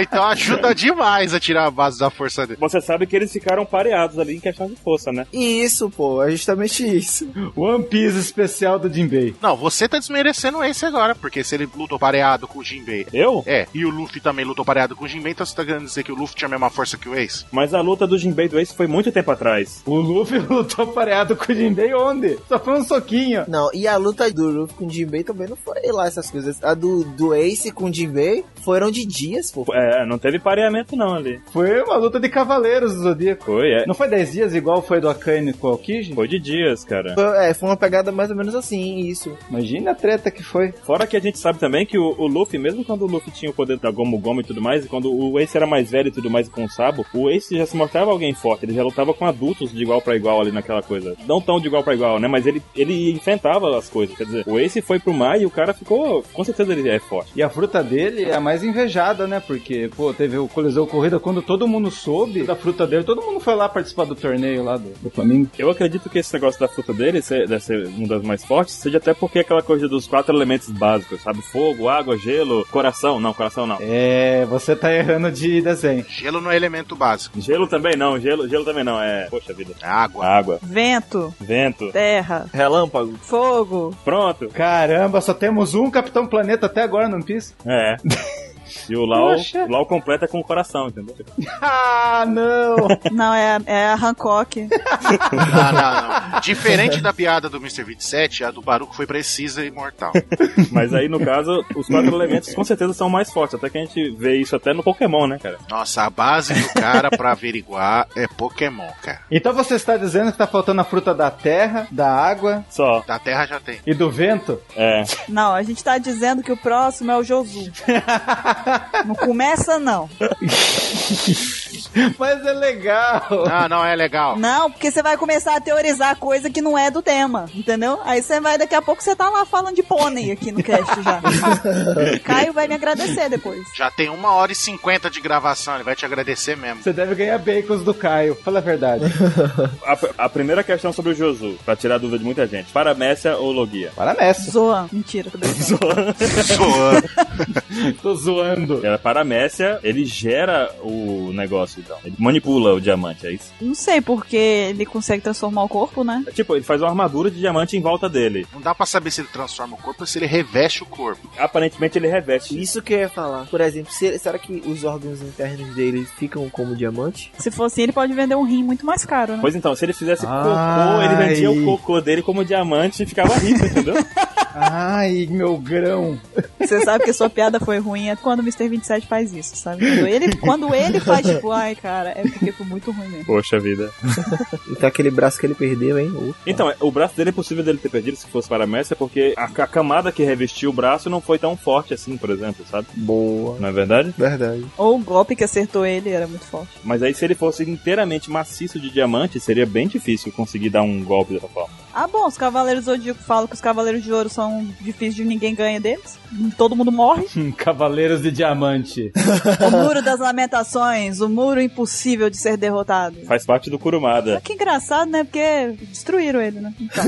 [SPEAKER 3] então ajuda demais a tirar a base da força dele.
[SPEAKER 2] Você sabe que eles ficaram pareados ali em questão de força, né?
[SPEAKER 1] E Isso, pô, é justamente isso.
[SPEAKER 5] One Piece especial do Jinbei.
[SPEAKER 3] Não, você tá desmerecendo o Ace agora, porque se ele lutou pareado com o Jinbei.
[SPEAKER 2] Eu?
[SPEAKER 3] É, e o Luffy também lutou pareado com o Jinbei, então você tá querendo dizer que o Luffy tinha a mesma força que o Ace?
[SPEAKER 2] Mas a luta do Jinbei e do Ace foi muito tempo atrás.
[SPEAKER 5] O Luffy lutou pareado com o Jinbei onde? Só foi um soquinho.
[SPEAKER 1] Não, e a luta do Luffy com o Jinbei também não foi lá essas coisas. A do, do Ace com o Jinbei foram de dias, pô.
[SPEAKER 2] É, não teve pareamento não ali.
[SPEAKER 5] Foi uma luta de cavaleiros do Zodíaco.
[SPEAKER 2] Foi, é.
[SPEAKER 5] Não foi 10 dias igual foi do Akane com o Aokiji?
[SPEAKER 2] Foi de dias, cara.
[SPEAKER 1] Foi- É, foi uma pegada mais ou menos assim, isso.
[SPEAKER 5] Imagina a treta que foi.
[SPEAKER 2] Fora que a gente sabe também que o, o Luffy, mesmo quando o Luffy tinha o poder da Gomu Gomu e tudo mais, e quando o Ace era mais velho e tudo mais com o Sabo, o Ace já se mostrava alguém forte, ele já lutava com adultos de igual pra igual ali naquela coisa. Não tão de igual pra igual, né? Mas ele, ele enfrentava as coisas. Quer dizer, o Ace foi pro mar e o cara ficou. Com certeza ele é forte.
[SPEAKER 5] E a fruta dele é a mais invejada, né? Porque, pô, teve o Coliseu Corrida quando todo mundo soube da fruta dele. Todo mundo foi lá participar do torneio lá do, do Flamengo.
[SPEAKER 2] Eu acredito que esse negócio da fruta dele, ser, deve ser uma das mais fortes, seja até porque aquela coisa dos quatro elementos básicos, sabe? Fogo, água, gelo, coração. Não, coração não.
[SPEAKER 5] É, você tá errando de desenho.
[SPEAKER 3] Gelo não é elemento básico.
[SPEAKER 2] Gelo também não, gelo, gelo também não. É. Poxa vida.
[SPEAKER 3] É água.
[SPEAKER 2] Água,
[SPEAKER 4] Vento,
[SPEAKER 2] vento.
[SPEAKER 4] terra,
[SPEAKER 1] Relâmpago.
[SPEAKER 4] fogo,
[SPEAKER 2] Pronto.
[SPEAKER 5] Caramba, só temos um Capitão Planeta até agora no One Piece.
[SPEAKER 2] É. E o Lau,
[SPEAKER 5] Poxa.
[SPEAKER 2] o Lau completa com o coração, entendeu?
[SPEAKER 5] Ah, não!
[SPEAKER 4] Não, é, é a Hancock.
[SPEAKER 3] Não, não, não. Diferente da piada do Mr. 27, a do Baruco foi precisa e mortal.
[SPEAKER 2] Mas aí, no caso, os quatro elementos com certeza são mais fortes. Até que a gente vê isso até no Pokémon, né, cara?
[SPEAKER 3] Nossa, a base do cara pra averiguar é Pokémon, cara.
[SPEAKER 5] então você está dizendo que tá faltando a fruta da terra, da água
[SPEAKER 2] Só.
[SPEAKER 3] Da Terra já tem.
[SPEAKER 5] e do vento?
[SPEAKER 2] É.
[SPEAKER 4] Não, a gente tá dizendo que o próximo é o Josu. Não começa, não.
[SPEAKER 5] Mas é legal!
[SPEAKER 3] Não, não é legal.
[SPEAKER 4] Não, porque você vai começar a teorizar coisa que não é do tema, entendeu? Aí você vai, daqui a pouco você tá lá falando de pônei aqui no cast já. Caio vai me agradecer depois.
[SPEAKER 3] Já tem uma hora e cinquenta de gravação, ele vai te agradecer mesmo.
[SPEAKER 5] Você deve ganhar bacons do Caio, fala a verdade.
[SPEAKER 2] A, a primeira questão sobre o Josu, pra tirar a dúvida de muita gente. Paramécia ou Logia?
[SPEAKER 5] Paramesso.
[SPEAKER 4] Zoa. Mentira, tô brincando.
[SPEAKER 3] Zoando.
[SPEAKER 5] Tô zoando.
[SPEAKER 2] Ela é paramécia, ele gera o negócio, então. Ele manipula o diamante, é isso?
[SPEAKER 4] Não sei porque ele consegue transformar o corpo, né?
[SPEAKER 2] É tipo, ele faz uma armadura de diamante em volta dele.
[SPEAKER 3] Não dá pra saber se ele transforma o corpo ou se ele reveste o corpo.
[SPEAKER 2] Aparentemente ele reveste.
[SPEAKER 1] Isso que eu ia falar. Por exemplo, se- será que os órgãos internos dele ficam como diamante?
[SPEAKER 4] Se fosse ele, pode vender um rim muito mais caro, né?
[SPEAKER 2] Pois então, se ele fizesse cocô,
[SPEAKER 5] Ai.
[SPEAKER 2] ele vendia o cocô dele como diamante e ficava rico, entendeu?
[SPEAKER 5] Ai, meu grão.
[SPEAKER 4] Você sabe que sua piada foi ruim é quando o Mr. 27 faz isso, sabe? Quando ele, quando ele faz, tipo, ai, cara, é porque foi muito ruim mesmo.
[SPEAKER 2] Poxa vida.
[SPEAKER 1] Então aquele braço que ele perdeu, hein? Ô.
[SPEAKER 2] Então, é, o braço dele é possível dele ter perdido se fosse para a Messi, porque a, a camada que revestiu o braço não foi tão forte assim, por exemplo, sabe?
[SPEAKER 1] Boa.
[SPEAKER 2] Não é verdade?
[SPEAKER 1] Verdade.
[SPEAKER 4] Ou o golpe que acertou ele era muito forte.
[SPEAKER 2] Mas aí, se ele fosse inteiramente maciço de diamante, seria bem difícil conseguir dar um golpe dessa forma.
[SPEAKER 4] Ah, bom, os Cavaleiros do Zodíaco falam que os Cavaleiros de Ouro são são difíceis de ninguém ganha deles. Todo mundo morre.
[SPEAKER 5] Cavaleiros de Diamante.
[SPEAKER 4] O Muro das Lamentações, o muro impossível de ser derrotado.
[SPEAKER 2] Faz parte do Kurumada.
[SPEAKER 4] Ah, Que engraçado, né? Porque destruíram ele, né? Então,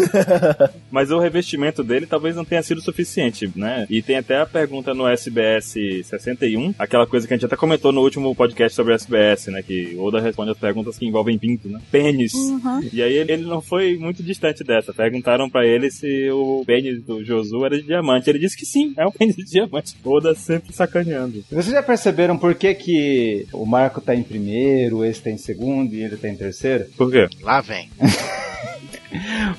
[SPEAKER 2] Mas o revestimento dele talvez não tenha sido suficiente, né? E tem até a pergunta no SBS 61, aquela coisa que a gente até comentou no último podcast sobre o SBS, né? Que Oda responde as perguntas que envolvem pinto, né? Pênis.
[SPEAKER 4] uhum.
[SPEAKER 2] E aí ele, ele não foi muito distante dessa. Perguntaram pra ele se o pênis do Josu era de diamante. Ele disse que sim, é um pênis de diamante. Oda sempre sacaneando.
[SPEAKER 5] Vocês já perceberam por que, que o Marco tá em primeiro, esse tá em segundo e ele tá em terceiro?
[SPEAKER 2] Por quê?
[SPEAKER 3] Lá vem.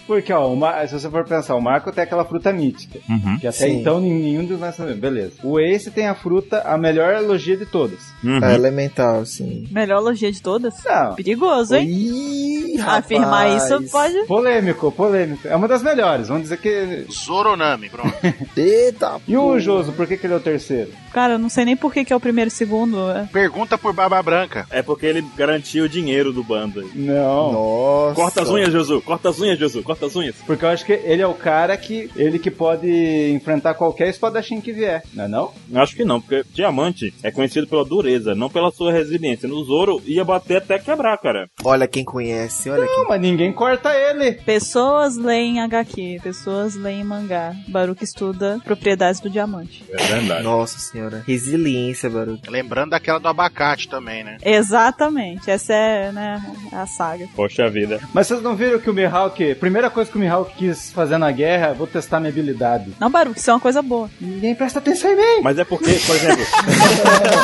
[SPEAKER 5] Porque, ó, o Mar- se você for pensar, o Marco tem aquela fruta mítica.
[SPEAKER 2] Uhum.
[SPEAKER 5] Que até
[SPEAKER 1] Sim.
[SPEAKER 5] então nenhum dos nós sabemos. Beleza. O Ace tem a fruta, a melhor elogia de todas.
[SPEAKER 2] Uhum.
[SPEAKER 1] É elemental, assim.
[SPEAKER 4] melhor logia de todas.
[SPEAKER 5] Não.
[SPEAKER 4] Perigoso, hein?
[SPEAKER 1] Ih,
[SPEAKER 4] Afirmar
[SPEAKER 1] rapaz.
[SPEAKER 4] isso pode.
[SPEAKER 5] Polêmico, polêmico. É uma das melhores, vamos dizer que.
[SPEAKER 3] Zoronami, pronto.
[SPEAKER 1] Eita,
[SPEAKER 5] E o
[SPEAKER 1] pô.
[SPEAKER 5] Joso, por que, que ele é o terceiro?
[SPEAKER 4] Cara, eu não sei nem por que, que é o primeiro e segundo. é.
[SPEAKER 3] Pergunta por Barba Branca.
[SPEAKER 2] É porque ele garantiu o dinheiro do bando. aí.
[SPEAKER 5] Não.
[SPEAKER 1] Nossa.
[SPEAKER 2] Corta as unhas, Josu. Corta as unhas, Josu. Corta as unhas.
[SPEAKER 5] Porque eu acho que ele é o cara que. Ele que pode enfrentar qualquer espadachim que vier, não é não?
[SPEAKER 2] Acho que não, porque diamante é conhecido pela dureza, não pela sua resiliência. No Zoro ia bater até quebrar, cara.
[SPEAKER 1] Olha quem conhece, olha
[SPEAKER 5] Não,
[SPEAKER 1] quem.
[SPEAKER 5] mas ninguém corta ele.
[SPEAKER 4] Pessoas leem HQ, pessoas leem mangá. Baruque estuda propriedades do diamante.
[SPEAKER 2] É verdade.
[SPEAKER 1] Nossa senhora. Resiliência, Baru.
[SPEAKER 3] Lembrando daquela do abacate também, né?
[SPEAKER 4] Exatamente, essa é né, a saga.
[SPEAKER 2] Poxa vida.
[SPEAKER 5] Mas vocês não viram que o Mihawk. Primeira coisa que o Mihawk quis fazer na guerra, vou testar minha habilidade.
[SPEAKER 4] Não, Baruque, isso é uma coisa boa.
[SPEAKER 5] Ninguém presta atenção em mim.
[SPEAKER 2] Mas é porque, por exemplo,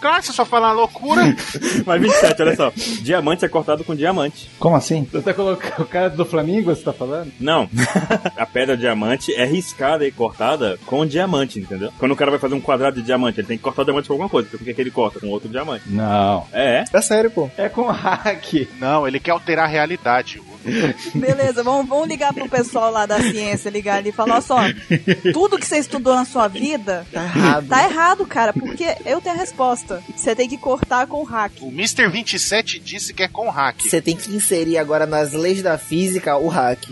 [SPEAKER 3] Cara, você só fala uma loucura.
[SPEAKER 2] mas 27, olha só. Diamante é cortado com diamante.
[SPEAKER 5] Como assim? Você tá colocando o cara do Flamengo, você tá falando?
[SPEAKER 2] Não. A pedra diamante é riscada e cortada com diamante, entendeu? Quando o cara vai fazer um quadrado de diamante, ele tem que cortar o diamante com alguma coisa. Então, Por que que ele corta? Com outro diamante.
[SPEAKER 5] Não.
[SPEAKER 2] É, é.
[SPEAKER 1] É sério, pô.
[SPEAKER 5] É com hack.
[SPEAKER 3] Não, ele quer alterar a realidade.
[SPEAKER 4] Beleza, vamos, vamos ligar pro pessoal lá da ciência, ligar ali e falar: olha só, tudo que você estudou na sua vida
[SPEAKER 1] Tá errado.
[SPEAKER 4] tá errado, cara, porque eu tenho a resposta. Você tem que cortar com o hack.
[SPEAKER 3] O Mr. 27 disse que é com hack.
[SPEAKER 1] Você tem que inserir agora nas leis da física o hack.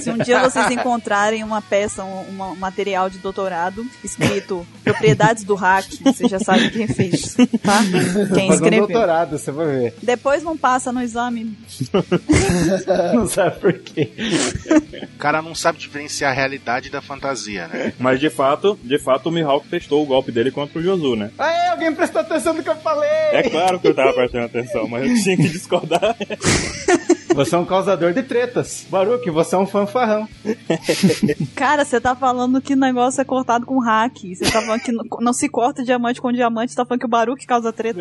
[SPEAKER 4] Se um dia vocês encontrarem uma peça, um, uma- um material de doutorado escrito Propriedades do Hack, vocês já sabem quem fez, tá? Quem
[SPEAKER 5] Fazer um
[SPEAKER 4] escreveu.
[SPEAKER 5] doutorado, você vai ver.
[SPEAKER 4] Depois não passa no exame.
[SPEAKER 5] Não sabe por quê.
[SPEAKER 3] O cara não sabe diferenciar a realidade da fantasia, né?
[SPEAKER 2] Mas de fato, de fato, o Mihawk testou o golpe dele contra o Josu, né?
[SPEAKER 5] Aê, alguém prestou atenção no que eu falei!
[SPEAKER 2] É claro que eu tava prestando atenção, mas eu tinha que discordar.
[SPEAKER 5] Você é um causador de tretas. Baruque, você é um fanfarrão.
[SPEAKER 4] Cara, você tá falando que o negócio é cortado com hack. Você tá falando que não, não se corta diamante com diamante, você tá falando que o Baruque causa treta.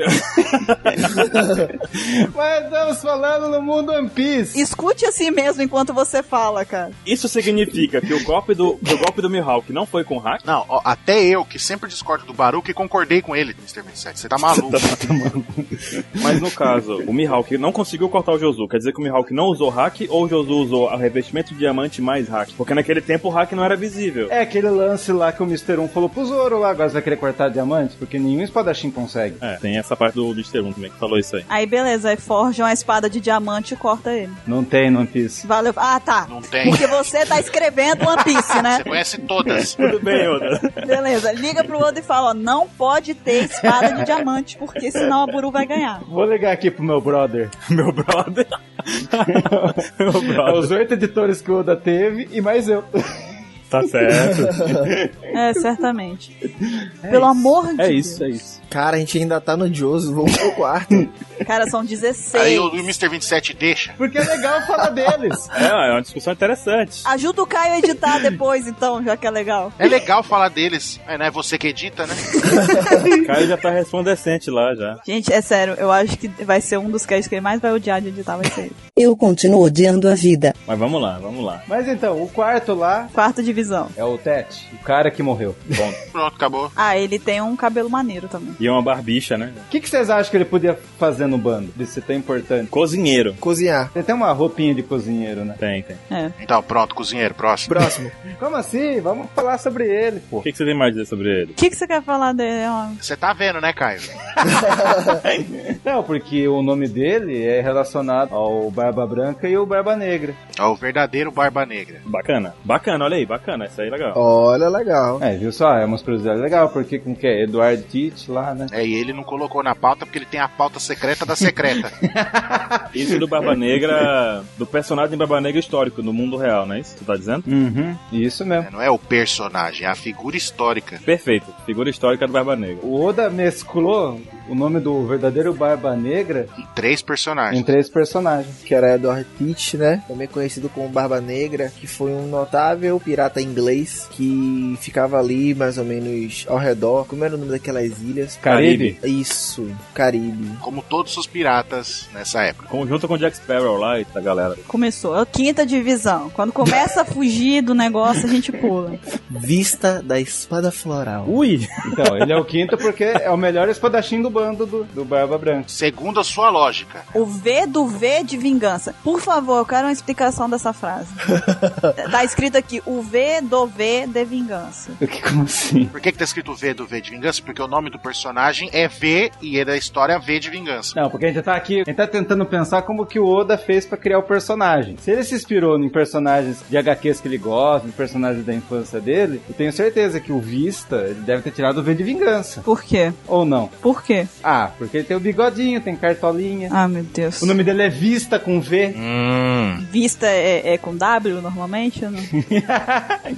[SPEAKER 5] Mas estamos falando no mundo One Piece.
[SPEAKER 4] Escute assim mesmo enquanto você fala, cara.
[SPEAKER 2] Isso significa que o golpe do, que o golpe do Mihawk não foi com hack?
[SPEAKER 3] Não, ó, até eu, que sempre discordo do Baruque, concordei com ele, Mr. 27. Você tá maluco.
[SPEAKER 2] Mas no caso, o Mihawk não conseguiu cortar o Josu. Quer dizer que o Mihawk não usou hack ou o Josu usou o revestimento de diamante mais hack? Porque naquele tempo o hack não era visível.
[SPEAKER 5] É aquele lance lá que o Mr. 1 falou pro Zoro lá, agora você vai querer cortar diamante? Porque nenhum espadachim consegue.
[SPEAKER 2] É, tem essa parte do Mr. 1 também que falou isso aí.
[SPEAKER 4] Aí beleza, aí forja uma espada de diamante e corta ele.
[SPEAKER 5] Não tem no One Piece.
[SPEAKER 4] Valeu. Ah, tá.
[SPEAKER 3] Não tem.
[SPEAKER 4] Porque você tá escrevendo One Piece, né?
[SPEAKER 3] Você conhece todas.
[SPEAKER 2] Tudo bem, Oda.
[SPEAKER 4] Beleza, liga pro outro e fala: ó, não pode ter espada de diamante, porque senão a Buru vai ganhar.
[SPEAKER 5] Vou ligar aqui pro meu brother.
[SPEAKER 2] Meu brother. Meu
[SPEAKER 5] É
[SPEAKER 2] brother.
[SPEAKER 5] os oito editores que o Oda teve e mais eu.
[SPEAKER 2] Tá certo.
[SPEAKER 4] É, certamente. Pelo amor de
[SPEAKER 2] É
[SPEAKER 4] Deus.
[SPEAKER 2] isso, é isso.
[SPEAKER 1] Cara, a gente ainda tá no Joso, vamos pro quarto.
[SPEAKER 4] Cara, são
[SPEAKER 3] Aí
[SPEAKER 4] 16.
[SPEAKER 3] o Mr. 27 deixa.
[SPEAKER 5] Porque é legal falar deles.
[SPEAKER 2] É, é uma discussão interessante.
[SPEAKER 4] Ajuda o Caio a editar depois, então, já que é legal.
[SPEAKER 3] É legal falar deles. É, não é você que edita, né?
[SPEAKER 2] O cara já tá respondecente lá já.
[SPEAKER 4] Gente, é sério, eu acho que vai ser um dos casts que ele mais vai odiar de editar, vai ser ele.
[SPEAKER 7] Eu continuo odiando a vida.
[SPEAKER 2] Mas vamos lá, vamos lá.
[SPEAKER 5] Mas então, o quarto lá
[SPEAKER 4] Quarto de televisão.
[SPEAKER 5] É o Tete, o cara que morreu.
[SPEAKER 2] Bom,
[SPEAKER 3] Pronto, acabou.
[SPEAKER 4] Ah, ele tem um cabelo maneiro também.
[SPEAKER 2] e uma barbicha, né?
[SPEAKER 5] O que, que vocês acham que ele podia fazer no bando? Isso é tão importante.
[SPEAKER 2] Cozinheiro.
[SPEAKER 1] Cozinhar.
[SPEAKER 5] Tem até uma roupinha de cozinheiro, né?
[SPEAKER 2] Tem, tem.
[SPEAKER 4] É.
[SPEAKER 3] Então, pronto, cozinheiro, próximo.
[SPEAKER 1] Próximo.
[SPEAKER 5] Como assim? Vamos falar sobre ele, pô.
[SPEAKER 2] O que, que você tem mais a dizer sobre ele?
[SPEAKER 4] O que, que você quer falar dele? ó?
[SPEAKER 3] Você tá vendo, né, Caio?
[SPEAKER 5] Não, porque o nome dele é relacionado ao Barba Branca e o Barba Negra.
[SPEAKER 3] É o verdadeiro Barba Negra.
[SPEAKER 2] Bacana. Bacana, olha aí, bacana. Essa aí é legal.
[SPEAKER 1] Olha, legal.
[SPEAKER 5] É, viu só? É umas curiosidades legais, porque como que é? Eduardo Tite lá, né?
[SPEAKER 3] É, e ele não colocou na pauta porque ele tem a pauta secreta da secreta.
[SPEAKER 2] Isso do Barba Negra, do personagem Barba Negra histórico no mundo real, não é isso que tu tá dizendo?
[SPEAKER 5] Uhum, isso mesmo.
[SPEAKER 3] É, não é o personagem, é a figura histórica.
[SPEAKER 2] Perfeito. Figura histórica do Barba Negra.
[SPEAKER 5] O Oda mesclou o nome do verdadeiro Barba Negra
[SPEAKER 3] Em três personagens.
[SPEAKER 5] em três personagens.
[SPEAKER 1] Que era Edward Pitt, né? Também conhecido como Barba Negra, que foi um notável pirata inglês que ficava ali mais ou menos ao redor. Como era o nome daquelas ilhas?
[SPEAKER 5] Caribe.
[SPEAKER 1] Isso, Caribe.
[SPEAKER 3] Como todos os piratas nessa época.
[SPEAKER 2] Com- junto com o Jack Sparrow lá e a galera.
[SPEAKER 4] Começou. É a quinta divisão. Quando começa a fugir do negócio, a gente pula.
[SPEAKER 1] Vista da Espada Floral.
[SPEAKER 2] Ui!
[SPEAKER 5] Então, ele é o quinto porque é o melhor espadachim do bando do, do Barba Branca.
[SPEAKER 3] Segundo a sua lógica.
[SPEAKER 4] O V do V de vingança. Por favor, eu quero uma explicação dessa frase. tá escrito aqui, o V do V de vingança.
[SPEAKER 5] O que, como assim?
[SPEAKER 3] Por que, que tá escrito V do V de Vingança? Porque o nome do personagem é V e é da história V de Vingança.
[SPEAKER 5] Não, porque a gente tá aqui, a gente tá tentando pensar como que o Oda fez pra criar o personagem. Se ele se inspirou em personagens de HQs que ele gosta, em personagens da infância dele, eu tenho certeza que o Vista, ele deve ter tirado o V de Vingança.
[SPEAKER 4] Por quê?
[SPEAKER 5] Ou não?
[SPEAKER 4] Por quê?
[SPEAKER 5] Ah, porque ele tem o bigodinho, tem cartolinha.
[SPEAKER 4] Ah, meu Deus.
[SPEAKER 5] O nome dele é Vista com V.
[SPEAKER 3] Hum.
[SPEAKER 4] Vista é, é com W normalmente? ou não?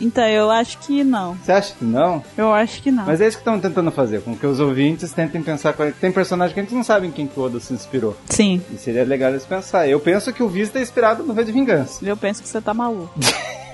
[SPEAKER 4] então, eu acho que não.
[SPEAKER 5] Você acha que não?
[SPEAKER 4] Eu acho que não.
[SPEAKER 5] Mas é isso que estão tentando fazer, com que os ouvintes tentem pensar qual é. Tem personagem que a gente não sabe em quem que o Oda se inspirou.
[SPEAKER 4] Sim.
[SPEAKER 5] E seria legal eles pensar. Eu penso que o Vista é inspirado no V de Vingança.
[SPEAKER 4] Eu penso que você tá maluco.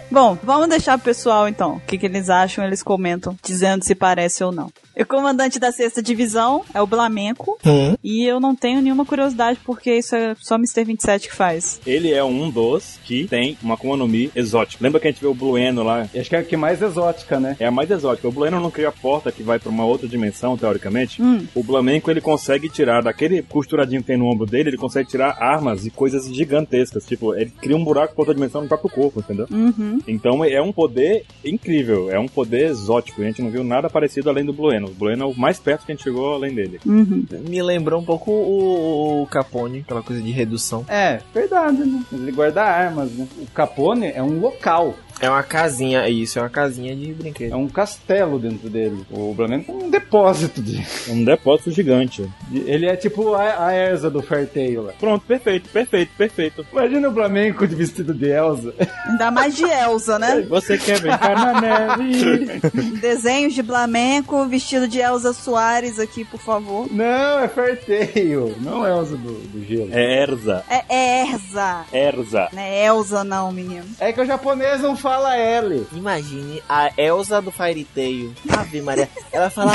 [SPEAKER 4] Bom, vamos deixar o pessoal então. O que, que eles acham, eles comentam, dizendo se parece ou não. O comandante da sexta divisão é o Blamenco.
[SPEAKER 1] Hum.
[SPEAKER 4] E eu não tenho nenhuma curiosidade, porque isso é só Mr. 27 que faz.
[SPEAKER 2] Ele é um dos que tem uma Akuma no Mi exótica. Lembra que a gente vê o Blueno lá?
[SPEAKER 5] E acho que é a que mais exótica, né?
[SPEAKER 2] É a mais exótica. O Blueno não cria a porta que vai pra uma outra dimensão, teoricamente.
[SPEAKER 4] Hum.
[SPEAKER 2] O Flamengo ele consegue tirar daquele costuradinho que tem no ombro dele, ele consegue tirar armas e coisas gigantescas. Tipo, ele cria um buraco pra outra dimensão no próprio corpo, entendeu?
[SPEAKER 4] Uhum.
[SPEAKER 2] Então é um poder incrível, é um poder exótico. A gente não viu nada parecido além do Blueno. O Blueno é o mais perto que a gente chegou além dele.
[SPEAKER 4] Uhum.
[SPEAKER 1] Me lembrou um pouco o, o Capone, aquela coisa de redução.
[SPEAKER 5] É, verdade, né? Ele guarda armas, né? O Capone é um local,
[SPEAKER 1] É uma casinha, é isso, é uma casinha de brinquedo.
[SPEAKER 5] é um castelo dentro dele. O Flamengo tem um depósito de.
[SPEAKER 2] É um depósito gigante.
[SPEAKER 5] Ele é tipo a, a Erza do Farteio lá.
[SPEAKER 2] Pronto, perfeito, perfeito, perfeito.
[SPEAKER 5] Imagina o Flamengo de vestido de Elsa.
[SPEAKER 4] Ainda mais de Elsa, né?
[SPEAKER 2] Você quer brincar na neve?
[SPEAKER 4] Desenhos de Blamenco, vestido de Elsa Soares aqui, por favor.
[SPEAKER 5] Não, é Farteio, não é Elsa do, do gelo.
[SPEAKER 2] É Erza.
[SPEAKER 4] É, é Erza.
[SPEAKER 2] Erza.
[SPEAKER 4] Não é Elsa, não, menino.
[SPEAKER 5] É que o japonês não fala L.
[SPEAKER 1] Imagine a Elsa do Fairy Tail. Ave Maria. Ela fala.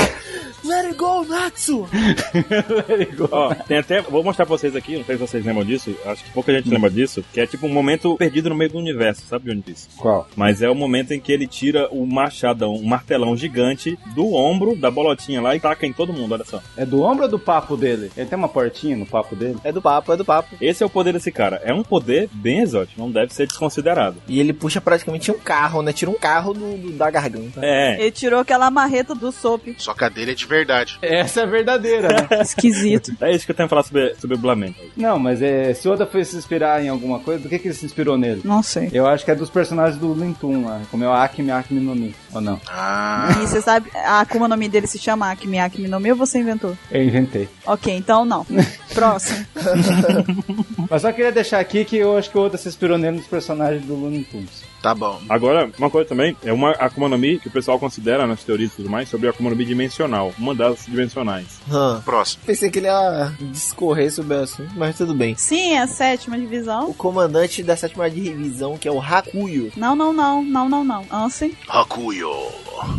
[SPEAKER 1] Let it go, Natsu!
[SPEAKER 5] É
[SPEAKER 2] Ó, tem até. Vou mostrar pra vocês aqui, não sei se vocês lembram disso, acho que pouca gente lembra disso, que é tipo um momento perdido no meio do universo, sabe de onde disse?
[SPEAKER 5] Qual?
[SPEAKER 2] Mas é o momento em que ele tira o machadão, um martelão gigante, do ombro da bolotinha lá e taca em todo mundo, olha só.
[SPEAKER 5] É do ombro ou do papo dele? Ele tem uma portinha no papo dele?
[SPEAKER 1] É do papo, é do papo.
[SPEAKER 2] Esse é o poder desse cara. É um poder bem exótico, não deve ser desconsiderado.
[SPEAKER 1] E ele puxa praticamente um carro, né? Tira um carro do, do- da garganta.
[SPEAKER 2] É.
[SPEAKER 4] Ele tirou aquela marreta do Sop.
[SPEAKER 3] Só que a dele é de verdade.
[SPEAKER 5] Essa é verdadeira, né?
[SPEAKER 4] Esquisito.
[SPEAKER 2] É isso que eu tenho a falar sobre, sobre o Blamenco.
[SPEAKER 5] não, mas é, se o Oda foi se inspirar em alguma coisa, do que, que ele se inspirou nele?
[SPEAKER 4] Não sei.
[SPEAKER 5] Eu acho que é dos personagens do Lintum lá, como é o Akme Akme no Mi, ou não?
[SPEAKER 3] Ah.
[SPEAKER 4] E você sabe, a Akuma no Mi dele se chama Akimi Akimi no Mi ou você inventou?
[SPEAKER 5] Eu inventei.
[SPEAKER 4] Ok, então não. Próximo.
[SPEAKER 5] mas só queria deixar aqui que eu acho que o Oda se inspirou nele nos personagens do Looney Tunes.
[SPEAKER 3] Tá bom.
[SPEAKER 2] Agora, uma coisa também, é uma Akuma no Mi que o pessoal considera nas teorias e tudo mais sobre a Akuma no Mi dimensional, uma das dimensionais.
[SPEAKER 1] Hã.
[SPEAKER 3] Próximo.
[SPEAKER 1] Pensei que ele ia discorrer sobre o assunto, mas tudo bem.
[SPEAKER 4] Sim, é a sétima
[SPEAKER 1] O
[SPEAKER 4] divisão.
[SPEAKER 1] comandante da sétima divisão, que é o Hakuyo.
[SPEAKER 4] Não, não, não, não, não, não. Ansem.
[SPEAKER 3] Hakuyo.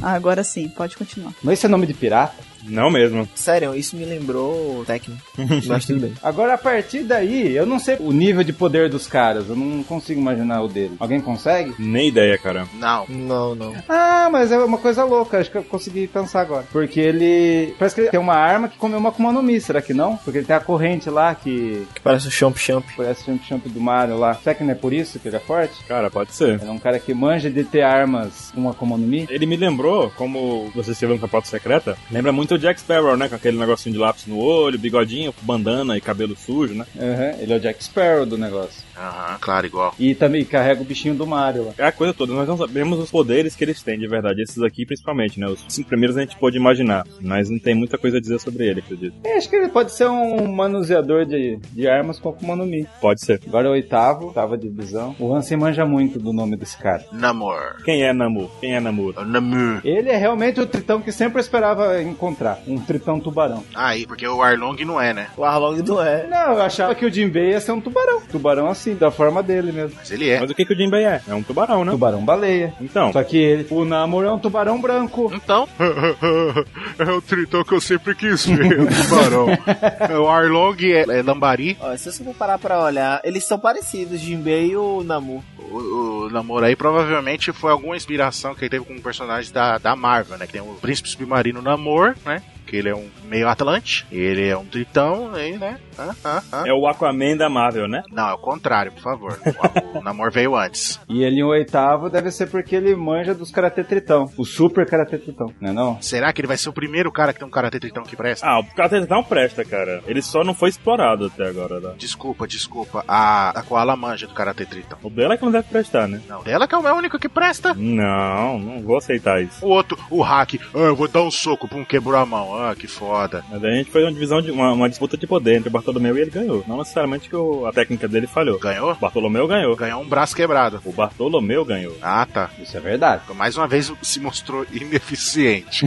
[SPEAKER 4] Ah, agora sim, pode continuar.
[SPEAKER 5] Mas esse é nome de pirata?
[SPEAKER 2] Não mesmo.
[SPEAKER 1] Sério, isso me lembrou Tekken. Mas tudo bem.
[SPEAKER 5] Agora, a partir daí, eu não sei o nível de poder dos caras. Eu não consigo imaginar o dele. Alguém consegue?
[SPEAKER 2] Nem ideia, cara.
[SPEAKER 3] Não.
[SPEAKER 1] Não, não.
[SPEAKER 5] Ah, mas é uma coisa louca. Acho que eu consegui pensar agora. Porque ele... Parece que ele tem uma arma que comeu uma Akuma no Mi, será que não? Porque ele tem a corrente lá que
[SPEAKER 1] Que parece o Champ Champ.
[SPEAKER 5] parece o Champ Champ do Mario lá. Será que não é por isso que ele é forte?
[SPEAKER 2] Cara, pode ser.
[SPEAKER 5] Ele é um cara que manja de ter armas com Akuma no Mi.
[SPEAKER 2] Ele me lembrou, como você escreveu no Capote Secreta, lembra muito o Jack Sparrow, né? Com aquele negocinho de lápis no olho, bigodinho, bandana e cabelo sujo, né?
[SPEAKER 5] Aham, ele é o Jack Sparrow do negócio.
[SPEAKER 3] Aham, claro, igual.
[SPEAKER 5] E também carrega o bichinho do Mario lá.
[SPEAKER 2] É a coisa toda, nós não sabemos os poderes que eles têm, de verdade. Esses aqui, principalmente, né? Os cinco primeiros a gente pôde imaginar, mas não tem muita coisa a dizer sobre ele, acredito.
[SPEAKER 5] É, acho que ele pode ser um manuseador de, de armas com Akuma no Mi.
[SPEAKER 2] Pode ser.
[SPEAKER 5] Agora o oitavo, oitava divisão. O Hansen manja muito do nome desse cara.
[SPEAKER 3] Namor.
[SPEAKER 2] Quem é Namu? Quem é Namu?
[SPEAKER 3] Namor.
[SPEAKER 5] Ele é realmente o tritão que sempre eu esperava encontrar. Um tritão tubarão.
[SPEAKER 3] Aí, Ah, porque o Arlong não é, né?
[SPEAKER 1] O Arlong não é.
[SPEAKER 5] Não, eu achava que o Jinbei ia ser um tubarão. Tubarão assim, da forma dele mesmo.
[SPEAKER 3] Mas ele é.
[SPEAKER 2] Mas o que, que o Jinbei é? É um tubarão, né?
[SPEAKER 5] Tubarão baleia.
[SPEAKER 2] Então,
[SPEAKER 5] Só que ele, o Namor é um tubarão branco.
[SPEAKER 3] Então. é o tritão que eu sempre quis ver, o tubarão. o Arlong é, é lambari.
[SPEAKER 1] Ó, se você for parar pra olhar, eles são parecidos, Jinbei e o Namu.
[SPEAKER 3] O, o namoro aí provavelmente foi alguma inspiração que ele teve com um personagem da, da Marvel, né? Que tem o príncipe submarino Namor, né? Que ele é um meio atlante, ele é um tritão, aí, né? Ah, ah, ah.
[SPEAKER 2] é o Aquaman da Marvel, né?
[SPEAKER 3] Não, é o contrário, por favor. O, o Namor veio antes.
[SPEAKER 5] E ele em oitavo deve ser porque ele manja dos Karate Tritão. O Super Karate Tritão, não é não?
[SPEAKER 3] Será que ele vai ser o primeiro cara que tem um karatê tritão que presta?
[SPEAKER 2] Ah, o Karate não presta, cara. Ele só não foi explorado até agora, né?
[SPEAKER 3] Desculpa, desculpa. A, a Koala manja do karatê tritão.
[SPEAKER 2] O dela é que não deve prestar, né?
[SPEAKER 3] Não, dela que é o único que presta.
[SPEAKER 2] Não, não vou aceitar isso.
[SPEAKER 3] O outro, o hack. Ah, eu vou dar um soco, pum, quebrou a mão. Ah, que foda.
[SPEAKER 2] Mas aí a gente fez uma divisão de uma, uma disputa de poder entre o Bartolomeu e ele ganhou. Não necessariamente que o- a técnica dele falhou.
[SPEAKER 3] Ganhou?
[SPEAKER 2] O Bartolomeu ganhou.
[SPEAKER 3] Ganhou um braço quebrado.
[SPEAKER 2] O Bartolomeu ganhou.
[SPEAKER 3] Ah, tá.
[SPEAKER 5] Isso é verdade.
[SPEAKER 3] Então, mais uma vez se mostrou ineficiente.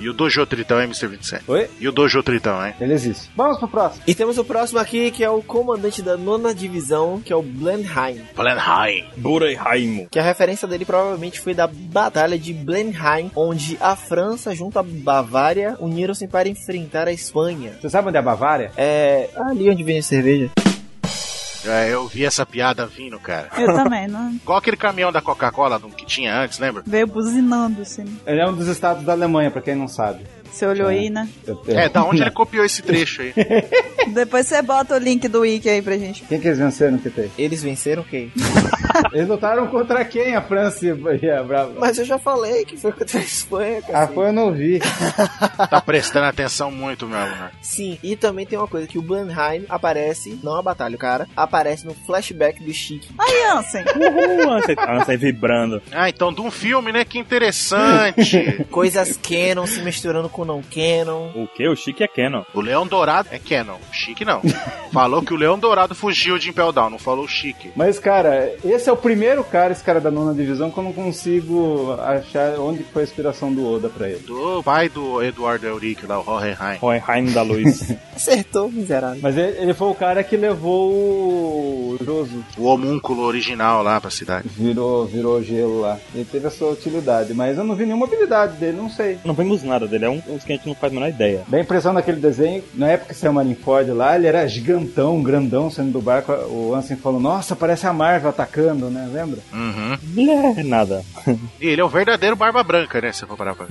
[SPEAKER 3] e o Dojo Tritão é Mr. 27.
[SPEAKER 5] Oi?
[SPEAKER 3] E o Dojo Tritão, hein?
[SPEAKER 5] Ele existe. Vamos pro próximo.
[SPEAKER 1] E temos o próximo aqui, que é o comandante da nona divisão, que é o Blenheim.
[SPEAKER 3] Blenheim.
[SPEAKER 2] Bureiraimo.
[SPEAKER 1] Que a referência dele provavelmente foi da Batalha de Blenheim, onde a França junto à Bavária uniram-se para enfrentar a Espanha.
[SPEAKER 5] Você sabe onde é a Bavária?
[SPEAKER 1] É. Ali onde vem a cerveja.
[SPEAKER 3] É, eu vi essa piada vindo, cara.
[SPEAKER 4] Eu também, né? não.
[SPEAKER 3] Igual aquele caminhão da Coca-Cola do- que tinha antes, lembra?
[SPEAKER 4] Veio buzinando, assim.
[SPEAKER 5] Ele é um dos estados da Alemanha, pra quem não sabe.
[SPEAKER 4] Você olhou aí, né?
[SPEAKER 5] Eu- eu-
[SPEAKER 3] É, da onde ele copiou esse trecho aí?
[SPEAKER 4] Depois você bota o link do wiki aí pra gente.
[SPEAKER 5] Quem que eles venceram no TT?
[SPEAKER 1] Eles venceram quem?
[SPEAKER 5] Eles lutaram contra quem? A França e a Brava.
[SPEAKER 1] Mas eu já falei que foi contra a Espanha, cara.
[SPEAKER 5] Ah, foi eu não vi.
[SPEAKER 3] Tá prestando atenção muito, meu amor.
[SPEAKER 1] Sim, e também tem uma coisa que o Blenheim aparece, não a batalha, o cara, aparece no flashback do Chique.
[SPEAKER 4] Aí, Ansem.
[SPEAKER 2] Uhul, Ansem, Ansem vibrando.
[SPEAKER 3] Ah, então de um filme, né? Que interessante.
[SPEAKER 1] Coisas canon se misturando com não canon.
[SPEAKER 2] O que? O Chique é Canon.
[SPEAKER 3] o Leão Dourado é Canon. Chique não. Falou que o Leão Dourado fugiu de Impel Down, não falou chique.
[SPEAKER 5] Mas, cara, esse é o primeiro cara, esse cara da nona divisão, que eu não consigo achar onde foi a inspiração do Oda pra ele.
[SPEAKER 3] Do pai do Eduardo Eurico lá, o Hohenheim.
[SPEAKER 2] Hohenheim da Luz.
[SPEAKER 1] Acertou, miserável.
[SPEAKER 5] Mas ele, ele foi o cara que levou o Joso,
[SPEAKER 3] O homúnculo original lá pra cidade.
[SPEAKER 5] virou, virou gelo lá. Ele teve a sua utilidade, mas eu não vi nenhuma habilidade dele, não sei.
[SPEAKER 2] não vimos nada dele, é um, uns que a gente não faz a menor ideia.
[SPEAKER 5] Dá a impressão daquele desenho, na época que saiu o Marineford lá, ele era gigantão, grandão, saindo do barco. O Ansem falou, nossa, parece a Marvel atacando, né? Lembra?
[SPEAKER 3] Uhum.
[SPEAKER 2] Blé, É nada.
[SPEAKER 3] E ele é o verdadeiro Barba Branca, né? Se eu for parar pra...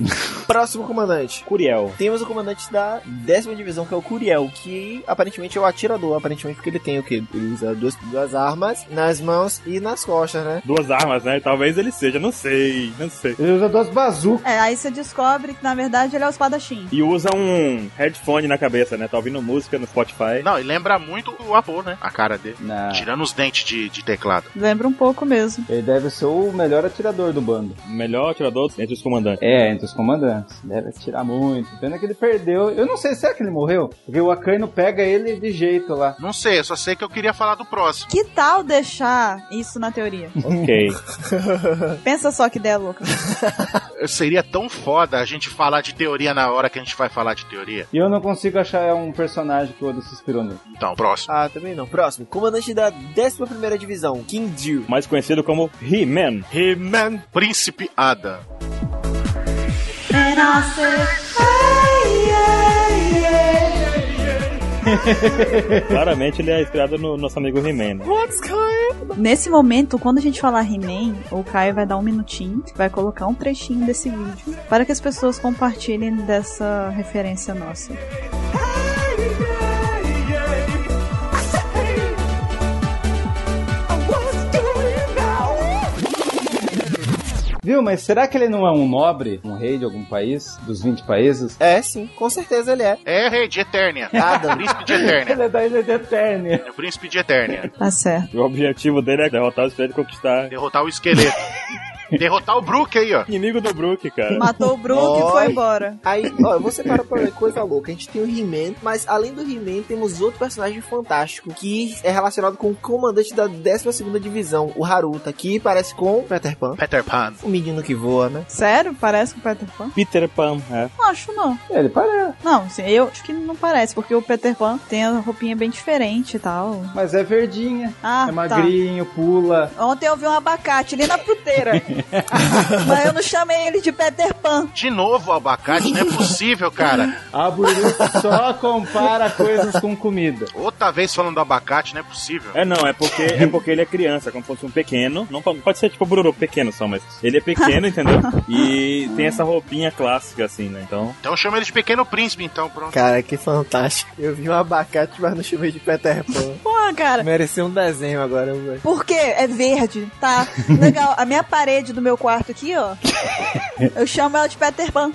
[SPEAKER 1] Próximo comandante.
[SPEAKER 2] Curiel.
[SPEAKER 1] Temos o comandante da décima divisão, que é o Curiel, que aparentemente é o atirador, aparentemente porque ele tem o quê? Ele usa duas, duas armas nas mãos e nas costas, né?
[SPEAKER 2] Duas armas, né? Talvez ele seja, não sei, não sei.
[SPEAKER 5] Ele usa duas bazucas.
[SPEAKER 4] É, aí você descobre que, na verdade, ele é o espadachim.
[SPEAKER 2] E usa um headphone na cabeça, né? Tá ouvindo música no Spotify.
[SPEAKER 3] Não, e lembra muito o avô, né? A cara dele.
[SPEAKER 5] Não.
[SPEAKER 3] Tirando os dentes de, de teclado.
[SPEAKER 4] Lembra um pouco mesmo.
[SPEAKER 5] Ele deve ser o melhor atirador do bando.
[SPEAKER 2] Melhor atirador entre os comandantes.
[SPEAKER 5] É, entre os comandantes. Deve atirar muito. Pena que ele perdeu. Eu não sei, será que ele morreu? Porque o Akaino pega ele de jeito lá.
[SPEAKER 3] Não sei, eu só sei que eu queria falar do próximo.
[SPEAKER 4] Que tal deixar isso na teoria?
[SPEAKER 2] Ok.
[SPEAKER 4] Pensa só que ideia louca.
[SPEAKER 3] Seria tão foda a gente falar de teoria na hora que a gente vai falar de teoria.
[SPEAKER 5] E eu não consigo achar um personagem que o Oda se inspirou nele.
[SPEAKER 3] Então, próximo.
[SPEAKER 1] Ah, também não. Próximo, comandante da décima primeira divisão, King Jill.
[SPEAKER 2] Mais conhecido como He-Man.
[SPEAKER 3] He-Man. Príncipe Ada.
[SPEAKER 4] Era ser feio.
[SPEAKER 2] Claramente ele é inspirado no nosso amigo He-Man, né?
[SPEAKER 4] Nesse momento, quando a gente falar He-Man, o Caio vai dar um minutinho, vai colocar um trechinho desse vídeo para que as pessoas compartilhem dessa referência nossa.
[SPEAKER 5] Viu? Mas será que ele não é um nobre, um rei de algum país, dos 20 países?
[SPEAKER 1] É, sim, com certeza ele é.
[SPEAKER 3] É rei de Eternia.
[SPEAKER 1] Adam,
[SPEAKER 3] Príncipe de Eternia.
[SPEAKER 5] Ele é da Ilha de Eternia.
[SPEAKER 3] É o príncipe de Eternia.
[SPEAKER 4] Tá certo.
[SPEAKER 2] O objetivo dele é derrotar o espelho e conquistar.
[SPEAKER 3] Derrotar o esqueleto. Derrotar o Brook aí, ó.
[SPEAKER 2] Inimigo do Brook, cara.
[SPEAKER 4] Matou o Brook e foi
[SPEAKER 1] Oi.
[SPEAKER 4] embora.
[SPEAKER 1] Aí, ó, você para pra ver coisa louca. A gente tem o He-Man, mas além do He-Man, temos outro personagem fantástico que é relacionado com o comandante da 12 Divisão, o Haruta, que parece com o Peter Pan.
[SPEAKER 3] Peter Pan.
[SPEAKER 1] O menino que voa, né?
[SPEAKER 4] Sério? Parece com o Peter Pan?
[SPEAKER 2] Peter Pan, é.
[SPEAKER 4] Não acho não.
[SPEAKER 5] Ele parece.
[SPEAKER 4] Não, assim, eu acho que não parece, porque o Peter Pan tem a roupinha bem diferente e tal.
[SPEAKER 5] Mas é verdinha.
[SPEAKER 4] Ah,
[SPEAKER 5] é
[SPEAKER 4] tá.
[SPEAKER 5] magrinho, pula.
[SPEAKER 4] Ontem eu vi um abacate ali na puteira. Mas eu não chamei ele de Peter Pan.
[SPEAKER 3] De novo o abacate, não é possível, cara.
[SPEAKER 5] A Buru só compara coisas com comida.
[SPEAKER 3] Outra vez falando do abacate, não é possível.
[SPEAKER 2] É não, é porque, é porque ele é criança, como se fosse um pequeno. Não pode pode ser tipo Bururu, pequeno só, mas ele é pequeno, entendeu? E tem essa roupinha clássica, assim, né? Então,
[SPEAKER 3] Então chama ele de Pequeno Príncipe, então, pronto.
[SPEAKER 1] Cara, que fantástico. Eu vi um abacate, mas não chamei de Peter Pan.
[SPEAKER 4] Porra, cara.
[SPEAKER 1] Mereceu um desenho agora, velho.
[SPEAKER 4] Por quê? É verde, tá? Legal. A minha parede do meu quarto aqui, ó. Eu chamo ela de Peter Pan.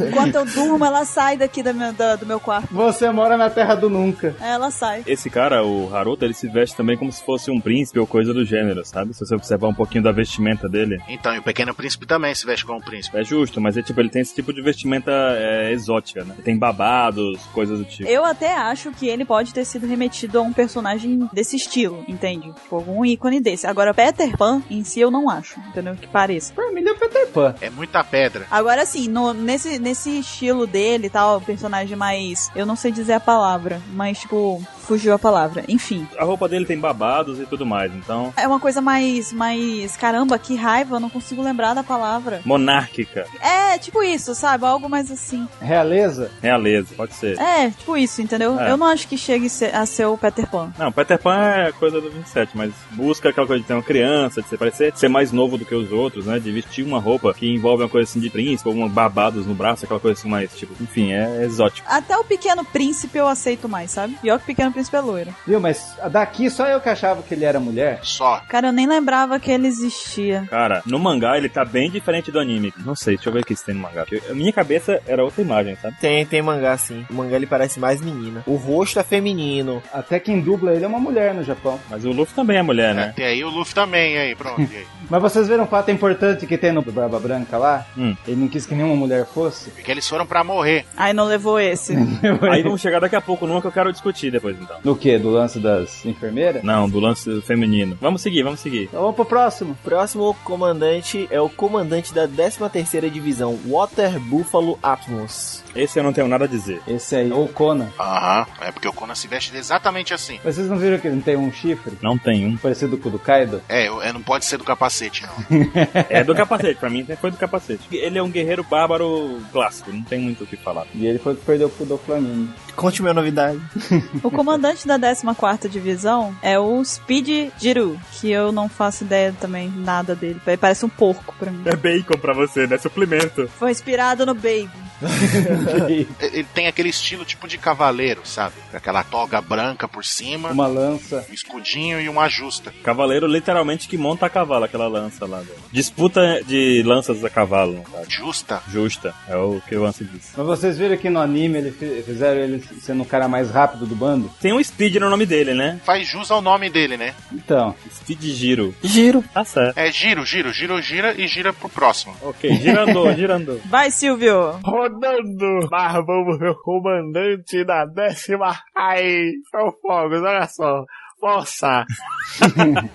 [SPEAKER 4] Enquanto eu durmo, ela sai daqui da minha- da- do meu quarto.
[SPEAKER 5] Você mora na terra do nunca.
[SPEAKER 4] Aí Ela sai.
[SPEAKER 2] esse cara, o Haruto, ele se veste também como se fosse um príncipe ou coisa do gênero, sabe? Se você observar um pouquinho da vestimenta dele.
[SPEAKER 3] Então, e o Pequeno Príncipe também se veste como um príncipe.
[SPEAKER 2] É justo, mas é tipo, ele tem esse tipo de vestimenta é, exótica, né? Tem babados, coisas do tipo.
[SPEAKER 4] Eu até acho que ele pode ter sido remetido a um personagem desse estilo, entende? Tipo, algum ícone desse. Agora, Peter Pan em si eu não acho, entendeu? Que pareça.
[SPEAKER 5] Pra mim ele é o Peter Pan.
[SPEAKER 3] É muita pedra.
[SPEAKER 4] Agora sim, no- nesse, nesse estilo dele e tal, personagem mais. Eu não sei dizer a palavra, mas tipo, fugiu a palavra. Enfim.
[SPEAKER 2] A roupa dele tem babados e tudo mais, então.
[SPEAKER 4] É uma coisa mais. mais. Caramba, que raiva, eu não consigo lembrar da palavra.
[SPEAKER 2] Monárquica,
[SPEAKER 4] É, tipo isso, sabe? Algo mais assim.
[SPEAKER 5] Realeza?
[SPEAKER 2] realeza, pode ser.
[SPEAKER 4] É, tipo isso, entendeu?
[SPEAKER 2] É.
[SPEAKER 4] Eu não acho que chegue se- a ser o Peter Pan.
[SPEAKER 2] Não, Peter Pan é coisa do 27, mas busca aquela coisa de ter uma criança, de ser, parecer ser mais novo do que os outros, né? De vestir uma roupa que envolve uma coisa assim de príncipe, ou um babados no braço, aquela coisa assim mais, tipo, enfim, é exótico.
[SPEAKER 4] Até o Pequeno Príncipe eu aceito mais, sabe? Pior que o Pequeno Príncipe é loiro.
[SPEAKER 5] Viu? Mas daqui só eu que achava que ele era mulher.
[SPEAKER 3] Só.
[SPEAKER 4] Cara, eu nem lembrava que ele existia.
[SPEAKER 2] Cara, no mangá ele tá bem diferente do anime. Não sei, deixa eu ver o que isso tem no mangá. Porque A minha cabeça era outra imagem, sabe?
[SPEAKER 1] Tem, tem mangá sim. O mangá ele parece mais menina. O rosto é feminino.
[SPEAKER 5] Até quem dubla ele é uma mulher no Japão.
[SPEAKER 2] Mas o Luffy também é mulher, né?
[SPEAKER 3] Até aí o Luffy também, e aí, pronto. E aí?
[SPEAKER 5] Mas vocês viram um fato importante que tem no Barba Branca lá?
[SPEAKER 2] Hum.
[SPEAKER 5] Ele não quis que nenhuma mulher fosse.
[SPEAKER 3] Porque eles foram pra morrer.
[SPEAKER 4] Aí não levou esse.
[SPEAKER 2] Aí vamos chegar daqui a pouco numa que eu quero discutir depois, então.
[SPEAKER 5] No que? Do lance das enfermeiras?
[SPEAKER 2] Não, do lance feminino. Vamos seguir, vamos seguir.
[SPEAKER 5] Então vamos pro próximo.
[SPEAKER 1] Próximo comandante é o comandante da 13ª Divisão, Water Buffalo Atmos.
[SPEAKER 2] Esse eu não tenho nada a dizer.
[SPEAKER 5] Esse aí, ou Conan.
[SPEAKER 3] Aham. É porque o Conan se veste exatamente assim.
[SPEAKER 5] Vocês não viram que ele tem um chifre?
[SPEAKER 2] Não tem um.
[SPEAKER 5] Parecido com o do Kaido?
[SPEAKER 3] É, eu- é, não pode ser do capacete, não.
[SPEAKER 2] É do capacete, pra mim sempre foi do capacete. Ele é um guerreiro bárbaro clássico, não tem muito o que falar.
[SPEAKER 5] E ele foi que perdeu pro do Flamengo.
[SPEAKER 1] Conte minha novidade.
[SPEAKER 4] O comandante da 14ª Divisão é o Speed Jiru, que eu não faço ideia também nada dele. Ele parece um porco pra mim.
[SPEAKER 2] É bacon pra você, né? Suplemento.
[SPEAKER 4] Foi inspirado no Baby.
[SPEAKER 3] Ele ele tem aquele estilo tipo de cavaleiro, sabe? Com Aquela toga branca por cima,
[SPEAKER 5] Uma lança.
[SPEAKER 3] um escudinho e uma justa.
[SPEAKER 2] Cavaleiro literalmente que monta a cavalo, aquela lança lá. velho. Disputa de lanças a cavalo, cara.
[SPEAKER 3] Justa?
[SPEAKER 2] Justa, é o que o Anse disse.
[SPEAKER 5] Mas vocês viram que no anime ele fi- fizeram ele sendo o cara mais rápido do bando?
[SPEAKER 2] Tem um speed no nome dele, né?
[SPEAKER 3] Faz jus ao nome dele, né?
[SPEAKER 5] Então,
[SPEAKER 2] Speed giro.
[SPEAKER 1] Giro.
[SPEAKER 2] Tá certo.
[SPEAKER 3] É giro, giro, giro, gira e gira pro próximo.
[SPEAKER 2] Ok, girandou, girandou.
[SPEAKER 4] Vai, Silvio!
[SPEAKER 9] Rodando! Mas vamos ver o comandante da décima. Aí, são fogos, olha só. forçar.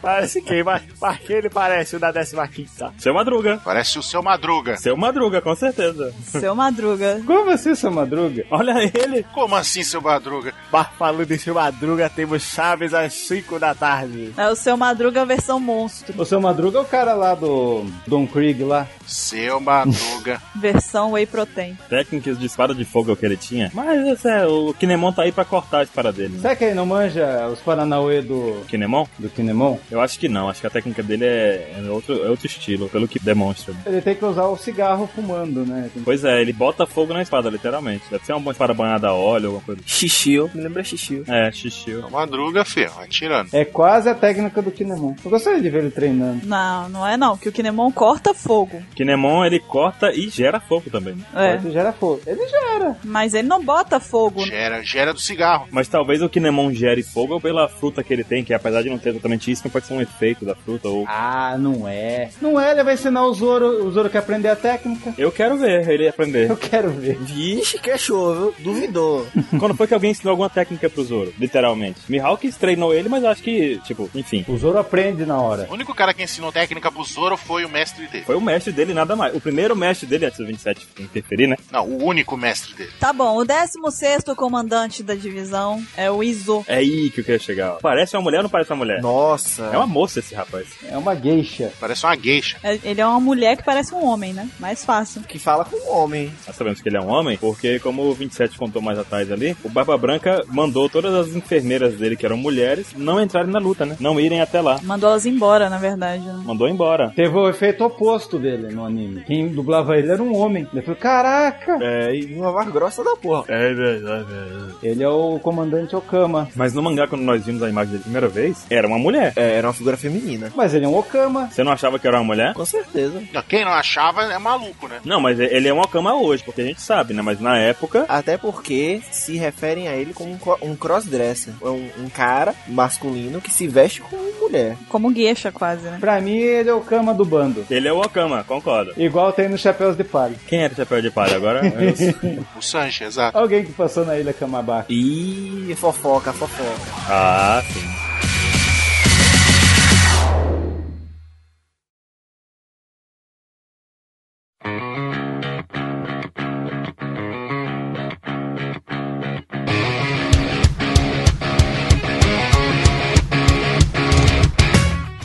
[SPEAKER 9] parece quem? Mas, mas quem ele parece o da 15.
[SPEAKER 2] Seu Madruga.
[SPEAKER 3] Parece o seu Madruga.
[SPEAKER 2] Seu Madruga, com certeza.
[SPEAKER 4] Seu Madruga.
[SPEAKER 5] Como assim, seu Madruga?
[SPEAKER 2] Olha ele.
[SPEAKER 3] Como assim, seu Madruga?
[SPEAKER 9] Mas falando em seu madruga, temos Chaves às 5 da tarde.
[SPEAKER 4] É o seu Madruga versão monstro.
[SPEAKER 5] O seu Madruga é o cara lá do Don Krieg lá.
[SPEAKER 3] Seu Madruga.
[SPEAKER 4] Versão Whey Protein.
[SPEAKER 2] Técnicas de espada de fogo é que ele tinha. Mas esse é, o Kinemon tá aí pra cortar a espada dele. né?
[SPEAKER 5] Será que ele não manja os Paranauê do,
[SPEAKER 2] Kinemon?
[SPEAKER 5] do Kinemon?
[SPEAKER 2] Eu acho que não. Acho que a técnica dele é, é outro, é outro estilo, pelo que demonstra.
[SPEAKER 5] Ele tem que usar o cigarro fumando, né? Tem-
[SPEAKER 2] Pois é, ele bota fogo na espada, literalmente. Deve ser uma boa espada banhada a óleo, alguma coisa.
[SPEAKER 1] Xixio. Me lembra Xixio.
[SPEAKER 2] É, xixi.
[SPEAKER 3] Seu Madruga, filho, vai tirando.
[SPEAKER 5] É quase a técnica do Kinemon. Eu gostaria de ver ele treinando.
[SPEAKER 4] Não, não é não, que o Kinemon corta fogo.
[SPEAKER 2] Kinemon, ele corta e gera fogo também. né?
[SPEAKER 4] É.
[SPEAKER 5] Ele gera fogo. Ele gera.
[SPEAKER 4] Mas ele não bota fogo.
[SPEAKER 3] Gera, gera do cigarro.
[SPEAKER 2] Mas talvez o Kinemon gere fogo pela fruta que ele tem, que apesar de não ter exatamente isso, pode ser um efeito da fruta. Ou...
[SPEAKER 5] Ah, não é. Não é, ele vai ensinar o Zoro. O Zoro quer aprender a técnica.
[SPEAKER 2] Eu quero ver ele aprender.
[SPEAKER 5] Eu quero ver.
[SPEAKER 1] Vixe, que é show, viu? Duvidou.
[SPEAKER 2] Quando foi que alguém ensinou alguma técnica pro Zoro? Literalmente. Mihawk treinou ele, mas eu acho que, tipo, enfim.
[SPEAKER 5] O Zoro aprende na hora.
[SPEAKER 3] O único cara que ensinou técnica pro Zoro foi o mestre dele.
[SPEAKER 2] Foi o mestre dele, nada mais. O primeiro mestre dele, antes do 27 interferir, né?
[SPEAKER 3] Não, o único mestre dele.
[SPEAKER 4] Tá bom, o 16 comandante da divisão é o Izo.
[SPEAKER 2] É aí que eu quero chegar. ó. Parece uma mulher ou não parece uma mulher?
[SPEAKER 1] Nossa.
[SPEAKER 2] É uma moça esse rapaz.
[SPEAKER 5] É uma geisha.
[SPEAKER 3] Parece uma geisha.
[SPEAKER 4] É- Ele é uma mulher que parece um homem, né? Mais fácil.
[SPEAKER 1] Que fala com um homem.
[SPEAKER 2] Nós sabemos que ele é um homem, porque como o 27 contou mais atrás ali, o Barba Branca mandou todas as enfermeiras dele, que eram mulheres, não entrarem na luta, né? Não irem até lá.
[SPEAKER 4] Mandou elas embora, na verdade. né?
[SPEAKER 2] Mandou embora.
[SPEAKER 5] Teve o efeito oposto dele no anime. Quem dublava ele era um homem. Ele falou: Caraca!
[SPEAKER 1] É, e uma voz grossa da porra.
[SPEAKER 2] É verdade, é verdade.
[SPEAKER 5] Ele é o comandante Okama.
[SPEAKER 2] Mas no mangá, quando nós vimos a imagem dele a primeira vez, era uma mulher.
[SPEAKER 1] É, era uma figura feminina.
[SPEAKER 5] Mas ele é um Okama.
[SPEAKER 2] Você não achava que era uma mulher?
[SPEAKER 1] Com certeza.
[SPEAKER 3] Não, Quem não achava é maluco, né?
[SPEAKER 2] Não, mas ele é um Okama hoje, porque a gente sabe, né? Mas na época,
[SPEAKER 1] Até porque se referem a ele como um cro- um crossdresser. É um, um cara masculino que se veste como mulher.
[SPEAKER 4] Como gueixa, quase, né?
[SPEAKER 5] Pra mim, ele é o Okama do bando.
[SPEAKER 2] ele é o Okama, concordo.
[SPEAKER 5] Igual tem nos Chapéus de Palha.
[SPEAKER 2] Quem era o chapéu de palha agora? é Eu sei.
[SPEAKER 3] O Sanji, exato.
[SPEAKER 5] Alguém que passou na ilha Kamabá.
[SPEAKER 1] Ih, fofoca, fofoca.
[SPEAKER 2] ah, sim.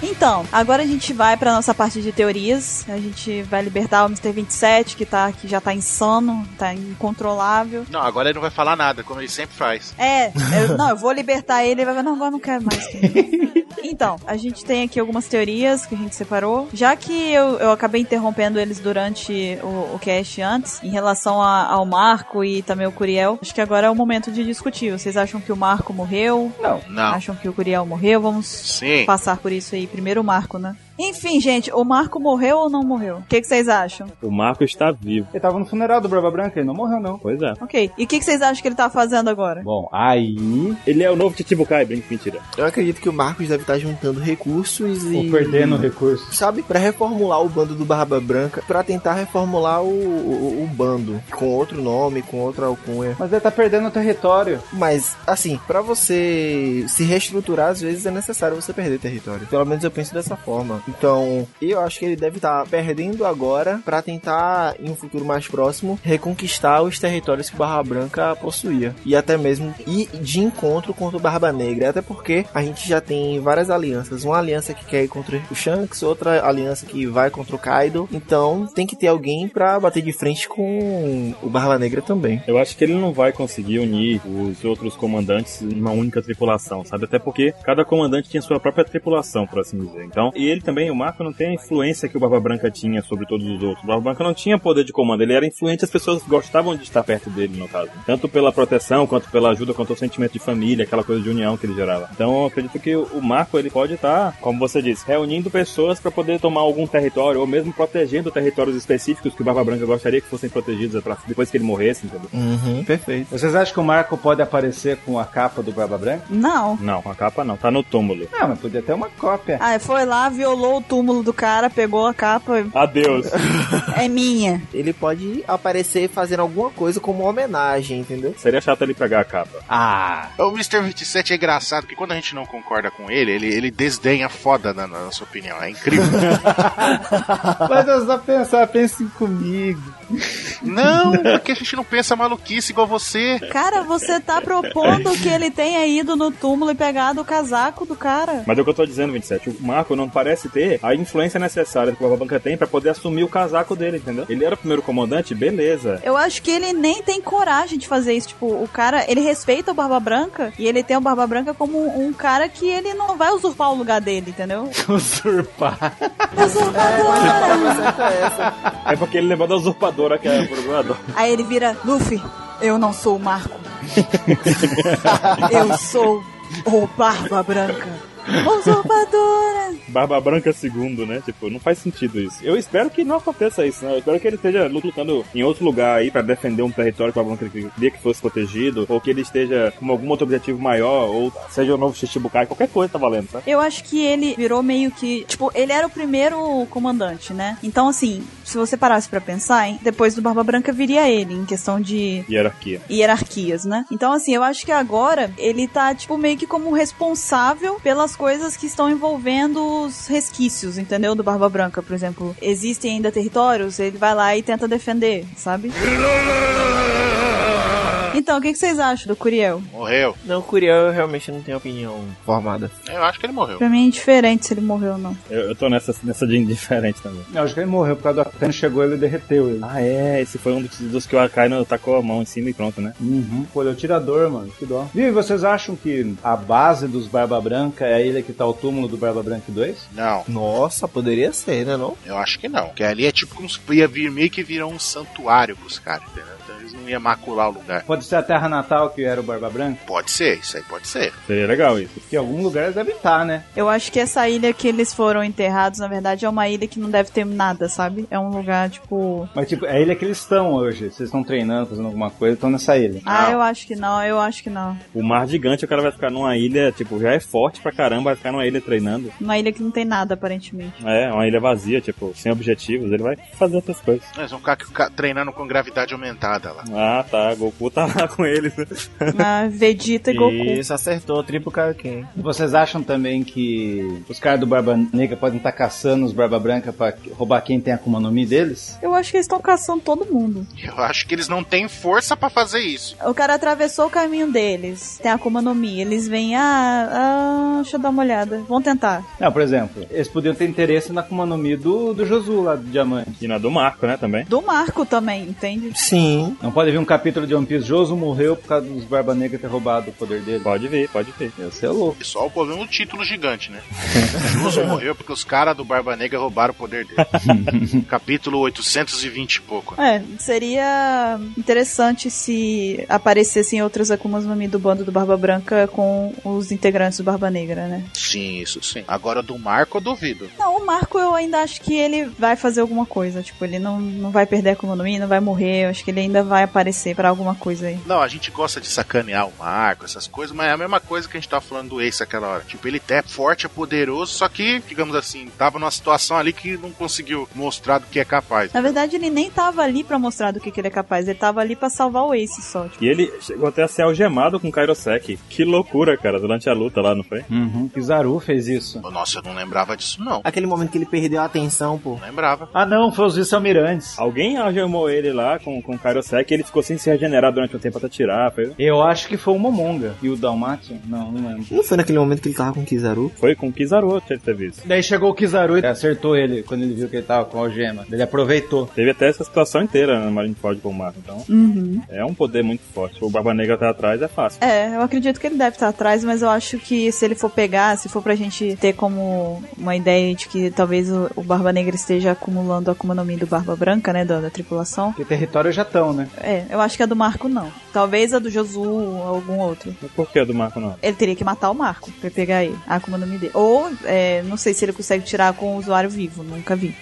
[SPEAKER 4] Então, agora a gente vai pra nossa parte de teorias. A gente vai libertar o Mr. 27, que, tá, que já tá insano, tá incontrolável.
[SPEAKER 3] Não, agora ele não vai falar nada, como ele sempre faz.
[SPEAKER 4] É, eu- não, eu vou libertar ele, ele vai falar, não, agora eu não quero mais. então, a gente tem aqui algumas teorias que a gente separou. Já que eu, eu acabei interrompendo eles durante o, o cast antes, em relação a- ao Marco e também o Curiel, acho que agora é o momento de discutir. Vocês acham que o Marco morreu?
[SPEAKER 3] Não.
[SPEAKER 4] Acham que o Curiel morreu? Vamos
[SPEAKER 3] Sim.
[SPEAKER 4] passar por isso aí. Primeiro o Marco, né? Enfim, gente, o Marco morreu ou não morreu? O que, que vocês acham?
[SPEAKER 2] O Marco está vivo.
[SPEAKER 5] Ele tava no funeral do Barba Branca, ele não morreu, não.
[SPEAKER 2] Pois é.
[SPEAKER 4] Ok. E o que, que vocês acham que ele tá fazendo agora?
[SPEAKER 5] Bom, aí.
[SPEAKER 2] Ele é o novo Chichibukai, brinco, mentira.
[SPEAKER 1] Eu acredito que o Marcos deve estar juntando recursos e.
[SPEAKER 5] Ou perdendo recursos.
[SPEAKER 1] Sabe, pra reformular o bando do Barba Branca, pra tentar reformular o, o, o bando com outro nome, com outra alcunha.
[SPEAKER 5] Mas ele tá perdendo o território.
[SPEAKER 1] Mas, assim, pra você se reestruturar, às vezes é necessário você perder território. Pelo menos eu penso dessa forma. Então, eu acho que ele deve estar perdendo agora pra tentar, em um futuro mais próximo, reconquistar os territórios que Barra Branca possuía. E até mesmo ir de encontro contra o Barba Negra. Até porque a gente já tem várias alianças. Uma aliança que quer ir contra o Shanks, outra aliança que vai contra o Kaido. Então, tem que ter alguém pra bater de frente com o Barba Negra também.
[SPEAKER 2] Eu acho que ele não vai conseguir unir os outros comandantes em uma única tripulação, sabe? Até porque cada comandante tinha sua própria tripulação, por assim dizer. Então, e ele também, o Marco, não tem a influência que o Barba Branca tinha sobre todos os outros. O Barba Branca não tinha poder de comando, ele era influente, as pessoas gostavam de estar perto dele, no caso. Tanto pela proteção, quanto pela ajuda, quanto o sentimento de família, aquela coisa de união que ele gerava. Então, eu acredito que o Marco, ele pode estar, como você disse, reunindo pessoas para poder tomar algum território, ou mesmo protegendo territórios específicos que o Barba Branca gostaria que fossem protegidos atrás- depois que ele morresse, entendeu?
[SPEAKER 1] Uhum. Perfeito.
[SPEAKER 5] Vocês acham que o Marco pode aparecer com a capa do Barba Branca?
[SPEAKER 4] Não.
[SPEAKER 2] Não, com a capa não, tá no túmulo.
[SPEAKER 5] Não, mas podia ter uma cópia.
[SPEAKER 4] Ah, foi lá, violou vazou o túmulo do cara, pegou a capa,
[SPEAKER 2] Adeus.
[SPEAKER 4] é minha.
[SPEAKER 1] Ele pode aparecer fazendo alguma coisa como homenagem, entendeu?
[SPEAKER 2] Seria chato ele pegar a capa.
[SPEAKER 5] Ah,
[SPEAKER 3] O Mr. 27 é engraçado, porque quando a gente não concorda com ele, ele, ele desdenha foda na, na nossa opinião. É incrível.
[SPEAKER 5] mas eu só pensar, pensem comigo.
[SPEAKER 3] não, porque a gente não pensa maluquice igual você.
[SPEAKER 4] Cara, você tá propondo que ele tenha ido no túmulo e pegado o casaco do cara.
[SPEAKER 2] Mas é o que eu tô dizendo, 27. O Marco não parece ter a influência necessária que o Bababanca tem pra poder assumir o casaco dele, entendeu? Ele era o primeiro comandante, beleza.
[SPEAKER 4] Eu acho que ele nem tem coragem de fazer isso. Tipo, o cara, ele respeita o Barba Branca e ele tem o Barba Branca como um, um cara que ele não vai usurpar o lugar dele, entendeu?
[SPEAKER 5] Usurpar.
[SPEAKER 4] Usurpador!
[SPEAKER 2] É porque ele lembrou da usurpadora que é a procuradora.
[SPEAKER 4] Aí ele vira, Luffy, eu não sou o Marco. eu sou o Barba Branca. Usurpadora!
[SPEAKER 2] Barba Branca segundo, né? Tipo, não faz sentido isso. Eu espero que não aconteça isso, né? Eu espero que ele esteja lutando em outro lugar aí pra defender um território que o Barba Branca queria que fosse protegido, ou que ele esteja com algum outro objetivo maior, ou seja o novo Shichibukai, qualquer coisa tá valendo, tá?
[SPEAKER 4] Eu acho que ele virou meio que. Tipo, ele era o primeiro comandante, né? Então, assim, se você parasse pra pensar, hein, depois do Barba Branca viria ele, em questão de
[SPEAKER 2] Hierarquia.
[SPEAKER 4] hierarquias, né? Então, assim, eu acho que agora ele tá, tipo, meio que como responsável pelas coisas que estão envolvendo os resquícios, entendeu? Do Barba Branca, por exemplo. Existem ainda territórios, ele vai lá e tenta defender, sabe? Então, o que, que vocês acham do Curiel?
[SPEAKER 3] Morreu.
[SPEAKER 1] Não, Curiel eu realmente não tenho opinião formada.
[SPEAKER 3] Eu acho que ele morreu.
[SPEAKER 4] Pra mim é indiferente se ele morreu ou não.
[SPEAKER 2] Eu, eu tô nessa, nessa de indiferente também.
[SPEAKER 5] Eu acho que ele morreu por causa do Akainu, chegou ele e derreteu ele.
[SPEAKER 2] Ah, é, esse foi um dos, dos que o Akainu tacou a mão em cima e pronto, né?
[SPEAKER 5] Uhum. Pô, ele é o tirador, mano. Que dó. E vocês acham que a base dos Barba Branca é a ilha que tá o túmulo do Barba Branca 2?
[SPEAKER 3] Não,
[SPEAKER 1] Nossa, poderia ser, né não?
[SPEAKER 3] eu acho que não. Porque ali é tipo como se ia vir meio que virar um santuário pros caras, entendeu? Então eles não iam macular o lugar.
[SPEAKER 5] Pode ser a terra natal que era o Barba Branca?
[SPEAKER 3] Pode ser, isso aí pode ser.
[SPEAKER 2] Seria legal isso.
[SPEAKER 5] Que em algum lugar eles devem estar, né?
[SPEAKER 4] Eu acho que essa ilha que eles foram enterrados, na verdade, é uma ilha que não deve ter nada, sabe? É um lugar, tipo.
[SPEAKER 5] Mas, tipo, é a ilha que eles estão hoje. Vocês estão treinando, fazendo alguma coisa, estão nessa ilha.
[SPEAKER 4] Ah, eu acho que não, eu acho que não.
[SPEAKER 2] O mar gigante, o cara vai ficar numa ilha, tipo, já é forte pra caramba, vai ficar numa ilha treinando.
[SPEAKER 4] Uma ilha que não tem nada, aparentemente.
[SPEAKER 2] É, uma ilha vazia, tipo, sem objetivos, ele vai fazer outras coisas.
[SPEAKER 3] Eles vão ficar ca- treinando com gravidade aumentada lá.
[SPEAKER 2] Ah, tá, Goku tá lá com ele. né?
[SPEAKER 4] Uma Vegeta e Goku.
[SPEAKER 1] Isso, acertou, triplo Kaioken.
[SPEAKER 5] Vocês acham também que os caras do Barba Negra podem estar caçando os Barba Branca pra roubar quem tem a Akuma no Mi deles?
[SPEAKER 4] Eu acho que eles estão caçando todo mundo.
[SPEAKER 3] Eu acho que eles não têm força pra fazer isso.
[SPEAKER 4] O cara atravessou o caminho deles. Tem a Akuma no Mi. Eles vêm, ah, ah, deixa eu dar uma olhada. Vão tentar.
[SPEAKER 5] Não, por exemplo, eles podiam ter interesse na Akuma no Mi do, do Josu lá, do Diamante.
[SPEAKER 2] E na do Marco, né, também.
[SPEAKER 4] Do Marco também, entende?
[SPEAKER 1] Sim.
[SPEAKER 5] Não pode vir um capítulo de One Piece, Josu morreu por causa dos Barba Negra ter roubado o poder dele.
[SPEAKER 2] Pode vir, pode vir.
[SPEAKER 5] Ia ser louco.
[SPEAKER 3] E só o problema do título gigante, né? Juso morreu porque os caras do Barba Negra roubaram o poder dele. Capítulo 820 e pouco. né?
[SPEAKER 4] É, seria interessante se aparecessem outras Akumas no Mi do bando do Barba Branca com os integrantes do Barba Negra, né?
[SPEAKER 3] Sim, isso sim. Agora do Marco eu duvido.
[SPEAKER 4] Não, o Marco eu ainda acho que ele vai fazer alguma coisa. Tipo, ele não, não vai perder a Kuma no Mi, não vai morrer. Eu acho que ele ainda vai aparecer pra alguma coisa aí.
[SPEAKER 3] Não, a gente gosta de sacanear o Marco, essas coisas, mas é a mesma coisa que a gente tava falando do Ace aquela hora. Tipo, ele é forte, é poderoso, só que, digamos assim, tava numa situação ali que não conseguiu mostrar do que é capaz.
[SPEAKER 4] Na verdade, ele nem tava ali pra mostrar do que, que ele é capaz. Ele tava ali pra salvar o Ace só. Tipo.
[SPEAKER 2] E ele chegou até a ser algemado com o Kairosek. Que loucura, cara, durante a luta lá, não foi?
[SPEAKER 5] Uhum. Kizaru fez isso.
[SPEAKER 3] Nossa, eu não lembrava disso, não.
[SPEAKER 1] Aquele momento que ele perdeu a atenção, pô.
[SPEAKER 3] Não lembrava.
[SPEAKER 5] Ah, não, foi os vice-almirantes.
[SPEAKER 2] Alguém algemou ele lá com, com o Kairosek e ele ficou sem se regenerar durante um tempo até tirar. Foi,
[SPEAKER 5] Eu acho que foi o Momonga. E o Dalmatian? Não, não lembro.
[SPEAKER 1] Não foi naquele momento que ele tava com o Kizaru?
[SPEAKER 2] foi com o Kizaru que ele teve isso.
[SPEAKER 5] Daí chegou o Kizaru e acertou ele quando ele viu que ele tava com a algema. Ele aproveitou.
[SPEAKER 2] Teve até essa situação inteira na Marineford com o Marco, então...
[SPEAKER 4] Uhum.
[SPEAKER 2] É um poder muito forte. O Barba Negra tá atrás, é fácil.
[SPEAKER 4] É, eu acredito que ele deve estar atrás, mas eu acho que se ele for pegar, se for pra gente ter como uma ideia de que talvez o, o Barba Negra esteja acumulando a Akuma no Mi do Barba Branca, né, da, da tripulação.
[SPEAKER 5] Porque território já estão, né?
[SPEAKER 4] É, eu acho que a do Marco não. Talvez a do Josu ou algum outro.
[SPEAKER 2] Mas Por que do Marco não?
[SPEAKER 4] Ele teria que matar o Marco pra pegar ele. Ah, A Akuma no Mi dele. Ou, é, não sei se ele consegue tirar com o usuário vivo, nunca vi.
[SPEAKER 2] Uhum.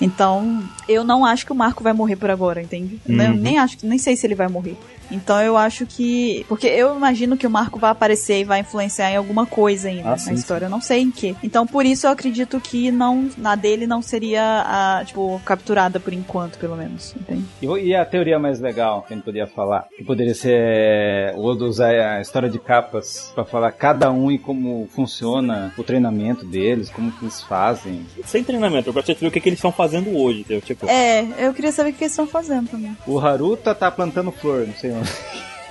[SPEAKER 4] Então, eu não acho que o Marco vai morrer por agora, entende? Eu nem- nem acho, nem sei se ele vai morrer. Então eu acho que. Porque eu imagino que o Marco vai aparecer e vai influenciar em alguma coisa ainda
[SPEAKER 2] Ah,
[SPEAKER 4] na
[SPEAKER 2] sim,
[SPEAKER 4] história. Eu não sei em que. Então por isso eu acredito que não. Na dele não seria a, tipo, capturada por enquanto, pelo menos. Entende?
[SPEAKER 5] E, e a teoria mais legal que a gente podia falar? Que poderia ser o Odo usar a história de capas pra falar cada um e como funciona o treinamento deles, como que eles fazem.
[SPEAKER 2] Sem treinamento, eu gostaria de ver o que, que eles estão fazendo hoje, entendeu? Tipo,
[SPEAKER 4] É, eu queria saber o que eles estão fazendo também.
[SPEAKER 5] O Haruta tá plantando flor, não sei onde.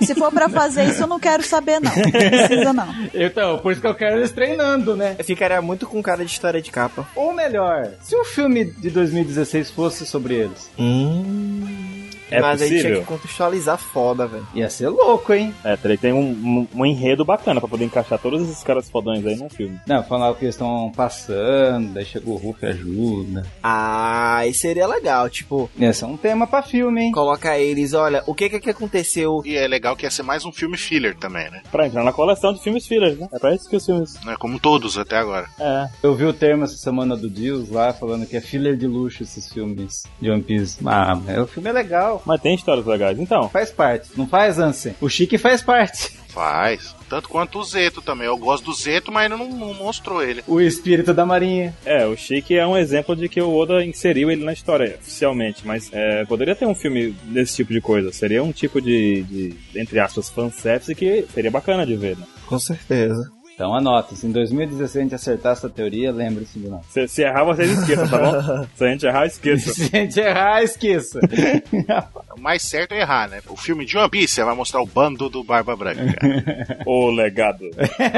[SPEAKER 4] Se for pra fazer isso, eu não quero saber, não. Não precisa, não.
[SPEAKER 5] Então, por isso que eu quero eles treinando, né?
[SPEAKER 1] Eu Ficaria muito com cara de história de capa.
[SPEAKER 5] Ou melhor, se o filme de 2016 fosse sobre eles,
[SPEAKER 2] é
[SPEAKER 1] Mas aí tinha
[SPEAKER 2] possível?
[SPEAKER 1] que contextualizar foda, velho.
[SPEAKER 5] ia ser louco, hein?
[SPEAKER 2] É, teria que ter um, um- um enredo bacana pra poder encaixar todos esses caras fodões aí num filme.
[SPEAKER 5] Não, falar o que eles estão passando, daí chegou o Hulk e ajuda.
[SPEAKER 1] Ah, e seria legal, tipo,
[SPEAKER 5] Esse é um tema pra filme, hein?
[SPEAKER 1] coloca eles, olha, o que que, que aconteceu?
[SPEAKER 3] E é legal que ia ser mais um filme filler também, né?
[SPEAKER 2] Pra entrar na coleção de filmes fillers, né? É pra isso que os filmes.
[SPEAKER 3] Não é Como todos até agora.
[SPEAKER 2] É.
[SPEAKER 5] Eu vi o termo essa semana do Deus lá, falando que é filler de luxo esses filmes de One Piece. Ah, mas o filme é legal.
[SPEAKER 2] Mas tem histórias legais. Então,
[SPEAKER 5] Faz parte, não faz, Ansem? O Chique faz parte.
[SPEAKER 3] Faz. Tanto quanto o Zeto também. Eu gosto do Zeto, mas não, não mostrou ele.
[SPEAKER 5] O espírito da marinha.
[SPEAKER 2] é, o Chique é um exemplo de que o Oda inseriu ele na história, oficialmente. Mas é, poderia ter um filme desse tipo de coisa. Seria um tipo de, de entre aspas, fanservice que seria bacana de ver, né?
[SPEAKER 1] Com certeza.
[SPEAKER 5] Então anota, se em 2016 a gente acertar essa teoria, lembre-se de nós.
[SPEAKER 2] Se, se errar, vocês esqueçam, tá bom? Se a gente errar, esqueça.
[SPEAKER 5] Se a gente errar, esqueça.
[SPEAKER 3] O mais certo é errar, né? O filme de One Piece vai mostrar o bando do Barba Branca.
[SPEAKER 2] o legado.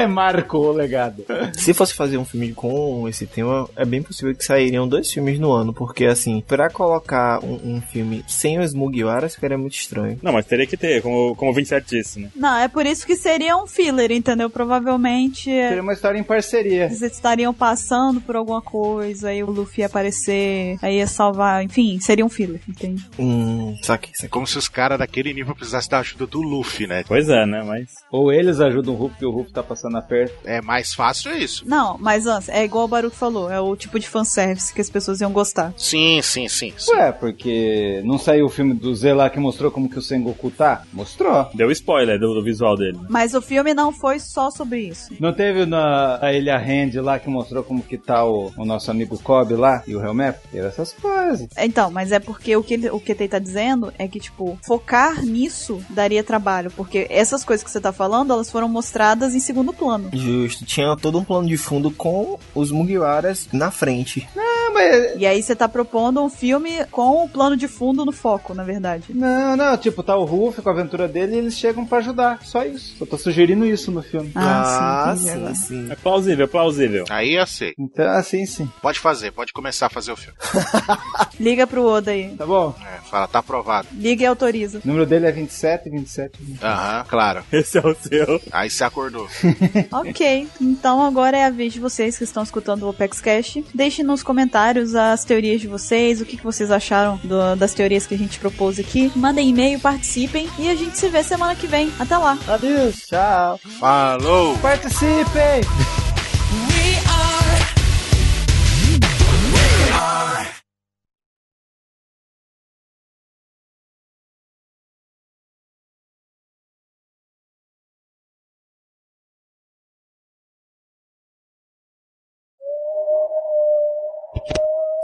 [SPEAKER 5] Marcou o legado.
[SPEAKER 1] Se fosse fazer um filme com esse tema, é bem possível que sairiam dois filmes no ano, porque assim, pra colocar um, um filme sem os Mugiwara ficaria muito estranho.
[SPEAKER 2] Não, mas teria que ter, como, como o Vincent disse, né?
[SPEAKER 4] Não, é por isso que seria um filler, entendeu? Provavelmente é,
[SPEAKER 5] Seria uma história em parceria.
[SPEAKER 4] eles estariam passando por alguma coisa, aí o Luffy ia aparecer, aí ia salvar, enfim, seria um filler, entende?
[SPEAKER 1] Hum, saque, saque.
[SPEAKER 3] Como se os caras daquele nível precisassem da ajuda do Luffy, né?
[SPEAKER 2] Pois é, né? Mas.
[SPEAKER 5] Ou eles ajudam o Ruff, porque o Ruff tá passando aperto.
[SPEAKER 3] É mais fácil isso.
[SPEAKER 4] Não, mas antes, é igual o Baruch falou, é o tipo de fanservice que as pessoas iam gostar.
[SPEAKER 3] Sim, sim, sim. sim.
[SPEAKER 5] Ué, porque não saiu o filme do Z lá que mostrou como que o Sengoku tá? Mostrou.
[SPEAKER 2] Deu spoiler do, do visual dele. né?
[SPEAKER 4] Mas o filme não foi só sobre isso.
[SPEAKER 5] Não teve na a Ilha Hand lá que mostrou como que tá o, o nosso amigo Kobe lá e o Helmep? Teve essas coisas.
[SPEAKER 4] Então, mas é porque o que, ele- o que ele tá dizendo é que, tipo, focar nisso daria trabalho, porque essas coisas que você tá falando, elas foram mostradas em segundo plano.
[SPEAKER 1] Justo, tinha todo um plano de fundo com os Mugiwaras na frente.
[SPEAKER 5] Não, mas.
[SPEAKER 4] E aí você tá propondo um filme com o plano de fundo no foco, na verdade.
[SPEAKER 5] Não, não, tipo, tá o Ruff com a aventura dele e eles chegam pra ajudar. Só isso. Eu tô sugerindo isso no filme.
[SPEAKER 4] Ah, sim, entendi
[SPEAKER 1] sim,
[SPEAKER 4] agora.
[SPEAKER 1] sim.
[SPEAKER 2] É plausível, é plausível.
[SPEAKER 3] Aí eu sei.
[SPEAKER 5] Então, assim sim.
[SPEAKER 3] Pode fazer, pode começar a fazer o filme.
[SPEAKER 4] Liga pro Oda aí.
[SPEAKER 5] Tá bom?
[SPEAKER 3] É, fala, tá aprovado.
[SPEAKER 4] Liga e autoriza.
[SPEAKER 5] O número dele é 27, 27.
[SPEAKER 3] Aham, claro.
[SPEAKER 2] Esse é o seu.
[SPEAKER 3] Aí você acordou.
[SPEAKER 4] ok, então agora é a vez de vocês que estão escutando o Opex Cash. Deixem nos comentários as teorias de vocês, o que, que vocês acharam do- das teorias que a gente propôs aqui. Mandem e-mail, participem e a gente se vê semana que vem. Até lá!
[SPEAKER 5] Adeus, tchau.
[SPEAKER 3] Falou!
[SPEAKER 5] Participem!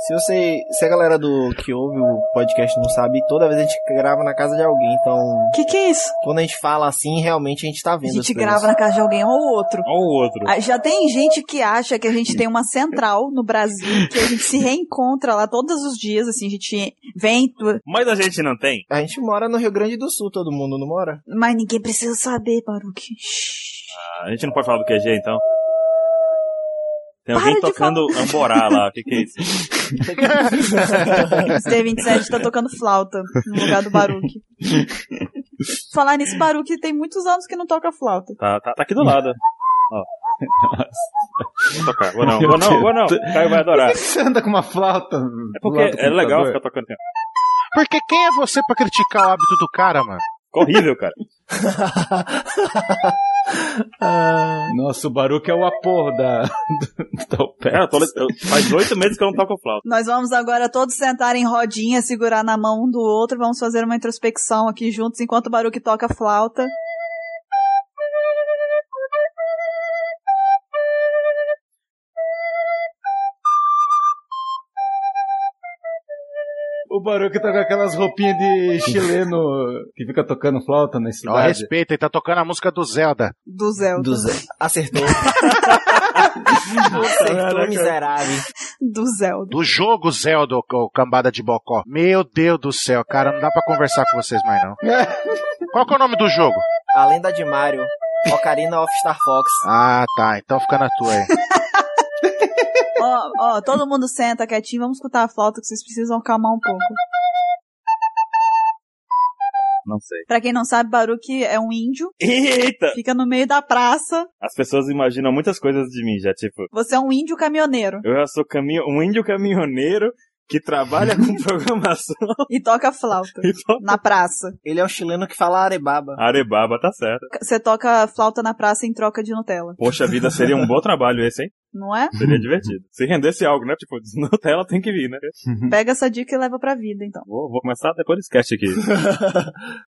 [SPEAKER 1] Se você. Se a galera do que ouve o podcast não sabe, toda vez a gente grava na casa de alguém, então.
[SPEAKER 4] Que que é isso?
[SPEAKER 1] Quando a gente fala assim, realmente a gente tá
[SPEAKER 4] A
[SPEAKER 1] vendo.
[SPEAKER 4] gente grava na casa de alguém ou outro.
[SPEAKER 2] Olha o outro.
[SPEAKER 4] Ah, Já tem gente que acha que a gente tem uma central no Brasil, que a gente se reencontra lá todos os dias, assim, a gente vem, tu-
[SPEAKER 2] Mas a gente não tem.
[SPEAKER 1] A gente mora no Rio Grande do Sul, todo mundo, não mora?
[SPEAKER 4] mas ninguém precisa saber, Baruque.
[SPEAKER 2] A gente não pode falar do QG, então. Tem alguém
[SPEAKER 4] Para de
[SPEAKER 2] tocando amborá lá. O que, que é isso?
[SPEAKER 4] O D27 tá tocando flauta no lugar do Baruque. Falar nisso, Baruque tem muitos anos que não toca flauta.
[SPEAKER 2] Tá, tá, tá aqui do lado. Ó. Vou tocar. Vou não, vou não, vou não. O Caio vai adorar.
[SPEAKER 5] Por que você anda com uma flauta?
[SPEAKER 2] É porque é legal ficar tocando. assim, ó.
[SPEAKER 3] Porque quem é você pra criticar o hábito do cara, mano?
[SPEAKER 2] Ficou horrível, cara.
[SPEAKER 5] Nossa, o Baruque é o aporro da, do, do
[SPEAKER 2] É, eu tô, eu, faz oito meses que eu não toco flauta.
[SPEAKER 4] Nós vamos agora todos sentar em rodinha, segurar na mão um do outro, vamos fazer uma introspecção aqui juntos enquanto o Baruque toca flauta.
[SPEAKER 5] O Baruque tá com aquelas roupinhas de chileno que fica tocando flauta na
[SPEAKER 3] Ó,
[SPEAKER 5] cidade.
[SPEAKER 3] respeita, ele tá tocando a música do Zelda.
[SPEAKER 4] Do Zelda.
[SPEAKER 1] Do Zé. Acertou.
[SPEAKER 4] é
[SPEAKER 1] Acertou, miserável.
[SPEAKER 4] Do Zelda.
[SPEAKER 3] Do jogo Zelda, ô, ô, cambada de bocó. Meu Deus do céu, cara, não dá pra conversar com vocês mais não. Qual que é o nome do jogo?
[SPEAKER 1] A lenda de Mario. Ocarina of Star Fox.
[SPEAKER 3] Ah, tá, então fica na tua aí.
[SPEAKER 4] Ó, ó, todo mundo senta quietinho, vamos escutar a flauta que vocês precisam acalmar um pouco.
[SPEAKER 2] Não sei.
[SPEAKER 4] Pra quem não sabe, Baruque é um índio,
[SPEAKER 2] Eita!
[SPEAKER 4] fica no meio da praça.
[SPEAKER 2] As pessoas imaginam muitas coisas de mim já, tipo,
[SPEAKER 4] Você é um índio caminhoneiro
[SPEAKER 2] eu já sou caminho, um índio caminhoneiro que trabalha com programação
[SPEAKER 4] e toca flauta
[SPEAKER 2] e toca
[SPEAKER 4] na praça.
[SPEAKER 1] Ele é um chileno que fala arebaba.
[SPEAKER 2] Arebaba, tá certo.
[SPEAKER 4] Você toca flauta na praça em troca de Nutella,
[SPEAKER 2] Poxa vida, seria um bom trabalho esse, hein?
[SPEAKER 4] não é?
[SPEAKER 2] Seria divertido. Se rendesse algo, né? Tipo, Nutella tem que vir, né?
[SPEAKER 4] Pega essa dica e leva pra vida, então.
[SPEAKER 2] Vou, vou começar depois do sketch aqui.